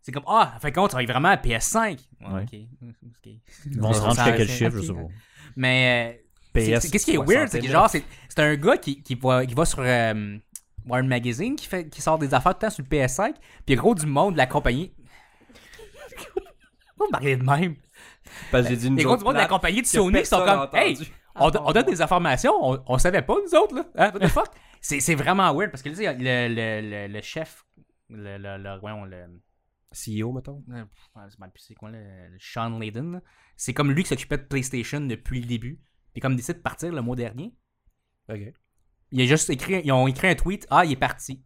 Speaker 3: C'est comme, ah, fait qu'on travaille vraiment à PS5. Ouais,
Speaker 1: Ouais.
Speaker 3: ok. [LAUGHS] Ok.
Speaker 1: Ils vont se rendre
Speaker 3: Ça,
Speaker 1: jusqu'à quel
Speaker 3: c'est-
Speaker 1: chiffre, je sais
Speaker 4: ok.
Speaker 1: pas.
Speaker 3: Mais euh, c'est-
Speaker 2: PS
Speaker 3: c'est- qu'est-ce qui est weird, c'est que genre, c'est c'est un gars qui, qui, va, qui va sur euh, Wired Magazine, qui, fait, qui sort des affaires tout le temps sur le PS5, puis gros du monde de la compagnie. Pourquoi vous parlez de même?
Speaker 2: Parce que j'ai dit une
Speaker 3: Les gros
Speaker 2: joke
Speaker 3: du monde de la
Speaker 2: plate
Speaker 3: compagnie de
Speaker 2: que
Speaker 3: Sony qui sont
Speaker 2: personne
Speaker 3: comme,
Speaker 2: a
Speaker 3: hey,
Speaker 2: entendu.
Speaker 3: on, do- on donne des informations, on, on savait pas nous autres, là. Hein, what
Speaker 2: [LAUGHS]
Speaker 3: the fuck? c'est c'est vraiment weird, parce que là, tu sais, le, le, le, le chef, le, le, le, voyons, le-
Speaker 2: CEO, E mettons.
Speaker 3: Euh, pff, ouais, c'est mal pissé, quoi, le, le Sean Layden. là. C'est comme lui qui s'occupait de PlayStation depuis le début. Puis comme il décide de partir le mois dernier,
Speaker 2: OK.
Speaker 3: il a juste écrit, ils ont écrit un tweet. Ah, il est parti.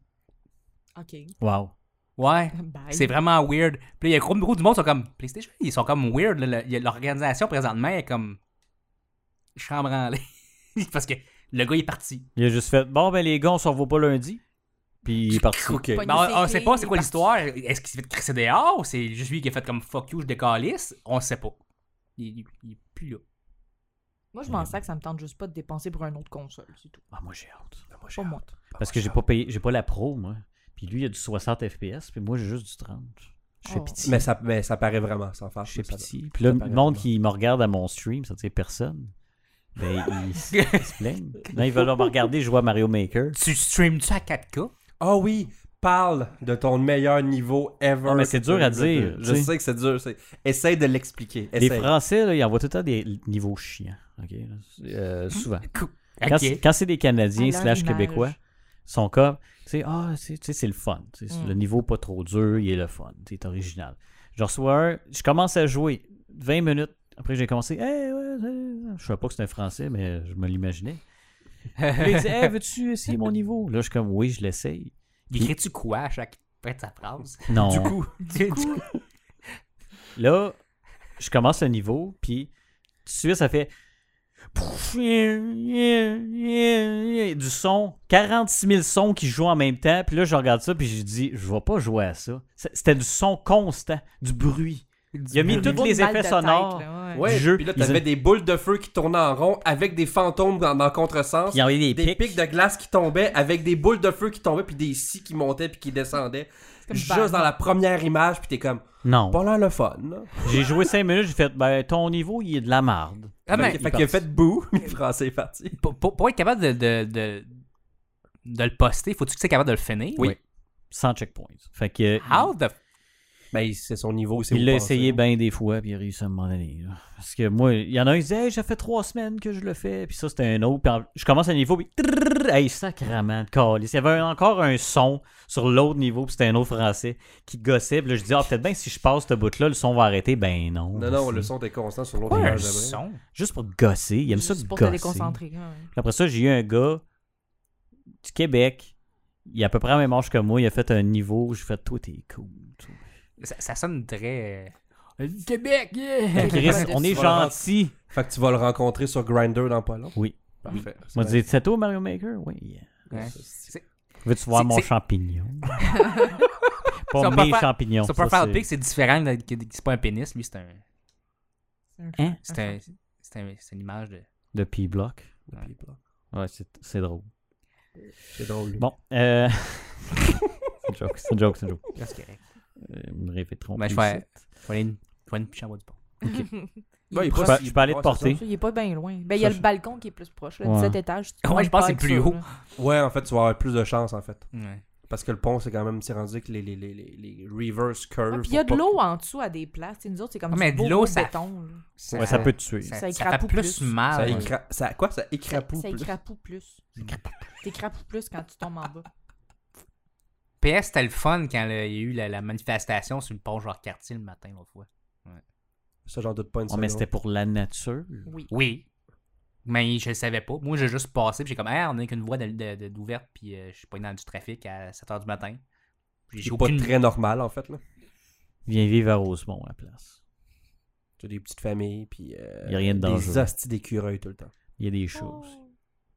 Speaker 4: OK.
Speaker 1: Wow.
Speaker 3: Ouais.
Speaker 4: Bye.
Speaker 3: C'est vraiment weird. Puis là, il y a gros, gros du monde qui sont comme PlayStation, ils sont comme weird. là. Le- il y a- L'organisation présentement est comme chambre en [LAUGHS] Parce que le gars il est parti.
Speaker 1: Il a juste fait Bon, ben les gars, on se revoit pas lundi. Puis il est parti.
Speaker 2: OK.
Speaker 3: Ben, on, on
Speaker 4: Pogné
Speaker 3: sait pas
Speaker 4: ses clés, il
Speaker 3: c'est
Speaker 4: est
Speaker 3: quoi
Speaker 4: parti.
Speaker 3: l'histoire. Est-ce qu'il s'est fait crisser dehors ou c'est juste lui qui a fait comme fuck you, je décalisse On sait pas. Il, il, il est plus là.
Speaker 4: Moi, je m'en sers que ça me tente juste pas de dépenser pour un autre console, c'est tout.
Speaker 1: Ah, moi, j'ai hâte.
Speaker 2: Moi, j'ai
Speaker 4: Pas moi.
Speaker 2: hâte. Ah,
Speaker 1: Parce
Speaker 2: moi,
Speaker 1: que j'ai
Speaker 2: hâte.
Speaker 1: pas payé, j'ai pas la pro, moi. Puis lui, il a du 60 FPS, puis moi, j'ai juste du 30. Je fais
Speaker 4: Oh.
Speaker 1: pitié.
Speaker 2: Mais ça, mais ça paraît vraiment, sans faire.
Speaker 1: Je fais
Speaker 2: ça-
Speaker 1: pitié. Puis là,
Speaker 2: ça
Speaker 1: le
Speaker 2: paraît
Speaker 1: monde
Speaker 2: vraiment.
Speaker 1: qui me regarde à mon stream, ça ne sait personne. Ben, ils, ils se plaignent. Non, ils veulent me regarder jouer à Mario Maker.
Speaker 3: Tu streames-tu à 4K
Speaker 2: Ah oui, parle de ton meilleur niveau ever.
Speaker 1: Ah, mais c'est
Speaker 2: que tu
Speaker 1: dur à
Speaker 2: as eu de
Speaker 1: dire,
Speaker 2: tout.
Speaker 1: tu
Speaker 2: Je
Speaker 1: sais.
Speaker 2: sais que c'est dur. c'est- Essaye de l'expliquer.
Speaker 1: Les
Speaker 2: Essaye.
Speaker 1: Français, là, ils envoient tout le temps des l- niveaux chiants. OK? Euh, souvent.
Speaker 3: Cool.
Speaker 1: Quand,
Speaker 3: Ok.
Speaker 1: c'est- quand c'est des Canadiens
Speaker 4: À leur
Speaker 1: slash
Speaker 4: image.
Speaker 1: Québécois, ils sont comme, tu sais, ah, tu sais, tu sais, c'est le fun. Tu sais,
Speaker 4: Mm.
Speaker 1: Le niveau pas trop dur, il est le fun. Tu sais, C'est original. Je reçois un, je commence à jouer 20 minutes. Après, j'ai commencé, hey, ouais, ouais. je savais pas que c'était un Français, mais je me l'imaginais. Puis il dit, hey, veux-tu essayer mon niveau? Là, je suis comme, oui, je l'essaye.
Speaker 3: Il écrit-tu quoi à chaque fin de sa phrase
Speaker 1: Non.
Speaker 2: Du coup,
Speaker 3: [LAUGHS] Du coup.
Speaker 1: Là, je commence le niveau, puis tout de suite, ça fait pouf, du son, 46 000 sons qui jouent en même temps. Puis là, je regarde ça, puis je dis, je vais pas jouer à ça. C- C'était du son constant, du bruit. Il a mis tous
Speaker 4: Niveau de
Speaker 1: les
Speaker 4: balle de
Speaker 1: effets
Speaker 4: tête,
Speaker 1: sonores.
Speaker 4: là, ouais.
Speaker 2: ouais,
Speaker 1: jeu,
Speaker 2: puis là,
Speaker 1: ils
Speaker 2: t'avais
Speaker 1: ont-
Speaker 2: des boules de feu qui tournaient en rond avec des fantômes dans, dans contresens.
Speaker 1: Il y avait des,
Speaker 2: Des pics de glace qui tombaient avec des boules de feu qui tombaient puis des scies qui montaient puis qui descendaient.
Speaker 4: comme
Speaker 2: Juste
Speaker 4: Batman.
Speaker 2: dans la première image puis t'es comme,
Speaker 1: Non.
Speaker 2: pas là le fun. là.
Speaker 1: J'ai joué 5 minutes, j'ai fait, ben, ton niveau, il est de la marde.
Speaker 3: Ah,
Speaker 4: ben,
Speaker 3: mais
Speaker 2: fait
Speaker 1: il
Speaker 2: fait qu'il a
Speaker 1: passe.
Speaker 2: fait [LAUGHS] bouh, mais le français est parti.
Speaker 3: Pour, pour- pour être capable de, de, de, de le poster, faut-tu que tu sois capable de le finir
Speaker 1: Oui. Sans checkpoint. Fait que.
Speaker 2: Ah
Speaker 3: How the.
Speaker 2: Ben, c'est son niveau, c'est
Speaker 1: Il
Speaker 2: où
Speaker 1: l'a
Speaker 2: penser.
Speaker 1: essayé bien des fois, puis il a réussi à un moment donné. là. Parce que moi, il y en a un qui disait, hey, ça fait trois semaines que je le fais, puis ça, c'était un autre. Puis en- je commence à un niveau, puis trrrr, hey, sacrament de calice. Il y avait un- encore un son sur l'autre niveau, puis c'était un autre français qui gossait. Puis là, je dis, ah, peut-être bien si je passe ce bout-là, le son va arrêter. Ben non.
Speaker 2: Non, non,
Speaker 1: c'est
Speaker 2: le son est constant sur l'autre
Speaker 3: Pas un
Speaker 2: image d'après.
Speaker 3: son.
Speaker 1: Juste pour gosser. Il aime ça
Speaker 4: Juste pour te
Speaker 1: gosser.
Speaker 4: déconcentrer. ouais, ouais.
Speaker 1: Puis après ça, j'ai eu un gars du Québec. Il est à peu près à la même âge que moi. Il a fait un niveau. J'ai fait, toi, t'es cool. toi.
Speaker 4: [LAUGHS]
Speaker 3: Ça, ça sonne très. euh, Québec, yeah!
Speaker 1: Fait que Chris, on est
Speaker 2: Tu vas le rendre-
Speaker 1: gentil.
Speaker 2: Fait que tu vas le rencontrer sur Grinder dans pas long.
Speaker 1: Oui.
Speaker 2: Parfait. Ça
Speaker 1: Moi,
Speaker 2: va
Speaker 1: tu dis, c'est toi, Mario Maker? Oui. yeah.
Speaker 3: Ouais.
Speaker 1: Veux-tu voir
Speaker 3: C'est-
Speaker 1: mon
Speaker 3: c'est-
Speaker 1: champignon?
Speaker 3: Ça,
Speaker 1: pas
Speaker 3: on peut
Speaker 1: mes
Speaker 3: faire-
Speaker 1: champignons.
Speaker 3: Sur
Speaker 1: ça,
Speaker 3: Perfect
Speaker 1: c'est-
Speaker 3: Pig, c'est différent. de- que- que C'est pas un pénis, lui, c'est un.
Speaker 1: Hein?
Speaker 3: C'est un. C'est un- c'est une image de.
Speaker 1: De P-Block.
Speaker 2: Puis, bah,
Speaker 1: Ouais, c'est c'est drôle.
Speaker 2: C'est drôle. lui.
Speaker 1: Bon, euh... c'est une joke, c'est une joke, c'est une joke.
Speaker 4: [LAUGHS]
Speaker 3: Ah, C'est correct.
Speaker 1: Euh, je me répéteront
Speaker 3: Ben, je
Speaker 1: plus
Speaker 3: vais
Speaker 1: ici.
Speaker 3: je vais aller je vais aller me picher en bas du pont. Bah,
Speaker 2: Ouais, il est
Speaker 1: Je
Speaker 2: proche,
Speaker 1: peux- je peux aller te
Speaker 2: ouais,
Speaker 1: porter.
Speaker 4: Ça, Il est pas bien loin. Ben, il y a
Speaker 1: Ça,
Speaker 4: le balcon qui est plus proche, là,
Speaker 1: Ouais.
Speaker 4: 17 étages. tu te
Speaker 3: Ouais, je pense
Speaker 4: pointes
Speaker 3: que c'est
Speaker 4: pas
Speaker 3: plus
Speaker 4: avec
Speaker 3: haut.
Speaker 4: ça, là.
Speaker 2: c'est ça. Ouais, en fait, tu vas avoir plus de chance, en fait.
Speaker 3: Ouais.
Speaker 2: Parce que le pont, c'est quand même c'est rendu que les, les, les, les, les reverse curves.
Speaker 4: Ouais, Ah, puis il y a
Speaker 2: faut
Speaker 4: de
Speaker 2: pas-
Speaker 4: l'eau en dessous à des places. T'sais, nous autres, c'est comme
Speaker 3: Ah,
Speaker 4: du
Speaker 3: mais de
Speaker 4: beau,
Speaker 3: l'eau,
Speaker 4: beau
Speaker 3: ça-
Speaker 4: béton. là.
Speaker 1: Ouais, ça peut te tuer.
Speaker 3: Ça,
Speaker 4: Ça
Speaker 3: ça,
Speaker 4: écrapoue
Speaker 3: fait
Speaker 4: plus.
Speaker 3: plus mal.
Speaker 2: Ça,
Speaker 3: Ouais.
Speaker 2: écra... ça quoi Ça écrapoue
Speaker 4: Ça
Speaker 2: plus.
Speaker 4: écrapoue plus. T'écrapoues plus quand tu tombes en bas.
Speaker 3: PS, c'était le fun quand là, il y a eu la, la manifestation sur le pont genre quartier le matin, l'autre fois.
Speaker 2: Ça, j'en doute pas une
Speaker 1: Oh, mais
Speaker 2: seconde.
Speaker 1: c'était pour la nature.
Speaker 4: Oui.
Speaker 3: Oui. Mais je le savais pas. Moi, j'ai juste passé, puis j'ai comme, ah, on a qu'une voie de- de- de- d'ouverte, puis euh, je suis pas dans du trafic à 7 h du matin. Puis j'ai
Speaker 2: C'est pas
Speaker 3: aucune.
Speaker 2: très normal, en fait. là.
Speaker 1: Viens vivre à Rosemont à la place.
Speaker 2: Tu as des petites familles, puis. euh,
Speaker 1: Il y a rien de
Speaker 2: Des
Speaker 1: dangereux.
Speaker 2: hosties d'écureuils tout le temps.
Speaker 1: Il y a des choses.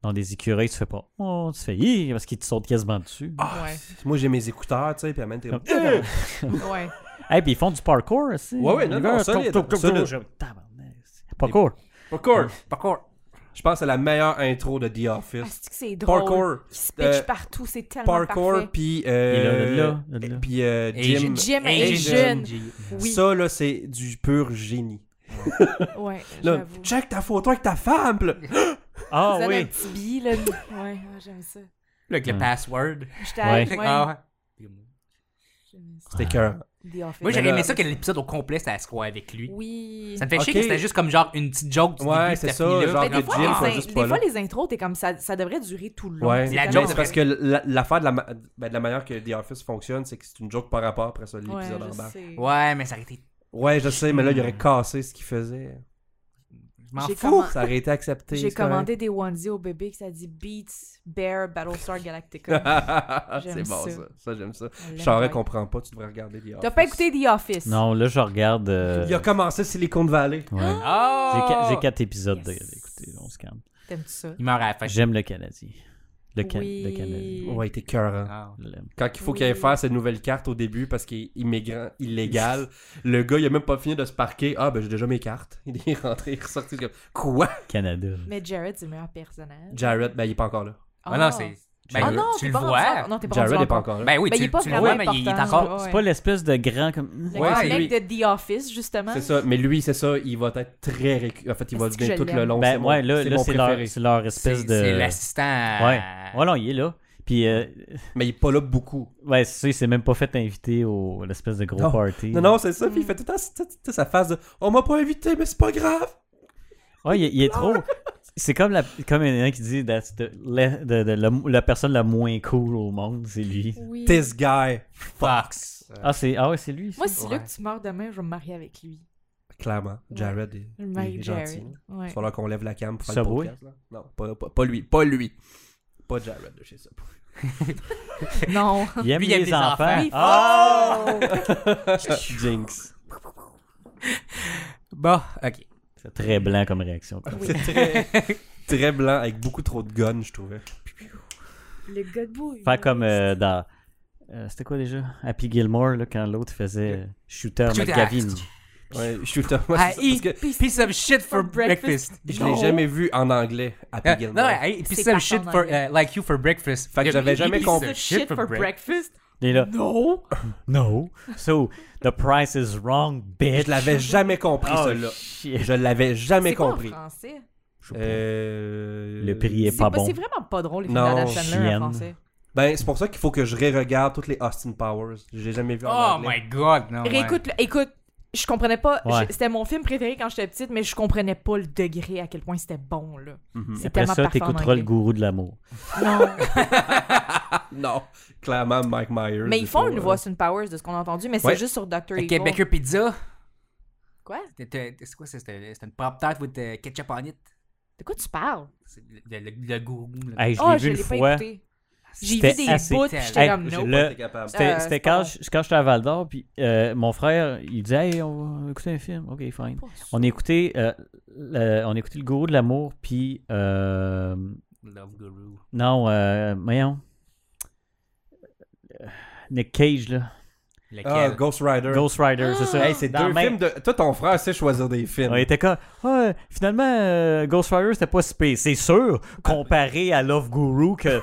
Speaker 1: Dans des écureuils, tu fais pas. Oh, tu fais. Hi! Parce qu'ils te sautent quasiment dessus.
Speaker 2: Ah,
Speaker 4: Ouais.
Speaker 2: c'est- Moi, j'ai mes écouteurs, tu sais, puis à même, t'es comme.
Speaker 1: Euh.
Speaker 4: Oh. Ouais.
Speaker 1: Hey, puis ils font du parkour aussi.
Speaker 2: Ouais, ouais, non,
Speaker 1: Ils
Speaker 2: non,
Speaker 1: vont-
Speaker 2: solide,
Speaker 1: toup, toup, toup,
Speaker 2: solide.
Speaker 1: toup. Tabarnak. Parkour.
Speaker 2: Parkour
Speaker 3: Parkour.
Speaker 2: Je pense que c'est la meilleure intro de The Office.
Speaker 4: Est-ce que Ah, c'est drôle?
Speaker 2: Parkour
Speaker 4: Qui se pitch
Speaker 2: Euh,
Speaker 4: partout, c'est tellement
Speaker 2: Parkour,
Speaker 4: parfait.
Speaker 2: puis.
Speaker 1: Et là,
Speaker 2: Euh...
Speaker 1: là, là, là, là.
Speaker 2: Puis euh, Jim.
Speaker 4: Jim
Speaker 2: Asian.
Speaker 3: Asian.
Speaker 4: Oui,
Speaker 2: Ça, là, c'est du pur génie.
Speaker 4: ouais,
Speaker 2: Là,
Speaker 4: j'avoue.
Speaker 2: check ta photo avec ta femme! pis là,
Speaker 1: Ah
Speaker 4: Vous avez un
Speaker 1: oui.
Speaker 4: petit billet, là. Ouais, ouais, j'aime ça.
Speaker 3: Avec le
Speaker 1: Ouais.
Speaker 3: password. [LAUGHS]
Speaker 4: J'étais allée-
Speaker 1: Ouais.
Speaker 4: ouais.
Speaker 3: Ah ouais.
Speaker 4: j'aimais ça.
Speaker 2: C'était cœur.
Speaker 4: The Office.
Speaker 3: Moi,
Speaker 2: j'ai-
Speaker 3: j'aurais
Speaker 2: là-
Speaker 3: aimé ça que l'épisode au complet, ça se croit avec lui.
Speaker 4: Oui.
Speaker 3: Ça me fait
Speaker 2: Ok.
Speaker 3: chier que c'était juste comme genre une petite joke du
Speaker 2: Ouais,
Speaker 3: début,
Speaker 2: c'est
Speaker 3: puis
Speaker 2: ça,
Speaker 3: fini là.
Speaker 2: genre
Speaker 4: Mais
Speaker 2: Ah,
Speaker 4: des
Speaker 2: le
Speaker 4: fois,
Speaker 2: gym,
Speaker 4: les,
Speaker 2: faut
Speaker 4: in-
Speaker 2: juste
Speaker 4: des
Speaker 2: pas
Speaker 4: fois,
Speaker 2: là.
Speaker 4: les intros, t'es comme ça, ça devrait durer tout le long.
Speaker 2: Ouais,
Speaker 4: C'est
Speaker 3: la
Speaker 2: mais
Speaker 4: tellement-
Speaker 3: joke,
Speaker 2: c'est parce que la- l'affaire de la, ma- ben, de la manière que The Office fonctionne, c'est que c'est une joke par rapport après ça,
Speaker 4: Ouais,
Speaker 2: l'épisode en
Speaker 4: je
Speaker 2: bas.
Speaker 4: sais.
Speaker 3: Ouais, mais ça aurait été.
Speaker 2: Ouais, je sais, mais là, il aurait cassé ce qu'il faisait.
Speaker 3: Je m'en
Speaker 4: J'ai
Speaker 3: fous.
Speaker 4: comment-
Speaker 2: Ça aurait été accepté.
Speaker 4: J'ai
Speaker 2: c'est correct. [LAUGHS]
Speaker 4: commandé des onesies au bébé que ça dit Beats, Bear, Battlestar
Speaker 2: [LAUGHS]
Speaker 4: Galactica.
Speaker 2: c'est
Speaker 4: J'aime
Speaker 2: bon, ça.
Speaker 4: ça.
Speaker 2: Ça, j'aime ça.
Speaker 4: On l'aime,
Speaker 2: Charret
Speaker 4: ouais.
Speaker 2: comprend pas, tu devrais regarder The Office.
Speaker 4: T'as pas écouté The Office?
Speaker 1: Non, là, je regarde. euh,
Speaker 2: Il a commencé Silicon Valley.
Speaker 1: ouais. J'ai
Speaker 3: Oh!
Speaker 1: qua- J'ai quatre épisodes de-
Speaker 4: Ah! Yes.
Speaker 1: d'écouter. On se calme.
Speaker 4: T'aimes-tu ça?
Speaker 3: Il meurt à la fin.
Speaker 1: J'aime le Canadien. Le, Can-
Speaker 4: Oui.
Speaker 1: le Canadien.
Speaker 2: Ouais, t'es cœur. hein.
Speaker 3: Ah.
Speaker 1: Je l'aime.
Speaker 2: Quand il faut
Speaker 4: Oui.
Speaker 2: qu'il aille faire ses nouvelles cartes au début parce qu'il est immigrant
Speaker 4: [LAUGHS]
Speaker 2: illégal, le gars, il a même pas fini de se parquer. Ah, ben j'ai déjà mes cartes. [LAUGHS] Il est rentré, il est ressorti. il est comme, Quoi
Speaker 1: Canada.
Speaker 4: Mais Jared, c'est le meilleur personnage.
Speaker 2: Jared, ben il est pas encore là.
Speaker 3: Ouais, non, c'est. Ben,
Speaker 4: Ah
Speaker 2: Jared-
Speaker 4: non,
Speaker 3: tu
Speaker 4: t'es
Speaker 3: le
Speaker 4: pas rendu
Speaker 3: vois.
Speaker 4: encore- Non, t'es pas
Speaker 2: Jared
Speaker 4: rendu
Speaker 2: est pas
Speaker 4: encore.
Speaker 2: encore là.
Speaker 3: Ben oui,
Speaker 4: Ben,
Speaker 3: tu,
Speaker 4: il est pas
Speaker 3: tu le vois, mais
Speaker 4: vraiment
Speaker 3: il, il est
Speaker 4: important,
Speaker 3: encore.
Speaker 4: ouais.
Speaker 1: Ah, C'est pas l'espèce de grand comme.
Speaker 4: Le
Speaker 2: Ouais,
Speaker 4: ouais,
Speaker 2: c'est
Speaker 4: mec de The Office, justement.
Speaker 2: C'est ça, mais lui, c'est ça, il va être très récu. En fait, il va
Speaker 4: Est-ce que
Speaker 2: devenir
Speaker 4: je
Speaker 2: tout le
Speaker 4: l'aime?
Speaker 2: long.
Speaker 1: Ben
Speaker 2: c'est mon-
Speaker 1: ouais, là, là,
Speaker 2: mon
Speaker 1: c'est leur,
Speaker 2: préféré.
Speaker 1: c'est leur
Speaker 3: C'est
Speaker 1: espèce de.
Speaker 3: c'est l'assistant.
Speaker 1: Ouais. Ouais, non, il est là. Puis, euh,
Speaker 2: Mais il est pas là beaucoup.
Speaker 1: ouais, c'est ça, il s'est même pas fait inviter au à l'espèce de gros
Speaker 2: Non.
Speaker 1: party.
Speaker 2: Non, non, c'est ça, puis il fait tout le temps tu sais, tu sais, sa phase de On m'a pas invité, mais c'est pas grave.
Speaker 1: Ouais, il, il est trop. C'est comme, la, comme il y en a qui dit That's the- la, de- de- la- la personne la moins cool au monde, c'est lui.
Speaker 4: Oui.
Speaker 2: This guy,
Speaker 3: Fox.
Speaker 1: Ah, c'est ah ouais, c'est lui.
Speaker 4: Moi,
Speaker 1: ça.
Speaker 4: si
Speaker 2: Ouais.
Speaker 4: Luc, tu meurs demain, je vais me marier avec lui.
Speaker 2: clairement, Jared est,
Speaker 4: Je me
Speaker 2: il
Speaker 4: marie
Speaker 2: est
Speaker 4: Jared.
Speaker 2: gentil.
Speaker 4: Ouais.
Speaker 2: Il va falloir qu'on lève la cam pour faire
Speaker 1: Subway?
Speaker 2: le podcast. là. Non, pas, pas, pas lui, pas lui. Pas Jared de chez [LAUGHS] ça. [LAUGHS]
Speaker 4: Non.
Speaker 1: Il aime
Speaker 3: Lui, il
Speaker 1: les
Speaker 3: aime les
Speaker 1: enfants.
Speaker 3: enfants.
Speaker 1: Ah!
Speaker 4: Oh!
Speaker 2: Jinx.
Speaker 3: Bon, ok.
Speaker 1: C'est très blanc comme réaction.
Speaker 2: Oh! [LAUGHS]
Speaker 4: Oui.
Speaker 2: Très, très blanc, avec beaucoup trop de guns, je trouvais.
Speaker 4: Le gars de bouille.
Speaker 1: Faire comme euh, dans. euh, C'était quoi déjà? Happy Gilmore, là, quand l'autre faisait euh, Shooter
Speaker 3: Shooter.
Speaker 1: McGavin.
Speaker 2: Ouais, shooter.
Speaker 4: Ah,
Speaker 2: moi,
Speaker 3: I
Speaker 2: c'est ça,
Speaker 3: eat
Speaker 2: parce que
Speaker 3: piece of shit for breakfast.
Speaker 2: je l'ai jamais vu en anglais à
Speaker 3: Euh,
Speaker 2: Pigel.
Speaker 3: non, I eat
Speaker 4: C'est
Speaker 3: piece
Speaker 4: parfait
Speaker 3: of shit
Speaker 4: en
Speaker 3: for,
Speaker 4: anglais.
Speaker 3: euh, like you for breakfast.
Speaker 2: Fait que
Speaker 3: Il-
Speaker 2: j'avais
Speaker 3: il-
Speaker 2: jamais
Speaker 3: il-
Speaker 2: compris.
Speaker 3: piece of
Speaker 4: Shit for breakfast?
Speaker 1: Il est là.
Speaker 4: Non.
Speaker 1: No. So, the price is wrong, bitch.
Speaker 2: Je l'avais jamais compris,
Speaker 1: Oh,
Speaker 2: celui-là.
Speaker 1: shit.
Speaker 2: Je l'avais jamais
Speaker 4: C'est quoi en
Speaker 2: compris.
Speaker 4: français?
Speaker 2: Euh,
Speaker 1: Le prix est
Speaker 4: C'est
Speaker 1: pas
Speaker 4: pas-
Speaker 1: bon.
Speaker 4: C'est vraiment pas drôle, les films
Speaker 2: Non.
Speaker 4: d'Adam Sandler
Speaker 1: Chienne.
Speaker 4: en français.
Speaker 2: Ben, c'est pour ça qu'il faut que je ré-regarde toutes les Austin Powers. Je les ai jamais vu en
Speaker 3: Oh
Speaker 2: anglais.
Speaker 3: my god, non. ouais.
Speaker 4: Réécoute, le- écoute, je comprenais pas.
Speaker 1: Ouais.
Speaker 4: j'ai- C'était mon film préféré quand j'étais petite, mais je comprenais pas le degré à quel point c'était bon, là. C'est
Speaker 1: Après
Speaker 4: tellement
Speaker 1: ça,
Speaker 4: parfait en
Speaker 1: t'écouteras le
Speaker 4: anglais.
Speaker 1: gourou de l'amour.
Speaker 4: Non.
Speaker 2: Non, clairement Mike Myers.
Speaker 4: mais
Speaker 2: il
Speaker 4: ils font
Speaker 2: faut,
Speaker 4: une
Speaker 2: euh,
Speaker 4: voix Austin Powers de ce qu'on a entendu, mais
Speaker 2: Ouais.
Speaker 4: c'est juste sur Dr.
Speaker 3: Fait
Speaker 4: Evil.
Speaker 3: que Baker Pizza.
Speaker 4: Quoi?
Speaker 3: C'était- C'est quoi ça? C'était c'était une pop tart with euh, ketchup on it.
Speaker 4: De quoi tu parles?
Speaker 3: C'est le, le, le gourou. là.
Speaker 1: Hey, je l'ai
Speaker 4: Ah,
Speaker 1: vu
Speaker 4: je
Speaker 1: une
Speaker 4: l'ai pas
Speaker 1: fois.
Speaker 4: écouté. J'ai vu
Speaker 1: C'était
Speaker 4: des
Speaker 1: assez
Speaker 4: bouts,
Speaker 3: tel.
Speaker 4: puis j'étais
Speaker 1: Hey,
Speaker 4: comme
Speaker 2: j'ai
Speaker 4: no.
Speaker 1: le-
Speaker 2: pas été capable. Ah,
Speaker 1: C'était
Speaker 4: Euh,
Speaker 1: c'était
Speaker 4: c'est pas
Speaker 1: quand,
Speaker 4: bon.
Speaker 1: je- quand j'étais à Val d'Or, puis euh, mon frère, il disait Hey, on va écouter un film. Ok, fine. On écoutait, euh, le, on écoutait le gourou de l'amour, puis. euh,
Speaker 3: Love guru.
Speaker 1: non, euh, voyons. Euh, Nick Cage, là.
Speaker 2: Ah,
Speaker 3: Lequel?
Speaker 2: Ghost Rider.
Speaker 1: Ghost Rider, c'est ça.
Speaker 2: Hey, c'est
Speaker 1: Dans
Speaker 2: deux
Speaker 1: même-
Speaker 2: films de. Toi, ton frère sait choisir des films.
Speaker 1: On était comme, Ouais, finalement, euh, Ghost Rider, c'était pas si pire. C'est sûr, comparé à Love Guru,
Speaker 2: [LAUGHS]
Speaker 1: que.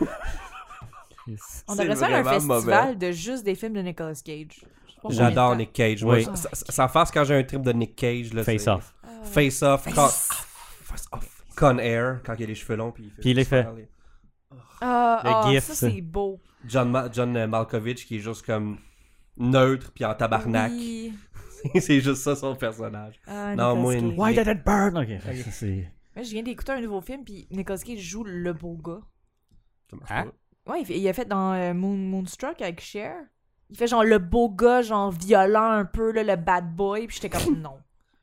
Speaker 4: On
Speaker 2: C'est
Speaker 4: devrait faire un
Speaker 2: vraiment
Speaker 4: festival
Speaker 2: mauvais.
Speaker 4: de juste des films de Nicolas Cage. Je sais pas combien de temps.
Speaker 2: J'adore Nick Cage. Moi,
Speaker 1: Oui.
Speaker 2: ça- ça- ça- Sa face quand j'ai un trip de Nick Cage. là,
Speaker 1: Face
Speaker 2: c'est-
Speaker 1: Off.
Speaker 2: Face Off. Con... Face Off. Con Air, quand il a les cheveux longs. Puis il fait.
Speaker 1: Puis il les fait.
Speaker 4: Ah,
Speaker 1: Le
Speaker 4: ah,
Speaker 1: gif,
Speaker 4: ça,
Speaker 1: ça.
Speaker 4: c'est beau.
Speaker 2: John, Ma- John euh, Malkovich qui est juste comme neutre puis en tabarnak.
Speaker 4: Oui.
Speaker 2: [LAUGHS] c'est juste ça son personnage.
Speaker 4: Ah,
Speaker 2: Non, moi,
Speaker 4: Nicolas
Speaker 2: une-
Speaker 4: Cage.
Speaker 1: Why did it burn? Ok, ça, c'est.
Speaker 4: Moi, je viens d'écouter un nouveau film, puis Nicolas Cage joue le beau gars.
Speaker 2: Ça marche
Speaker 3: Hein?
Speaker 2: pas.
Speaker 4: Ouais, il, fait- il a fait dans euh, Moon, Moonstruck avec Cher. Il fait genre le beau gars, genre violent un peu, là, le bad boy, puis j'étais comme non.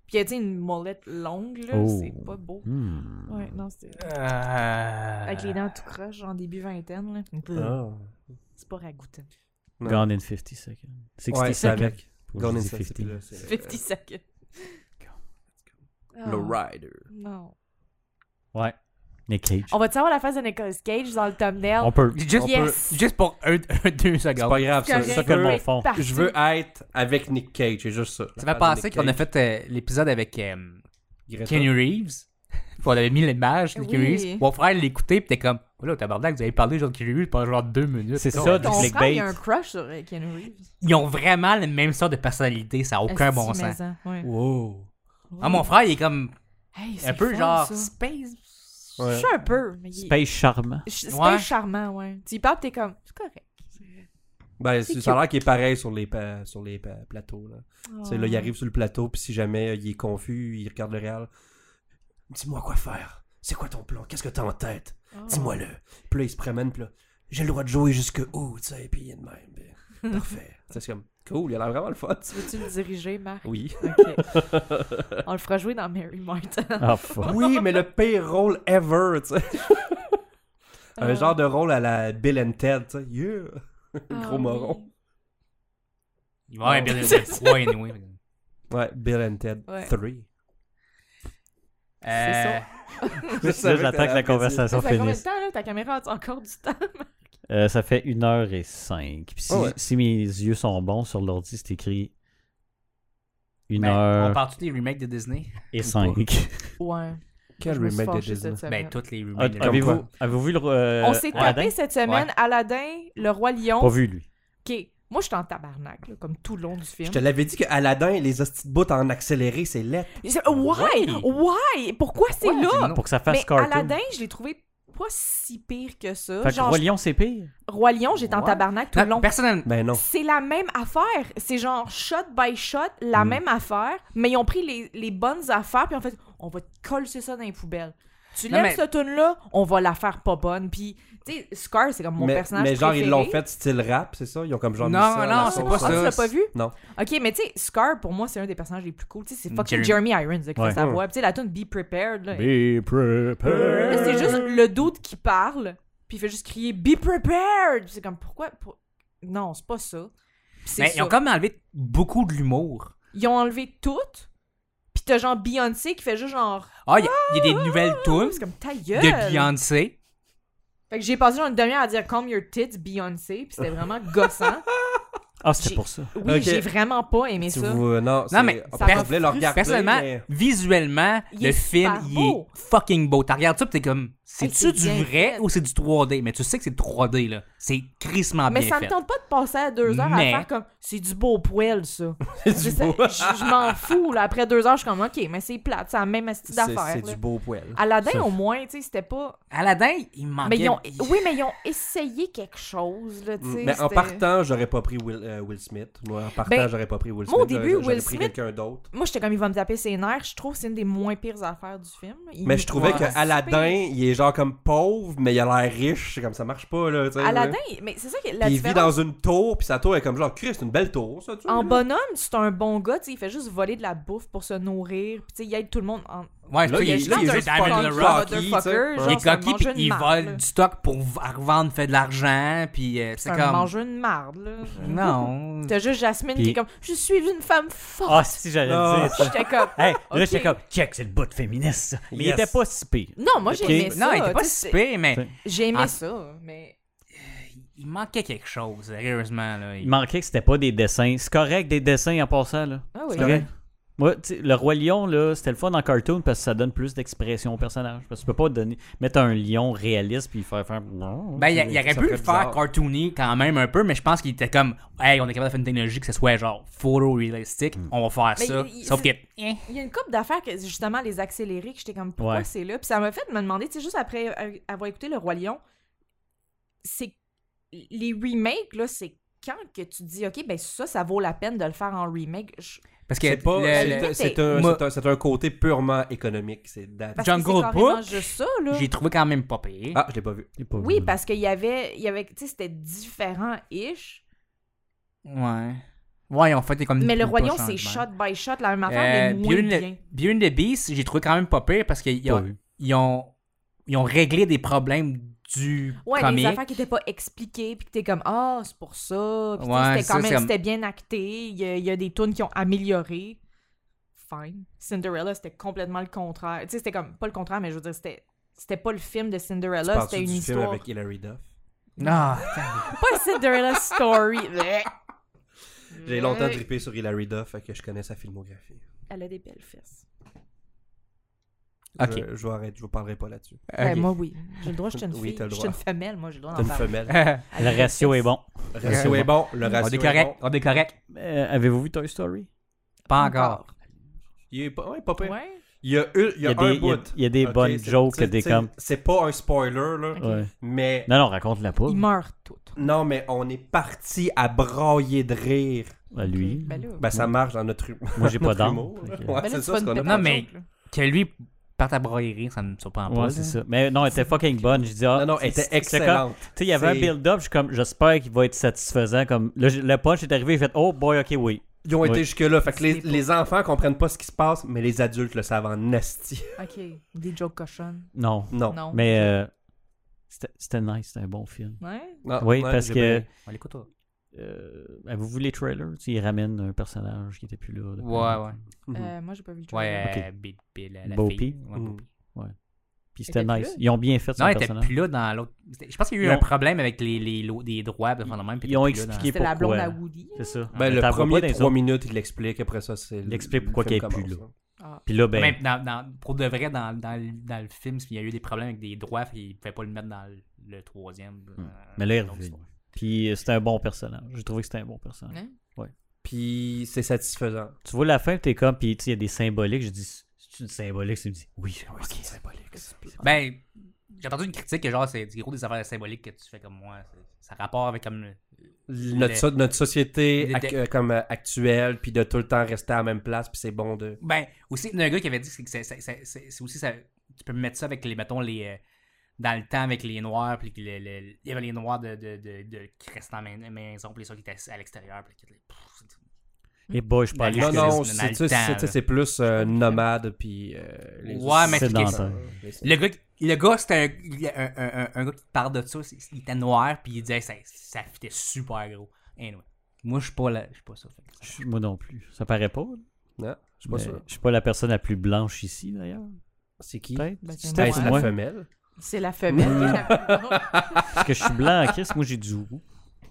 Speaker 4: Puis il a dit une molette longue, là,
Speaker 1: Oh.
Speaker 4: c'est pas beau.
Speaker 1: Hmm.
Speaker 4: Ouais, non, c'était.
Speaker 3: Euh,
Speaker 4: Avec les dents tout croches, genre début vingtaine, là.
Speaker 2: Ah.
Speaker 4: C'est pas [LAUGHS] ragoûtant.
Speaker 2: Non.
Speaker 1: Gone in 50 seconds. 60
Speaker 2: Ouais, c'est
Speaker 1: seconds.
Speaker 2: avec.
Speaker 1: Pour
Speaker 2: Gone in
Speaker 1: les
Speaker 2: 50.
Speaker 1: 50.
Speaker 2: là, c'est-
Speaker 4: 50 seconds.
Speaker 2: Le
Speaker 4: Ah,
Speaker 2: Rider.
Speaker 4: Non.
Speaker 1: Ouais. Nick Cage.
Speaker 4: On va-tu savoir la face de Nicolas Cage dans le thumbnail?
Speaker 1: On peut.
Speaker 3: Juste,
Speaker 4: Yes.
Speaker 3: juste pour un, un- deux
Speaker 2: C'est
Speaker 3: secondes.
Speaker 2: pas grave, ça.
Speaker 4: Correct.
Speaker 2: ça
Speaker 1: que le
Speaker 2: peut-
Speaker 1: monde font.
Speaker 4: Parti.
Speaker 2: Je veux être avec Nick Cage, c'est juste ça.
Speaker 3: Ça m'a pensé qu'on a fait euh, l'épisode avec euh, Kenny Reeves. [LAUGHS] Puis on avait mis l'image de
Speaker 4: Oui.
Speaker 3: Kenny Reeves. Mon frère l'écoutait, puis t'es comme, oh là, tabarnak, vous avez parlé genre de Kenny Reeves pendant genre deux minutes.
Speaker 1: C'est
Speaker 3: Non.
Speaker 1: ça,
Speaker 4: Ton
Speaker 1: du
Speaker 4: frère,
Speaker 1: clickbait.
Speaker 4: il a un crush sur euh, Keanu Reeves.
Speaker 3: Ils ont vraiment la même sorte de personnalité, ça n'a aucun bon
Speaker 4: Esti, mais
Speaker 3: sens.
Speaker 4: ça, ouais.
Speaker 2: Wow.
Speaker 3: Ah, mon frère, il est comme
Speaker 4: Hey, c'est
Speaker 3: un peu
Speaker 4: fun,
Speaker 3: genre
Speaker 4: ça.
Speaker 3: space.
Speaker 4: Je
Speaker 2: Ouais.
Speaker 4: suis un peu. mais il- [LAUGHS]
Speaker 1: Space Charmant.
Speaker 4: Ch- C'est
Speaker 3: Ouais.
Speaker 4: pas charmant, ouais. Tu y parles, t'es comme, c'est correct.
Speaker 2: Ben,
Speaker 4: C'est
Speaker 2: c'est- ça a l'air qu'il est pareil sur les, pa- sur les pa- plateaux. Là. Tu sais, là, il
Speaker 4: Ah.
Speaker 2: arrive sur le plateau, puis si jamais euh, il est confus, il regarde le réel. Dis-moi quoi faire. C'est quoi ton plan? Qu'est-ce que t'as en tête?
Speaker 4: Ah.
Speaker 2: Dis-moi-le. Puis là, il se promène, puis là, j'ai le droit de jouer jusque où, tu sais, puis il est de même. puis parfait. Tu sais, c'est comme, cool, il a l'air vraiment le fun.
Speaker 4: Tu veux-tu le diriger,
Speaker 2: [LAUGHS]
Speaker 4: Marc?
Speaker 2: Oui.
Speaker 4: OK. On le fera jouer dans Mary Martin.
Speaker 1: Ah, fuck.
Speaker 2: Oui, mais le pire rôle ever, tu sais. [LAUGHS] Un
Speaker 4: Euh.
Speaker 2: genre de rôle à la Bill and Ted, tu sais. Yeah!
Speaker 4: Ah,
Speaker 2: Gros
Speaker 4: [LAUGHS]
Speaker 2: moron.
Speaker 3: Il va y avoir un
Speaker 1: [LAUGHS]
Speaker 3: Bill and Ted 3 anyway. Euh,
Speaker 2: Ouais, Bill and Ted
Speaker 4: Ouais.
Speaker 2: 3.
Speaker 4: C'est ça.
Speaker 3: Euh,
Speaker 2: Je
Speaker 1: Là,
Speaker 2: savais
Speaker 1: j'attends que la
Speaker 2: que t'allais apprécier.
Speaker 1: conversation
Speaker 4: Ça fait combien de
Speaker 1: finisse.
Speaker 4: temps, là? Ta caméra a encore du temps? [LAUGHS]
Speaker 1: Euh, ça fait 1h05. Puis si,
Speaker 2: Ah ouais.
Speaker 1: si mes yeux sont bons sur l'ordi, c'est écrit
Speaker 3: ben, on
Speaker 1: 1h05.
Speaker 3: parle-tu des remakes de Disney?
Speaker 1: [LAUGHS]
Speaker 4: Ouais.
Speaker 2: Quel
Speaker 4: Je me suis
Speaker 2: remake de
Speaker 4: fâchée
Speaker 2: Disney?
Speaker 4: cette semaine.
Speaker 3: Ben, toutes les remakes de Disney.
Speaker 1: Ah, Avez-vous avez vu le. euh,
Speaker 4: On s'est
Speaker 1: Aladdin?
Speaker 4: tapé cette semaine
Speaker 3: Ouais.
Speaker 4: Aladdin, le roi lion.
Speaker 1: Pas vu, lui.
Speaker 4: OK. Moi, je suis en tabarnak, là, comme tout le long du
Speaker 2: Je
Speaker 4: film.
Speaker 2: te l'avais dit que Aladdin, les hosties de bouts en accéléré, c'est laid.
Speaker 4: Je- Why? Why? Pourquoi c'est
Speaker 3: Ouais,
Speaker 4: là?
Speaker 3: non.
Speaker 1: Pour que ça fasse
Speaker 4: Mais
Speaker 1: cartoon.
Speaker 4: Aladdin, je l'ai trouvé pas si pire que ça.
Speaker 1: Fait que
Speaker 4: genre,
Speaker 1: Roi Lion, c'est pire.
Speaker 4: Roi Lion, j'étais en
Speaker 3: Ouais. Ah,
Speaker 4: tabarnak tout
Speaker 3: Non,
Speaker 4: le long.
Speaker 3: Personnellement,
Speaker 2: Ben non.
Speaker 4: C'est la même affaire. C'est genre shot by shot, la même affaire, mais ils ont pris les, les bonnes affaires, puis en fait, on va te coller ça dans les poubelles. Tu
Speaker 3: Non,
Speaker 4: l'aimes,
Speaker 3: mais-
Speaker 4: cette tune-là, on va la faire pas bonne. Puis, tu sais, Scar, c'est comme mon
Speaker 2: mais,
Speaker 4: personnage
Speaker 2: mais genre,
Speaker 4: préféré.
Speaker 2: ils l'ont fait style rap, c'est ça? Ils ont comme genre mis
Speaker 3: Non,
Speaker 2: ça, la
Speaker 3: non,
Speaker 2: sauce
Speaker 3: c'est
Speaker 4: Ah,
Speaker 3: pas
Speaker 2: en-
Speaker 3: ça.
Speaker 4: tu l'as pas vu?
Speaker 2: Non.
Speaker 4: Ok, mais tu sais, Scar, pour moi, c'est un des personnages les plus cool. Tu sais, c'est fucking Jeremy
Speaker 3: Jeremy.
Speaker 4: Irons là, qui
Speaker 1: Ouais.
Speaker 4: fait sa voix. Puis tu sais, la tune Be Prepared. Là,
Speaker 1: Be
Speaker 4: Là,
Speaker 1: prepared.
Speaker 4: c'est juste le dude qui parle, puis il fait juste crier Be prepared! Puis C'est comme pourquoi? pour- Non, c'est pas ça. Puis c'est
Speaker 3: ben,
Speaker 4: ça.
Speaker 3: ils ont comme enlevé beaucoup de l'humour.
Speaker 4: Ils ont enlevé tout, puis t'as genre Beyoncé qui fait juste genre.
Speaker 3: Ah, il y a- il y, a des nouvelles tunes
Speaker 4: C'est comme ta gueule!
Speaker 3: de Beyoncé.
Speaker 4: Fait que j'ai passé genre une demi-heure à dire Calm your tits, Beyoncé, puis c'était vraiment gossant.
Speaker 1: Ah, c'était
Speaker 4: J'ai-
Speaker 1: pour ça.
Speaker 4: Oui,
Speaker 2: Ok.
Speaker 4: j'ai vraiment pas aimé
Speaker 2: Tu
Speaker 4: ça.
Speaker 2: vois, non,
Speaker 3: Non, mais
Speaker 2: on
Speaker 4: ça
Speaker 2: peut-
Speaker 4: m'a
Speaker 2: on voulait le
Speaker 4: frustré.
Speaker 2: regarder,
Speaker 3: Personnellement,
Speaker 2: mais-
Speaker 3: visuellement,
Speaker 4: Il
Speaker 3: le
Speaker 4: est
Speaker 3: film,
Speaker 4: super
Speaker 3: il
Speaker 4: beau.
Speaker 3: est fucking beau. Tu regardes ça, pis t'es comme,
Speaker 4: c'est
Speaker 3: c'est-tu du
Speaker 4: bien
Speaker 3: vrai
Speaker 4: fait.
Speaker 3: ou c'est du 3D? Mais tu sais que c'est du 3D, là. C'est crissement
Speaker 4: Ah, Mais
Speaker 3: bien
Speaker 4: ça
Speaker 3: fait.
Speaker 4: me tente pas de passer à deux heures
Speaker 3: Mais-
Speaker 4: à faire comme c'est du beau poil ça.
Speaker 2: du
Speaker 4: C'est ça,
Speaker 2: beau-
Speaker 4: je je m'en fous là. Après deux heures, je suis comme ok, mais c'est plate, c'est la même astuce
Speaker 2: c'est
Speaker 4: d'affaires.
Speaker 2: c'est
Speaker 4: là.
Speaker 2: du beau poil.
Speaker 4: Aladdin
Speaker 1: Ça-
Speaker 4: au moins, tu sais, c'était pas.
Speaker 3: Aladdin, il manquait...
Speaker 4: Mais ils ont...
Speaker 3: il-
Speaker 4: Oui, mais ils ont essayé quelque chose, là, tu sais.
Speaker 2: Mm. Mais en
Speaker 4: c'était-
Speaker 2: partant, j'aurais pas pris Will, euh, Will Smith. Moi, en partant,
Speaker 4: Ben,
Speaker 2: j'aurais pas pris Will Smith.
Speaker 4: moi, au début,
Speaker 2: j'aurais- j'aurais
Speaker 4: Will
Speaker 2: pris
Speaker 4: Smith-
Speaker 2: quelqu'un d'autre.
Speaker 4: Moi, j'étais comme, il va me taper ses nerfs. Je trouve que c'est une des moins pires affaires du film. là. Il-
Speaker 2: Mais je trouvais
Speaker 3: Ouais.
Speaker 2: que Aladdin, il est genre comme pauvre, mais il a l'air riche. C'est comme ça marche pas, là. tu sais, là.
Speaker 4: Aladdin, mais c'est ça que la
Speaker 2: euh, Puis il vit
Speaker 4: différence.
Speaker 2: dans une tour, puis sa tour est comme genre, Christ, une belle tour, ça, tu
Speaker 4: En
Speaker 2: sais, là.
Speaker 4: bonhomme, c'est un bon gars, tu sais, il fait juste voler de la bouffe pour se nourrir, puis tu sais, il aide tout le monde. En...
Speaker 3: Ouais,
Speaker 2: Là,
Speaker 3: tu sais,
Speaker 2: il-
Speaker 3: il,
Speaker 2: là,
Speaker 3: il
Speaker 2: il
Speaker 3: est
Speaker 2: juste
Speaker 3: juste Diamond
Speaker 2: fucking
Speaker 3: in the Rough.
Speaker 2: cocky, tu sais.
Speaker 4: genre,
Speaker 3: Il est
Speaker 4: c'est un
Speaker 3: coquille,
Speaker 4: mangeur de
Speaker 3: puis il
Speaker 4: marde,
Speaker 3: vole
Speaker 4: là.
Speaker 3: du stock pour v- revendre, fait de l'argent, puis euh,
Speaker 4: C'est
Speaker 3: c'est
Speaker 4: un
Speaker 3: comme...
Speaker 4: mangeur de marde, là.
Speaker 3: Non.
Speaker 4: T'as juste Jasmine qui
Speaker 1: Puis-
Speaker 4: est comme, je suis une femme forte.
Speaker 1: Ah, si j'allais
Speaker 2: Ah.
Speaker 1: le dire ça.
Speaker 4: J'étais comme, [LAUGHS]
Speaker 1: Hey,
Speaker 4: Ok.
Speaker 1: là, j'étais comme, check, c'est le bout de féministe, ça. Mais
Speaker 2: Yes.
Speaker 1: il était pas si pire.
Speaker 4: non, moi,
Speaker 1: Ok.
Speaker 4: j'ai aimé ça.
Speaker 3: Non, il était pas
Speaker 4: tu sais,
Speaker 3: si pire, mais
Speaker 1: T'sais.
Speaker 4: J'ai aimé
Speaker 3: Ah.
Speaker 4: ça, mais.
Speaker 3: il manquait quelque chose, sérieusement. Là.
Speaker 1: Il manquait que c'était pas des dessins. C'est correct, des dessins en passant, là.
Speaker 4: Ah oui.
Speaker 1: C'est correct. Moi, tu sais, le Roi Lion, là, c'était le fun en cartoon parce que ça donne plus d'expression au personnage. Parce que tu peux pas donner, mettre un lion réaliste puis faire faire.
Speaker 3: Ben, il, il aurait
Speaker 2: Ça
Speaker 3: pu
Speaker 2: ferait
Speaker 3: le
Speaker 2: bizarre.
Speaker 3: faire cartoony quand même un peu, mais je pense qu'il était comme, hey, on est capable de faire une technologie que ce soit genre photoréalistique,
Speaker 2: Hmm.
Speaker 3: on va faire
Speaker 4: Mais
Speaker 3: ça.
Speaker 4: il- il-
Speaker 3: Sauf que.
Speaker 4: c'est- Il y a une couple d'affaires que justement les accélérés que j'étais comme pourquoi
Speaker 1: Ouais.
Speaker 4: c'est là. Puis ça m'a fait me demander, tu sais, juste après euh, avoir écouté Le Roi Lion, c'est les remakes là, c'est quand que tu dis ok ben ça ça vaut la peine de le faire en remake. Je-
Speaker 3: Parce que.
Speaker 2: C'est pas-
Speaker 3: le-
Speaker 2: c'est-
Speaker 4: le-
Speaker 2: C'est un-
Speaker 3: Moi-
Speaker 2: c'est un- c'est un côté purement économique. C'est that-
Speaker 4: Parce que
Speaker 3: Jungle
Speaker 4: c'est carrément
Speaker 3: Book,
Speaker 4: juste ça là.
Speaker 3: le- J'ai trouvé quand même pas pire.
Speaker 2: Ah, je l'ai pas vu.
Speaker 4: Oui parce qu'il y avait il y avait tu sais c'était différent ish.
Speaker 3: Ouais. Ouais, en fait, il est comme.
Speaker 4: Mais Le
Speaker 3: pas
Speaker 4: Roi Lion
Speaker 3: changement.
Speaker 4: c'est shot by shot la même affaire
Speaker 3: Euh,
Speaker 4: mais
Speaker 3: Beauty
Speaker 4: moins
Speaker 3: and the-
Speaker 4: bien.
Speaker 3: Beauty and the Beast, j'ai trouvé quand même pas pire parce qu'ils ont, ils ont, ils ont réglé des problèmes du
Speaker 4: Ouais,
Speaker 3: comic.
Speaker 4: des affaires qui n'étaient pas expliquées, puis que t'es comme, ah, c'est pour ça. Puis tu sais,
Speaker 3: Ouais,
Speaker 4: c'était
Speaker 3: ça,
Speaker 4: quand
Speaker 3: c'est
Speaker 4: même,
Speaker 3: comme-
Speaker 4: c'était bien acté. Il y, a- il y a des tunes qui ont amélioré. Fine. Cinderella, c'était complètement le contraire. Tu sais, c'était comme, pas le contraire, mais je veux dire, c'était. C'était pas le film de
Speaker 2: Tu
Speaker 4: Cinderella,
Speaker 2: parles-tu
Speaker 4: c'était une
Speaker 2: du film
Speaker 4: histoire.
Speaker 2: avec Hilary Duff?
Speaker 3: Non,
Speaker 4: Pas Cinderella Story.
Speaker 2: [LAUGHS]
Speaker 4: Bleh.
Speaker 2: J'ai longtemps trippé sur Hilary Duff, fait que je connais sa filmographie.
Speaker 4: Elle a des belles fesses.
Speaker 3: Ok.
Speaker 2: Je, je vais arrêter, je vous parlerai pas là-dessus.
Speaker 4: Ben,
Speaker 3: [LAUGHS]
Speaker 4: moi, oui. J'ai le droit, je suis une
Speaker 2: Oui,
Speaker 4: fille.
Speaker 2: t'as le
Speaker 4: je suis une
Speaker 2: droit.
Speaker 4: femelle, moi, j'ai le droit
Speaker 2: T'es
Speaker 4: d'en
Speaker 2: une
Speaker 4: parler.
Speaker 2: femelle.
Speaker 3: Euh,
Speaker 4: Elle a
Speaker 1: Le
Speaker 4: des
Speaker 1: ratio
Speaker 4: fesses.
Speaker 1: est bon.
Speaker 2: Le ratio est bon. Le
Speaker 3: on est
Speaker 2: ratio est
Speaker 3: correct,
Speaker 2: bon.
Speaker 3: on est correct.
Speaker 1: Euh, Avez-vous vu Toy Story?
Speaker 3: Pas encore.
Speaker 2: Il est pas, ouais, pas pire.
Speaker 4: Ouais.
Speaker 2: Il Il y a, eu- il y
Speaker 1: Il
Speaker 2: a
Speaker 1: y a
Speaker 2: un
Speaker 1: des, il y a-
Speaker 2: bout.
Speaker 1: il y a des
Speaker 2: Ok,
Speaker 1: bonnes
Speaker 2: c'est-
Speaker 1: jokes,
Speaker 2: t'sais-
Speaker 1: des
Speaker 2: t'sais,
Speaker 1: comme.
Speaker 2: C'est pas un spoiler, là,
Speaker 1: Ouais.
Speaker 2: mais...
Speaker 1: Non, non, raconte-la pas.
Speaker 4: Ils meurent tous.
Speaker 2: Non, mais on est parti à brailler de rire.
Speaker 1: À lui.
Speaker 4: Ben là,
Speaker 2: Ben, ça marche dans notre [LAUGHS] hum-
Speaker 1: Moi, j'ai
Speaker 2: notre
Speaker 1: pas d'âme.
Speaker 2: humour, là.
Speaker 1: Fait que-
Speaker 2: Ouais,
Speaker 4: ben là,
Speaker 2: c'est
Speaker 4: tu
Speaker 2: ça
Speaker 4: vas
Speaker 2: ce
Speaker 4: nous
Speaker 2: qu'on a
Speaker 4: péter
Speaker 3: Non,
Speaker 4: un
Speaker 3: mais-
Speaker 4: joke, là.
Speaker 3: Que lui parte à broyerie, ça me surprend pas.
Speaker 1: Ouais,
Speaker 3: là.
Speaker 1: c'est ça. Mais non, elle était fucking bonne. Je dis, ah,
Speaker 2: Non, non, elle était
Speaker 1: c'est- c'est comme-
Speaker 2: excellente.
Speaker 1: Tu sais, il y avait un
Speaker 2: C'est-
Speaker 1: build-up, je suis comme, j'espère qu'il va être satisfaisant. Comme, le, le punch est arrivé, j'ai fait, oh boy, ok, oui.
Speaker 2: Ils ont été
Speaker 1: Oui.
Speaker 2: jusque-là. Fait que les,
Speaker 3: C'est
Speaker 2: les enfants comprennent pas ce qui se passe, mais les adultes le savent en nasty.
Speaker 4: Ok, des jokes cochons.
Speaker 1: Non.
Speaker 2: [LAUGHS] Non.
Speaker 4: Non.
Speaker 1: Mais euh, c'était c'était nice, c'était un bon film.
Speaker 4: Ouais.
Speaker 2: Non,
Speaker 1: oui,
Speaker 2: Ah, ouais,
Speaker 1: parce
Speaker 2: j'ai
Speaker 1: que
Speaker 2: bien-
Speaker 3: On l'écoute. toi.
Speaker 1: euh, avez-vous vu les trailers? Tu sais, ils ramènent un personnage qui était plus là. là.
Speaker 3: Ouais, ouais.
Speaker 2: Mhm.
Speaker 1: Ah,
Speaker 4: Euh, moi, j'ai pas vu le trailer.
Speaker 3: Ouais,
Speaker 1: Ok.
Speaker 3: euh, Bill, Bill, la
Speaker 1: Bo
Speaker 3: fille.
Speaker 1: Peep.
Speaker 3: Ouais, Bo
Speaker 2: Mhm.
Speaker 3: Peep.
Speaker 1: Puis c'était
Speaker 4: Elle était
Speaker 1: nice.
Speaker 4: plus là?
Speaker 1: Ils ont bien fait son
Speaker 3: Non, elle était
Speaker 1: personnage.
Speaker 3: plus là dans l'autre. c'était- Je pense qu'il y a eu
Speaker 1: Ils
Speaker 3: un
Speaker 1: ont-
Speaker 3: problème avec les, les, lots- des droits. puis enfin, de même, puis
Speaker 1: Ils ont
Speaker 3: elle était plus là
Speaker 1: expliqué
Speaker 4: C'était la blonde
Speaker 1: pourquoi.
Speaker 4: à Woody.
Speaker 1: C'est ça.
Speaker 2: Ben,
Speaker 1: Mais
Speaker 2: le
Speaker 1: t'en vois pas
Speaker 2: premier
Speaker 1: dans les
Speaker 2: trois
Speaker 1: autres.
Speaker 2: minutes, il l'explique. Après ça, c'est.
Speaker 1: Il explique pourquoi
Speaker 2: qu'il
Speaker 1: qu'il est plus
Speaker 2: hein.
Speaker 1: là. Puis là, ben,
Speaker 3: Même dans- dans- pour de vrai, dans, dans, le- dans le film, il y a eu des problèmes avec des droits, puis ils ne pouvaient pas le mettre dans le, le troisième. euh,
Speaker 1: Hmm. Mais là, il est
Speaker 3: donc,
Speaker 1: revenu.
Speaker 3: c'est-
Speaker 1: puis euh, c'était un bon personnage. J'ai trouvé que c'était un bon personnage.
Speaker 4: Ouais.
Speaker 2: Puis c'est satisfaisant.
Speaker 1: Tu vois la fin, t'es comme, puis tu sais, il y a des symboliques. Je dis, c'est une symbolique. Tu me dis, oui,
Speaker 2: Oui, c'est symbolique. ça.
Speaker 3: Ben, j'ai entendu une critique que genre, c'est du gros des affaires symboliques que tu fais comme moi. c'est- Ça a rapport avec comme. le-
Speaker 2: Notre, so- notre société
Speaker 3: Il
Speaker 2: ac-
Speaker 3: était-
Speaker 2: euh, comme euh, actuelle, puis de tout le temps rester à la même place, puis c'est bon de.
Speaker 3: Ben, aussi, il y a un gars qui avait dit que c'est- c'est c'est- c'est- c'est aussi ça. Tu peux mettre ça avec les, mettons, les. euh, dans le temps avec les noirs, puis que le- le- il y avait les noirs de, de, de, de qui restaient en main- maison, puis les autres qui étaient à l'extérieur, puis qui étaient- pff, c'est-
Speaker 4: Hmm.
Speaker 1: et Eh boy, je peux
Speaker 3: Ben,
Speaker 1: aller
Speaker 2: Non,
Speaker 1: jusque-là.
Speaker 2: non,
Speaker 3: dans
Speaker 2: c'est
Speaker 3: le
Speaker 2: c'est-
Speaker 3: temps,
Speaker 2: c'est-
Speaker 3: là.
Speaker 2: c'est plus euh, nomade, puis. euh, les-
Speaker 3: Ouais, mais
Speaker 1: c'est
Speaker 3: expliquer
Speaker 1: dans
Speaker 3: ça.
Speaker 1: un-
Speaker 3: Le gars, le gars c'était un, il- un, un, un- un gars qui parle de ça, c'est- il était noir, puis il disait ça, ça fitait super gros. Anyway, moi, je suis pas là, je suis pas ça. fait que
Speaker 1: Je- Moi non plus. Ça paraît pas.
Speaker 2: Non, je suis
Speaker 1: mais
Speaker 2: pas sûr.
Speaker 1: Je suis pas la personne la plus blanche ici, d'ailleurs.
Speaker 2: C'est qui
Speaker 1: Peut-être.
Speaker 4: Ben, c'est
Speaker 2: Ben,
Speaker 1: Peut-être
Speaker 4: moi.
Speaker 2: C'est
Speaker 1: moi.
Speaker 2: la femelle.
Speaker 4: C'est la femelle.
Speaker 1: Parce que je suis blanc, Chris. Moi, j'ai du roux.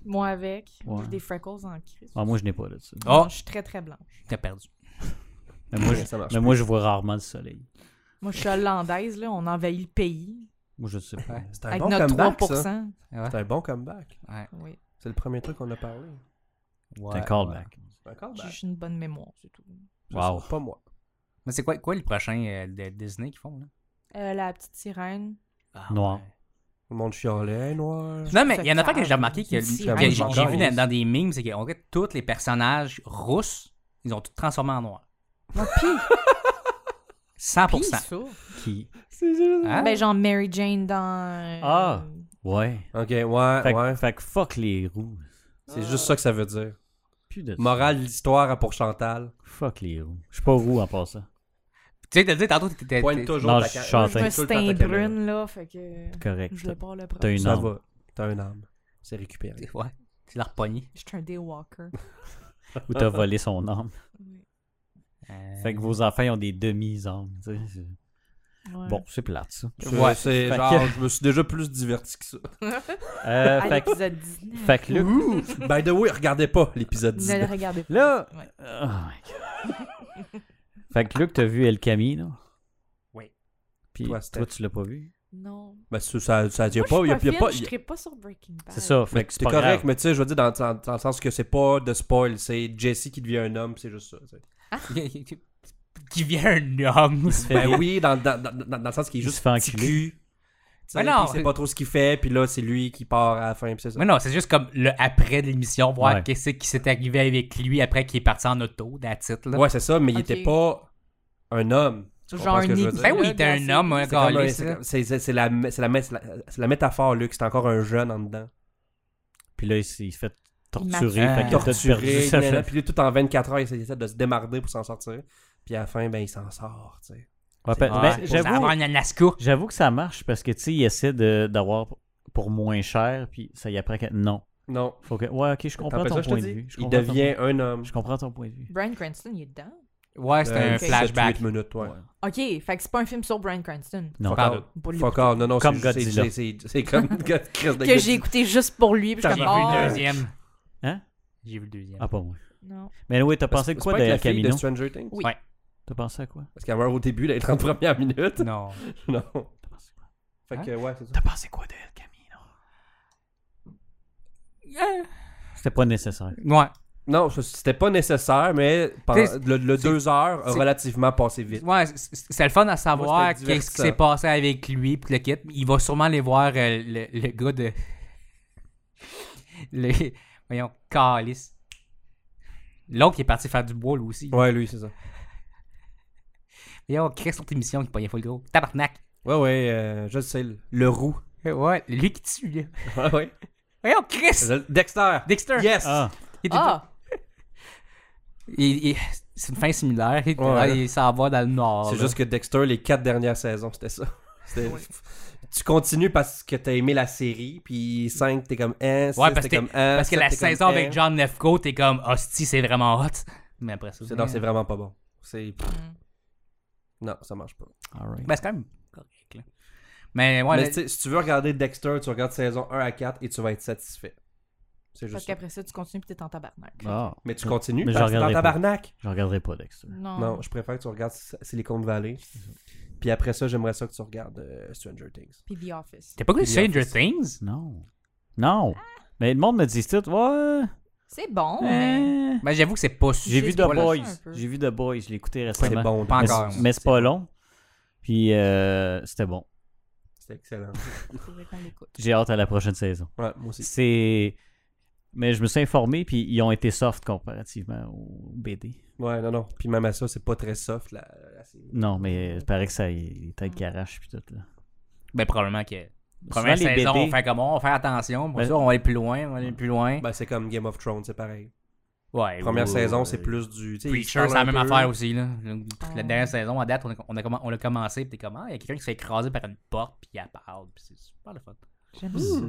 Speaker 4: moi avec.
Speaker 1: Ouais.
Speaker 4: J'ai des freckles en crise.
Speaker 1: Ah, moi, je n'ai pas là dessus
Speaker 3: Oh.
Speaker 4: Non, Je suis très très blanche.
Speaker 3: T'as perdu.
Speaker 1: Mais moi, je,
Speaker 2: Ça marche
Speaker 1: mais moi, je vois rarement le soleil.
Speaker 4: Moi, je suis hollandaise, là. On envahit le pays.
Speaker 1: Moi, je sais pas.
Speaker 2: C'est un
Speaker 4: Avec
Speaker 2: bon
Speaker 4: notre
Speaker 2: comeback.
Speaker 4: 3%.
Speaker 2: ça. C'est un bon comeback.
Speaker 4: Oui.
Speaker 2: C'est le premier truc qu'on a parlé.
Speaker 1: C'est un callback.
Speaker 2: C'est un comeback.
Speaker 4: J'ai juste une bonne mémoire, c'est tout.
Speaker 1: Wow.
Speaker 2: Pas moi.
Speaker 3: Mais c'est quoi, quoi le prochain euh, de Disney qu'ils font, là?
Speaker 4: Euh, la petite sirène.
Speaker 3: Ah,
Speaker 1: Noir.
Speaker 3: ouais.
Speaker 2: Le monde chialait, hey, noir.
Speaker 3: Non, mais
Speaker 4: Ça hein.
Speaker 3: il y en a
Speaker 4: fait
Speaker 3: pas que j'ai remarqué que,
Speaker 4: une
Speaker 3: que
Speaker 4: sirène.
Speaker 3: j'ai
Speaker 2: Encore,
Speaker 3: j'ai vu
Speaker 2: oui.
Speaker 3: dans, dans des memes, c'est qu'on dirait que tous les personnages rousses, ils ont tout transformé en noir.
Speaker 4: Moi,
Speaker 3: [LAUGHS]
Speaker 4: pire,
Speaker 3: 100%.
Speaker 4: pire, Ah, ça.
Speaker 1: Qui
Speaker 3: Hein?
Speaker 4: Ben, genre Mary Jane dans. euh,
Speaker 1: Ah. Ouais.
Speaker 2: Ok, ouais,
Speaker 1: Fait, que-
Speaker 2: ouais.
Speaker 1: fait que fuck les roux.
Speaker 2: C'est juste ça que ça veut dire.
Speaker 1: Plus de ça.
Speaker 2: Morale de l'histoire à pour Chantal.
Speaker 1: Fuck les roux. Je suis pas roux en passant.
Speaker 3: Tu sais, t'as dit tantôt, t'étais.
Speaker 2: Pointe
Speaker 3: t'étais-
Speaker 2: toujours
Speaker 1: Non,
Speaker 2: ta
Speaker 1: je
Speaker 2: caméra.
Speaker 1: chante.
Speaker 4: Je me
Speaker 2: Tout
Speaker 4: suis
Speaker 2: le temps ta
Speaker 4: teint
Speaker 2: caméra.
Speaker 4: brune, là. Fait que.
Speaker 1: Correct.
Speaker 4: Je le parle après.
Speaker 1: T'as une
Speaker 2: Ça
Speaker 1: âme.
Speaker 2: va. T'as un âme. C'est récupéré.
Speaker 3: Ouais. Tu l'as repogné.
Speaker 4: Je suis un
Speaker 1: [LAUGHS]
Speaker 4: day walker.
Speaker 1: Ou t'as volé son
Speaker 2: [LAUGHS]
Speaker 1: âme.
Speaker 3: Euh,
Speaker 1: Fait que vos enfants, ils ont des demi-âmes. tu sais. C'est-
Speaker 4: Ouais.
Speaker 1: Bon, c'est plate, ça.
Speaker 2: C'est-
Speaker 3: Ouais.
Speaker 2: c'est
Speaker 1: Fait
Speaker 2: genre,
Speaker 1: que-
Speaker 2: je me suis déjà plus diverti que ça.
Speaker 1: Euh,
Speaker 4: À
Speaker 1: fait, que-
Speaker 4: l'épisode 19.
Speaker 1: fait que Luc,
Speaker 2: Ouh! By the way, regardez pas l'épisode
Speaker 4: Ne le
Speaker 2: 19.
Speaker 4: regardez pas.
Speaker 1: Là-
Speaker 4: Ouais.
Speaker 1: Oh my God. fait que Luc, t'as vu El Camino?
Speaker 3: Oui.
Speaker 1: Puis
Speaker 2: Toi,
Speaker 1: toi,
Speaker 2: Steph.
Speaker 1: tu l'as pas vu?
Speaker 4: Non.
Speaker 2: Ben, ça, ça, ça y a
Speaker 4: Moi,
Speaker 2: pas.
Speaker 4: je
Speaker 2: y a-
Speaker 4: suis
Speaker 2: y a
Speaker 4: pas
Speaker 2: pas- y
Speaker 4: film, Je
Speaker 2: a-
Speaker 4: serais pas sur Breaking Bad.
Speaker 1: C'est ça, fait
Speaker 2: Mais
Speaker 1: que
Speaker 2: t'es
Speaker 1: c'est pas
Speaker 2: correct,
Speaker 1: grave.
Speaker 2: mais tu sais, je veux dire, dans, dans- dans le sens que c'est pas de spoil, c'est Jesse qui devient un homme, c'est juste ça. tu sais.
Speaker 3: [LAUGHS] qui vient un
Speaker 2: [LAUGHS]
Speaker 3: homme.
Speaker 2: Ben oui, dans, dans, dans, dans- dans le sens qu'il est
Speaker 1: Il se
Speaker 2: juste
Speaker 1: fait
Speaker 2: petit
Speaker 1: enculer.
Speaker 2: cul. tu sais,
Speaker 3: Ben non,
Speaker 2: puis il sait pas trop ce qu'il fait, puis là, c'est lui qui part à la fin, puis c'est ça.
Speaker 3: Mais non, c'est juste comme le après de l'émission, voir
Speaker 1: Ouais.
Speaker 3: qu'est-ce qui s'est arrivé avec lui après qu'il est parti en auto, that's it, là.
Speaker 2: Ouais, c'est ça, mais il
Speaker 4: Ok.
Speaker 2: était pas un homme. Tu
Speaker 4: Genre
Speaker 2: comprends ce que
Speaker 4: un
Speaker 2: je veux
Speaker 4: hippie.
Speaker 3: Ben
Speaker 2: dire?
Speaker 3: oui, t'es un homme, un
Speaker 4: C'est
Speaker 2: C'est comme un-
Speaker 3: câlisse, là.
Speaker 2: c'est- C'est c'est- c'est la, c'est la, c'est la, c'est la métaphore, Luc. C'est encore un jeune en dedans.
Speaker 1: Puis là, il s'est il se fait torturer.
Speaker 4: Il m'a-
Speaker 1: Fait qu'il a peut-être perdu
Speaker 2: Torturé,
Speaker 1: sa
Speaker 2: nanana,
Speaker 1: fait.
Speaker 2: puis lui, tout en 24 heures, il essaie de se démarder pour s'en sortir. Puis à la fin, ben, il s'en sort, tu sais.
Speaker 1: Ouais,
Speaker 2: Ah,
Speaker 1: ben,
Speaker 3: Ouais,
Speaker 1: ben,
Speaker 3: ça va
Speaker 1: j'avoue,
Speaker 3: en Alaska.
Speaker 1: j'avoue que ça marche parce que, tu sais, il essaie de- d'avoir pour moins cher, puis ça y apprend que non.
Speaker 2: Non.
Speaker 1: Faut que... Ouais, ok, je comprends
Speaker 2: T'appelles
Speaker 1: ton
Speaker 2: ça, je te
Speaker 1: point de
Speaker 2: dis?
Speaker 1: vue. Je
Speaker 2: Il
Speaker 1: comprends ton
Speaker 2: devient un homme.
Speaker 1: point- Je comprends ton point de vue.
Speaker 4: Brian Cranston, il est dedans.
Speaker 3: Ouais, c'est
Speaker 2: Euh,
Speaker 3: un
Speaker 4: sept,
Speaker 3: flashback.
Speaker 2: 7-8 minutes, ouais.
Speaker 1: Ouais.
Speaker 4: Ok, fait que c'est pas un film sur Brian Cranston.
Speaker 1: Non.
Speaker 2: Fuck all.
Speaker 4: Pas lui.
Speaker 2: Fuck all. Non, non, c'est
Speaker 1: Comme
Speaker 2: juste- c'est-
Speaker 1: Godzilla.
Speaker 2: c'est- c'est c'est comme [LAUGHS] Chris de
Speaker 4: Que j'ai écouté juste pour lui. Puis je
Speaker 2: T'as
Speaker 4: suis
Speaker 3: J'ai
Speaker 4: comme,
Speaker 3: vu
Speaker 4: oh,
Speaker 3: le deuxième.
Speaker 1: Hein?
Speaker 3: J'ai vu le deuxième.
Speaker 1: Ah, pas moi.
Speaker 4: Non.
Speaker 1: Mais oui, t'as
Speaker 2: C'est-
Speaker 1: pensé de
Speaker 2: c'est
Speaker 1: quoi
Speaker 2: pas
Speaker 1: de El
Speaker 2: avec la fille de
Speaker 1: Camino?
Speaker 2: Stranger Things?
Speaker 4: Oui.
Speaker 1: T'as pensé à quoi?
Speaker 2: Parce qu'elle meurt au début, les 30 premières minutes.
Speaker 3: Non.
Speaker 2: [LAUGHS] Non.
Speaker 1: T'as pensé quoi?
Speaker 2: Fait que, ouais, c'est ça.
Speaker 1: T'as pensé quoi de El Camino? C'était pas nécessaire.
Speaker 3: [LAUGHS] Ouais.
Speaker 2: Non, c- c'était pas nécessaire, mais pendant-
Speaker 3: T'sais,
Speaker 2: le, le
Speaker 3: c'est-
Speaker 2: deux heures a
Speaker 3: c'est-
Speaker 2: relativement passé vite.
Speaker 3: Ouais, c- c- c'est le fun à
Speaker 2: Moi,
Speaker 3: savoir
Speaker 2: c'était
Speaker 3: qu'est-ce qui
Speaker 2: divertissant.
Speaker 3: s'est passé avec lui puis le kit. Il va sûrement aller voir euh, le, le gars de [LAUGHS] le voyons Calis. L'autre qui est parti faire du bois lui aussi.
Speaker 2: Ouais, lui, c'est ça.
Speaker 3: Voyons, crée son émission qui pognait pas le gros. Tabarnak.
Speaker 2: Ouais, ouais, euh, je le sais, le, le roux.
Speaker 3: Ouais, lui qui tue là.
Speaker 2: Ouais, [LAUGHS] ouais.
Speaker 3: Voyons Chris.
Speaker 2: Je- Dexter!
Speaker 3: Dexter.
Speaker 2: Yes!
Speaker 1: Ah,
Speaker 3: Il était-
Speaker 4: Ah!
Speaker 3: il- il- c'est une fin similaire. Il,
Speaker 2: Ouais.
Speaker 3: il s'en va dans le nord.
Speaker 2: C'est
Speaker 3: Ah, là.
Speaker 2: juste que Dexter, les quatre dernières saisons, c'était ça. [LAUGHS] C'était- Tu continues parce que t'as aimé la série, puis 5, t'es comme 1, 6,
Speaker 3: Ouais, parce,
Speaker 2: t'es
Speaker 3: que-
Speaker 2: Euh, comme hein. 1.
Speaker 3: parce que la saison avec John Nefko, t'es comme hostie, c'est vraiment hot. Mais après ça,
Speaker 2: Non, c'est vraiment pas bon. C'est.
Speaker 4: Hmm.
Speaker 2: Non, ça marche pas.
Speaker 1: alright.
Speaker 3: Ben, c'est quand même correct. Là. Mais ouais,
Speaker 2: Mais
Speaker 3: là-
Speaker 2: tu sais, si tu veux regarder Dexter, tu regardes saison 1 à 4 et tu vas être satisfait. C'est
Speaker 4: Parce
Speaker 2: juste. ça.
Speaker 4: qu'après ça, tu continues pis t'es en tabarnak.
Speaker 1: Ah,
Speaker 2: Mais tu continues
Speaker 1: Mais je
Speaker 2: parce que t'es en
Speaker 1: regarderai pas.
Speaker 2: tabarnak.
Speaker 1: je regarderai pas Dexter.
Speaker 4: Non.
Speaker 2: Non, je préfère que tu regardes Silicon Valley. Puis après ça, j'aimerais ça que tu regardes euh, Stranger Things.
Speaker 4: Pis The Office.
Speaker 3: t'as pas connu
Speaker 2: The
Speaker 3: Stranger
Speaker 2: Office.
Speaker 3: Things?
Speaker 1: Non. Non. Mais le monde me dit tout. Ouais.
Speaker 4: C'est bon,
Speaker 2: Eh.
Speaker 4: mais.
Speaker 1: euh,
Speaker 3: Ben, j'avoue que c'est pas
Speaker 1: J'ai
Speaker 3: su.
Speaker 1: vu
Speaker 4: c'est
Speaker 1: The
Speaker 4: pas là,
Speaker 1: Boys.
Speaker 4: ça, un peu.
Speaker 1: J'ai vu The Boys. Je l'ai écouté
Speaker 2: C'est
Speaker 1: récemment.
Speaker 2: bon.
Speaker 3: Pas
Speaker 1: Mais,
Speaker 3: encore.
Speaker 1: mais c'est pas long. Puis euh, c'était bon.
Speaker 2: C'est excellent.
Speaker 4: faudrait qu'on l'écoute.
Speaker 1: J'ai hâte à la prochaine saison.
Speaker 2: Ouais, moi aussi.
Speaker 1: C'est. Mais je me suis informé, puis ils ont été soft comparativement au BD.
Speaker 2: Ouais, non, non. Puis même à ça, c'est pas très soft la, la série.
Speaker 1: Non, mais il paraît que ça les têtes qui arrachent, puis tout. Là.
Speaker 3: Ben, probablement que.
Speaker 1: Souvent,
Speaker 3: Première
Speaker 1: les
Speaker 3: saison,
Speaker 1: BD
Speaker 3: on fait comme on, on fait attention. Pour
Speaker 1: Ben-
Speaker 3: ça, on va aller plus loin, on va aller plus loin.
Speaker 2: Ben, c'est comme Game of Thrones, c'est pareil.
Speaker 3: ouais,
Speaker 2: Première
Speaker 3: ouais,
Speaker 2: saison,
Speaker 3: ouais.
Speaker 2: c'est plus du. tu sais, ils se
Speaker 3: Preacher,
Speaker 2: parlent
Speaker 3: c'est la
Speaker 2: un
Speaker 3: même
Speaker 2: peu.
Speaker 3: affaire aussi. Là. Donc,
Speaker 4: Ah.
Speaker 3: La dernière saison, à date, on a, on a, comm- on a commencé, puis t'es comme, ah, il y a quelqu'un qui se fait écraser par une porte, puis elle parle, puis c'est super le fun.
Speaker 4: J'aime ça.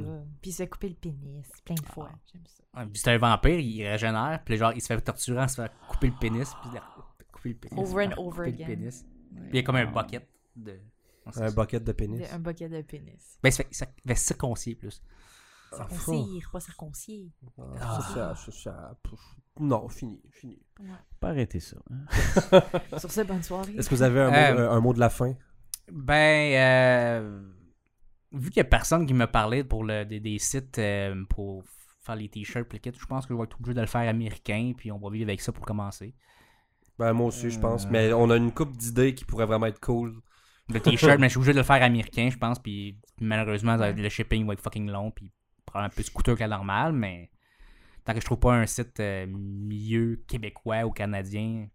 Speaker 4: Pis se couper le pénis plein de fois. J'aime ça.
Speaker 3: Ah, puis C'est un vampire, il régénère, puis genre, il se fait torturer en se fait couper le pénis, puis il a- couper le pénis.
Speaker 4: Over and
Speaker 3: couper
Speaker 4: over
Speaker 3: le
Speaker 4: again.
Speaker 3: pénis. Puis il y a comme un bucket de.
Speaker 2: Un bucket de pénis.
Speaker 4: De- euh, Un bucket de pénis.
Speaker 3: Ben, ça fait, ça fait circoncier plus.
Speaker 4: Circoncis, pas circoncis.
Speaker 2: Ah, c'est ça, c'est ça. Pouf. Non, fini, fini.
Speaker 1: pas arrêter ça. hein.
Speaker 4: Sur ce, bonne soirée.
Speaker 2: Est-ce que vous avez un, mot,
Speaker 3: Euh,
Speaker 2: un mot de la fin
Speaker 3: Ben, euh, vu qu'il n'y a personne qui me parlait pour le, des, des sites euh, pour faire les t-shirts, pis le kit, je pense que je vais être obligé de le faire américain, puis on va vivre avec ça pour commencer.
Speaker 2: Ben, moi aussi, je
Speaker 3: Euh.
Speaker 2: pense. Mais on a une coupe d'idées qui pourrait vraiment être cool.
Speaker 3: Le t-shirt, mais je suis obligé de le faire américain, je pense, puis malheureusement, ça va être- le shipping va être fucking long, puis probablement plus coûteux que la normale, mais tant que je trouve pas un site euh, milieu québécois ou canadien,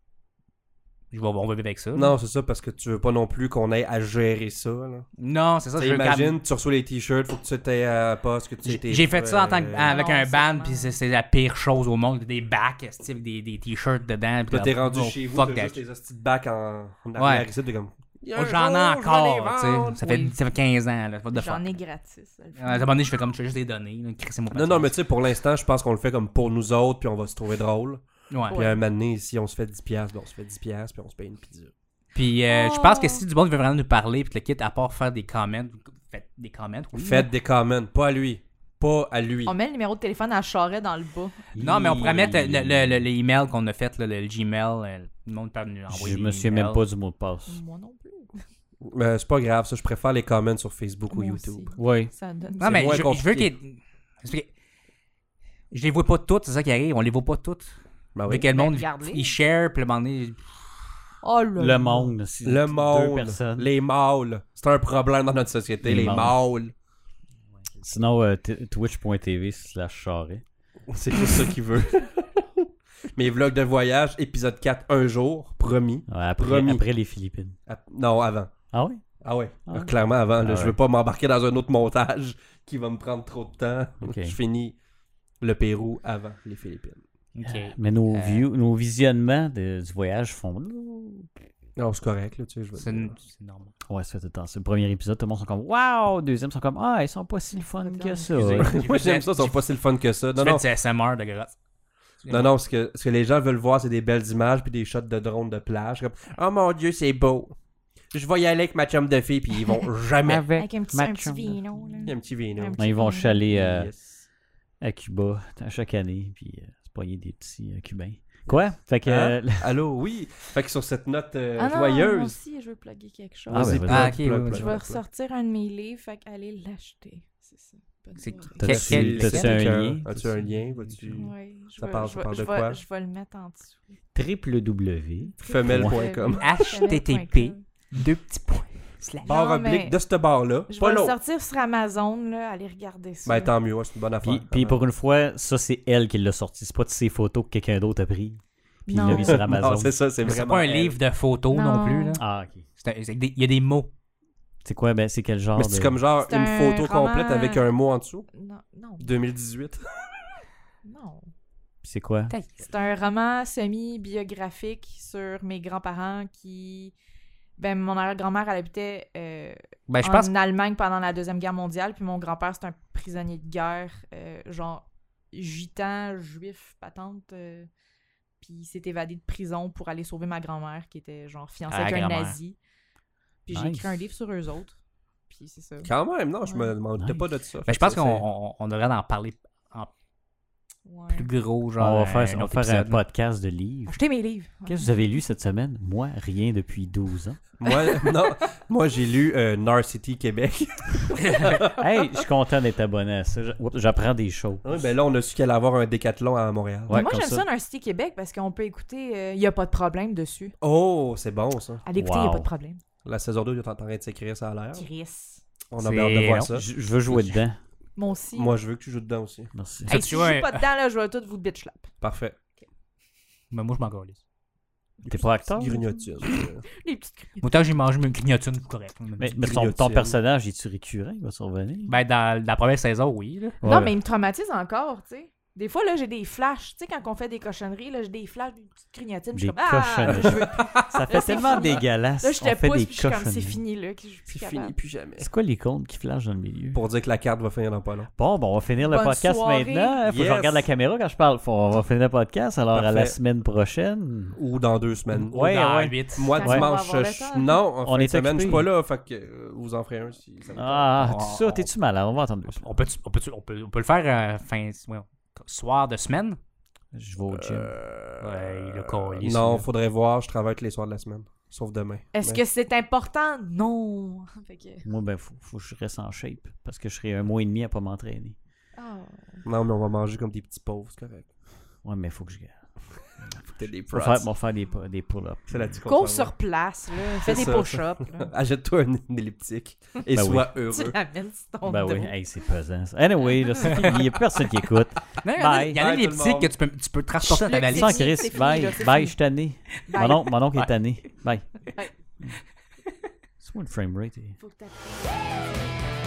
Speaker 3: je vais, on va vivre avec ça. là.
Speaker 2: Non, c'est ça, parce que tu veux pas non plus qu'on ait à gérer ça. Là.
Speaker 3: Non, c'est ça,
Speaker 2: Tu
Speaker 3: je
Speaker 2: sais,
Speaker 3: veux garder-
Speaker 2: imagine, tu reçois les t-shirts, faut que tu t'aies à poste, que tu t'es-
Speaker 3: J'ai fait ça en tant que,
Speaker 2: euh,
Speaker 3: avec
Speaker 4: Non,
Speaker 3: un band,
Speaker 4: sûrement.
Speaker 3: puis c'est c'est la pire chose au monde. Des bacs, esti, avec des, des t-shirts dedans. puis
Speaker 2: Là, t'es
Speaker 3: là,
Speaker 2: rendu
Speaker 3: oh,
Speaker 2: chez vous,
Speaker 3: fuck
Speaker 2: t'as
Speaker 3: that
Speaker 2: juste
Speaker 3: shit.
Speaker 2: les hosties de bac en, en arrière ici, t'es comme...
Speaker 3: Oh, J'en ai encore, tu sais. Ça, fait-
Speaker 4: oui.
Speaker 3: ça fait 15 ans, là. What the fuck.
Speaker 4: J'en ai gratis. ça le fait.
Speaker 3: À un moment donné, je fais comme, je vais juste les donner. là, crissez-moi pas
Speaker 2: Non, non,
Speaker 3: de
Speaker 2: mais tu sais, pour l'instant, je pense qu'on le fait comme pour nous autres, puis on va se trouver drôle.
Speaker 3: sens. Ouais.
Speaker 2: Puis un moment donné, si on se fait 10$, piastres, ben, on se fait 10$, piastres, puis on se paye une pizza.
Speaker 3: Puis euh, je
Speaker 4: Oh.
Speaker 3: pense que si du monde veut vraiment nous parler, puis le kit, à part faire des comments, faites des comments. oui.
Speaker 2: Faites des comments, pas à lui. Pas à lui.
Speaker 4: On met le numéro de téléphone à charret dans le bas.
Speaker 3: Non, mais on pourrait mettre le, le, le- les emails qu'on a fait, là, le, le Gmail. euh, le monde peut nous envoyer.
Speaker 1: Je me
Speaker 3: des
Speaker 1: souviens même
Speaker 3: emails.
Speaker 1: pas du mot de passe.
Speaker 4: Moi non plus.
Speaker 2: Euh, c'est pas grave, ça, je préfère les comments sur Facebook ou
Speaker 4: Moi
Speaker 2: YouTube.
Speaker 4: aussi.
Speaker 1: Oui.
Speaker 4: Ça donne.
Speaker 3: Non, mais
Speaker 2: moins
Speaker 3: je, je veux
Speaker 2: compliqué.
Speaker 3: qu'ils. parce que Je les vois pas toutes, c'est ça qui arrive. On les voit pas toutes.
Speaker 2: Ben
Speaker 3: Vu
Speaker 2: oui.
Speaker 3: que le monde,
Speaker 4: regarde-les.
Speaker 3: il share, puis le moment donné,
Speaker 4: Oh là
Speaker 1: Le
Speaker 4: là.
Speaker 1: monde. c'est Deux
Speaker 2: Le monde,
Speaker 1: personnes.
Speaker 2: les mâles, c'est un problème dans notre société,
Speaker 1: Les
Speaker 2: les,
Speaker 1: mâles.
Speaker 2: mâles.
Speaker 1: Sinon, euh, t- twitch.tv slash charret.
Speaker 2: C'est juste ça qu'il veut. [LAUGHS] Mes vlogs de voyage, épisode 4, un jour, promis.
Speaker 1: Ouais, Après,
Speaker 2: Promis.
Speaker 1: après les Philippines.
Speaker 2: Ap- Non, avant.
Speaker 1: Ah oui?
Speaker 2: Ah ouais,
Speaker 1: Ah ouais.
Speaker 2: clairement avant. là,
Speaker 1: Ah
Speaker 2: Je
Speaker 1: ouais.
Speaker 2: veux pas m'embarquer dans un autre montage [LAUGHS] qui va me prendre trop de temps.
Speaker 1: Ok.
Speaker 2: Je finis le Pérou avant les Philippines.
Speaker 3: OK.
Speaker 1: Mais nos,
Speaker 3: Euh.
Speaker 1: view- nos visionnements de- du voyage font.
Speaker 2: Non, c'est correct, là, tu sais, je veux
Speaker 3: C'est
Speaker 2: dire.
Speaker 3: une- c'est normal.
Speaker 1: Ouais, ça fait tout le temps. C'est le premier épisode, tout le monde sont comme Waouh! Deuxième, sont comme Ah, ils sont pas si le fun que ça.
Speaker 2: [LAUGHS]
Speaker 3: Excusez.
Speaker 2: Moi, j'aime ça, ils sont pas si le fun que ça.
Speaker 3: Tu
Speaker 2: Non,
Speaker 3: fais
Speaker 2: non,
Speaker 3: du SMR de grosse.
Speaker 2: non, non, ce que, ce que les gens veulent voir, c'est des belles images puis des shots de drones de plage. Comme, oh mon Dieu, c'est beau. Je vais y aller avec ma chum de fille, puis ils vont jamais.
Speaker 4: Avec un petit, un petit vino.
Speaker 2: Il y
Speaker 4: là.
Speaker 2: a un petit vino.
Speaker 4: Un petit-
Speaker 1: Non, [LAUGHS] ils vont chaler euh,
Speaker 2: Yes.
Speaker 1: à Cuba à chaque année, puis euh, se pogner des petits euh, Cubains. Quoi? Fait que.
Speaker 2: Hein?
Speaker 1: euh,
Speaker 2: Allô, oui. Fait que sur cette note euh,
Speaker 4: Ah non, moi
Speaker 2: joyeuse,
Speaker 4: aussi, je veux plugger quelque chose.
Speaker 1: Ah,
Speaker 2: vas-y,
Speaker 1: ben,
Speaker 2: plug,
Speaker 3: ah, ok,
Speaker 2: plug,
Speaker 3: oui,
Speaker 2: plug,
Speaker 3: oui.
Speaker 4: je
Speaker 2: plug,
Speaker 4: vais
Speaker 2: plug.
Speaker 4: ressortir un de mes livres, fait qu'allez l'acheter. C'est ça.
Speaker 3: C'est-
Speaker 1: T'as-tu
Speaker 3: Qu'est-ce qu'elle-
Speaker 1: t'as-tu un lien?
Speaker 2: As-tu un lien? Vas-tu...
Speaker 4: Ouais, je
Speaker 2: Ça
Speaker 4: vais-
Speaker 2: parle-
Speaker 4: je
Speaker 2: ça
Speaker 4: vais-
Speaker 2: parle de
Speaker 4: je vais-
Speaker 2: quoi?
Speaker 4: Je vais le mettre en dessous.
Speaker 1: www.
Speaker 2: Femelle.com.
Speaker 3: HTTP, deux petits points. Slash.
Speaker 2: Barre
Speaker 4: Non, mais-
Speaker 2: oblique de ce bar-là.
Speaker 4: Je
Speaker 2: Pas
Speaker 4: vais le
Speaker 2: l'autre.
Speaker 4: sortir sur Amazon, là, aller regarder ça.
Speaker 2: Ben tant mieux, ouais, c'est une bonne affaire.
Speaker 1: Puis, puis
Speaker 2: [LAUGHS]
Speaker 1: pour une fois, ça, c'est elle qui l'a sorti. C'est pas de ses photos que quelqu'un d'autre a pris. Puis il
Speaker 4: Non.
Speaker 1: l'a mis sur
Speaker 2: Non,
Speaker 1: Amazon.
Speaker 2: Ah, c'est ça, c'est
Speaker 3: Mais C'est
Speaker 2: vraiment.
Speaker 3: pas un
Speaker 2: elle.
Speaker 3: livre de photos non,
Speaker 4: Non.
Speaker 3: plus. là.
Speaker 1: ah, ok.
Speaker 3: C'est un- c'est des- Il y a des mots.
Speaker 1: C'est quoi? Ben, c'est quel genre
Speaker 2: Mais c'est
Speaker 1: de...
Speaker 2: comme genre
Speaker 4: C'est
Speaker 2: une
Speaker 4: un
Speaker 2: photo
Speaker 4: roman-
Speaker 2: complète avec un mot en dessous.
Speaker 4: Non, non,
Speaker 2: 2018.
Speaker 4: [LAUGHS] non.
Speaker 1: C'est quoi?
Speaker 4: C'est un roman semi-biographique sur mes grands-parents qui... Ben, mon arrière-grand-mère, elle habitait euh,
Speaker 3: Ben, je
Speaker 4: en
Speaker 3: pense
Speaker 4: Allemagne pendant la Deuxième Guerre mondiale, puis mon grand-père, c'est un prisonnier de guerre, euh, genre gitan, juif, patente, euh, puis il s'est évadé de prison pour aller sauver ma grand-mère, qui était genre fiancée
Speaker 3: Ah,
Speaker 4: avec un
Speaker 3: grand-mère.
Speaker 4: nazi. Puis j'ai
Speaker 1: Nice.
Speaker 4: écrit un livre sur eux autres, puis c'est ça.
Speaker 2: Quand même, non, je me
Speaker 4: Ouais.
Speaker 2: demandais
Speaker 1: Nice.
Speaker 2: pas de ça.
Speaker 3: Ben, je
Speaker 2: Fait
Speaker 3: pense
Speaker 2: que ça,
Speaker 3: qu'on on- on devrait en parler
Speaker 4: Ouais.
Speaker 3: plus gros, genre.
Speaker 1: on va faire,
Speaker 3: un
Speaker 1: on
Speaker 3: autre
Speaker 1: va faire un
Speaker 3: épisode.
Speaker 1: podcast de livres.
Speaker 4: Achetez mes livres!
Speaker 1: Qu'est-ce que vous avez lu cette semaine? Moi, rien depuis 12 ans.
Speaker 2: c'est- Moi, [LAUGHS] non, moi j'ai lu euh, Narcity Québec.
Speaker 1: hey, je suis content d'être abonné à ça. J- oups, J'apprends des choses.
Speaker 2: Oui, ben là, on a su qu'elle allait avoir un décathlon à Montréal.
Speaker 1: Ouais,
Speaker 4: moi,
Speaker 1: comme
Speaker 4: j'aime
Speaker 1: ça.
Speaker 4: ça, dans City Québec parce qu'on peut écouter euh, Il n'y a pas de problème dessus.
Speaker 2: Oh, c'est bon ça.
Speaker 4: Allez écouter, il n'y a
Speaker 1: Wow.
Speaker 4: pas de problème.
Speaker 2: La saison 2 est en train de s'écrire, ça a l'air.
Speaker 4: Chris.
Speaker 2: On a
Speaker 3: C'est
Speaker 2: bien hâte de voir
Speaker 3: long.
Speaker 2: ça.
Speaker 1: Je, je veux jouer dedans.
Speaker 4: Moi aussi.
Speaker 2: Moi, je veux que tu joues dedans aussi.
Speaker 1: Merci.
Speaker 3: Hey,
Speaker 4: si
Speaker 3: tu
Speaker 4: je
Speaker 3: vois,
Speaker 4: joue
Speaker 3: un-
Speaker 4: pas dedans, là, je vais tout vous bitch slap.
Speaker 2: Parfait.
Speaker 3: Mais moi, je m'en calisse.
Speaker 1: T'es pas acteur?
Speaker 2: Grignotine.
Speaker 4: Les petites cris.
Speaker 3: Autant j'ai mangé une grignotine, c'est correct.
Speaker 1: Mais, mais ton,
Speaker 2: hein.
Speaker 1: ton personnage, est tu récurrent? Il va survenir?
Speaker 3: Ben, dans la première saison, oui. là.
Speaker 1: Ouais.
Speaker 4: Non, mais il me traumatise encore, tu sais. Des fois, là, j'ai des flashs. Tu sais, quand on fait des cochonneries, là, j'ai des flashs, des petites grignotines. puis
Speaker 1: Des
Speaker 4: je suis comme, ah,
Speaker 1: cochonneries.
Speaker 4: je veux- Là,
Speaker 1: Ça fait
Speaker 4: Là, c'est
Speaker 1: tellement
Speaker 4: fini.
Speaker 1: dégueulasse.
Speaker 4: je
Speaker 1: on
Speaker 4: te
Speaker 1: fait
Speaker 4: pousse,
Speaker 1: des
Speaker 4: puis je suis comme, c'est
Speaker 1: cochonneries.
Speaker 4: fini, là, que je suis plus capable.
Speaker 2: plus jamais.
Speaker 1: C'est quoi les comptes qui flashent dans le milieu?
Speaker 2: Pour dire que la carte va finir dans pas long.
Speaker 1: Bon, ben, on va finir le
Speaker 4: Bonne
Speaker 1: podcast
Speaker 4: soirée.
Speaker 1: maintenant. Faut que je
Speaker 2: Yes.
Speaker 1: regarde la caméra quand je parle. Faut- on va finir le podcast. Alors, à la
Speaker 2: Parfait.
Speaker 1: semaine prochaine.
Speaker 2: Ou dans deux semaines.
Speaker 1: Ouais,
Speaker 3: Dans
Speaker 1: ouais.
Speaker 3: huit.
Speaker 2: Moi,
Speaker 4: Quand
Speaker 2: dimanche,
Speaker 4: on va avoir le
Speaker 2: je-
Speaker 4: temps.
Speaker 2: non, en
Speaker 1: On
Speaker 2: fin de
Speaker 1: est
Speaker 2: semaine, je suis
Speaker 1: occupé.
Speaker 2: pas là, fait que euh, vous en ferez un si ça vous
Speaker 1: Ah,
Speaker 3: On-
Speaker 1: tout ça, t'es-tu malade? On va entendre deux
Speaker 3: On peut, on, peut, on, peut, on peut le faire euh, fin ouais, soir de semaine.
Speaker 1: Je vais au
Speaker 2: intéresse.
Speaker 1: gym.
Speaker 2: Euh,
Speaker 3: Ouais, il a collé,
Speaker 2: Non,
Speaker 3: celui-là. faudrait
Speaker 2: faudrait voir, je travaille tous les soirs de la semaine. Sauf demain.
Speaker 4: Est-ce que c'est important? Non. [LAUGHS] Fait que...
Speaker 1: Moi, ben, faut, faut que je reste en shape parce que je serai un mois et demi à pas m'entraîner.
Speaker 4: Ah.
Speaker 2: Non, mais on va manger comme des petits pauvres, c'est correct.
Speaker 1: Ouais, mais faut que je garde.
Speaker 2: Faut que t'aies des
Speaker 1: Faut
Speaker 2: prods.
Speaker 1: faire, faut faire des, pa- des pull-ups.
Speaker 2: C'est là-dessus qu'on
Speaker 4: Cours
Speaker 2: s'en
Speaker 4: sur place, là. Fais des
Speaker 2: C'est ça.
Speaker 4: push-ups, [LAUGHS] là.
Speaker 2: [LAUGHS] va. Achète-toi un
Speaker 1: [LAUGHS]
Speaker 2: elliptique et
Speaker 1: Ben oui.
Speaker 2: sois
Speaker 4: tu
Speaker 2: heureux.
Speaker 4: l'amènes sur ton
Speaker 1: Ben
Speaker 4: dos.
Speaker 1: oui, hey, c'est pesant. ça. Anyway, là, c'est fini. Il n'y a personne qui écoute.
Speaker 3: Non, il y en a-
Speaker 1: Bye.
Speaker 3: il y en a
Speaker 2: Bye,
Speaker 3: des
Speaker 2: tout le
Speaker 3: petits
Speaker 2: monde.
Speaker 3: que tu peux, tu peux transporter dans ta
Speaker 4: Le
Speaker 3: valise.
Speaker 1: Sans
Speaker 4: fini,
Speaker 1: Chris,
Speaker 4: c'est fini,
Speaker 1: bye.
Speaker 4: là, c'est
Speaker 1: bye,
Speaker 4: fini.
Speaker 1: je suis tanné.
Speaker 4: Bye.
Speaker 1: Mon oncle, mon oncle est
Speaker 3: Bye.
Speaker 1: tanné. Bye.
Speaker 4: Bye.
Speaker 1: C'est moi le frame rate. eh? est-
Speaker 4: Faut que t'apprennes.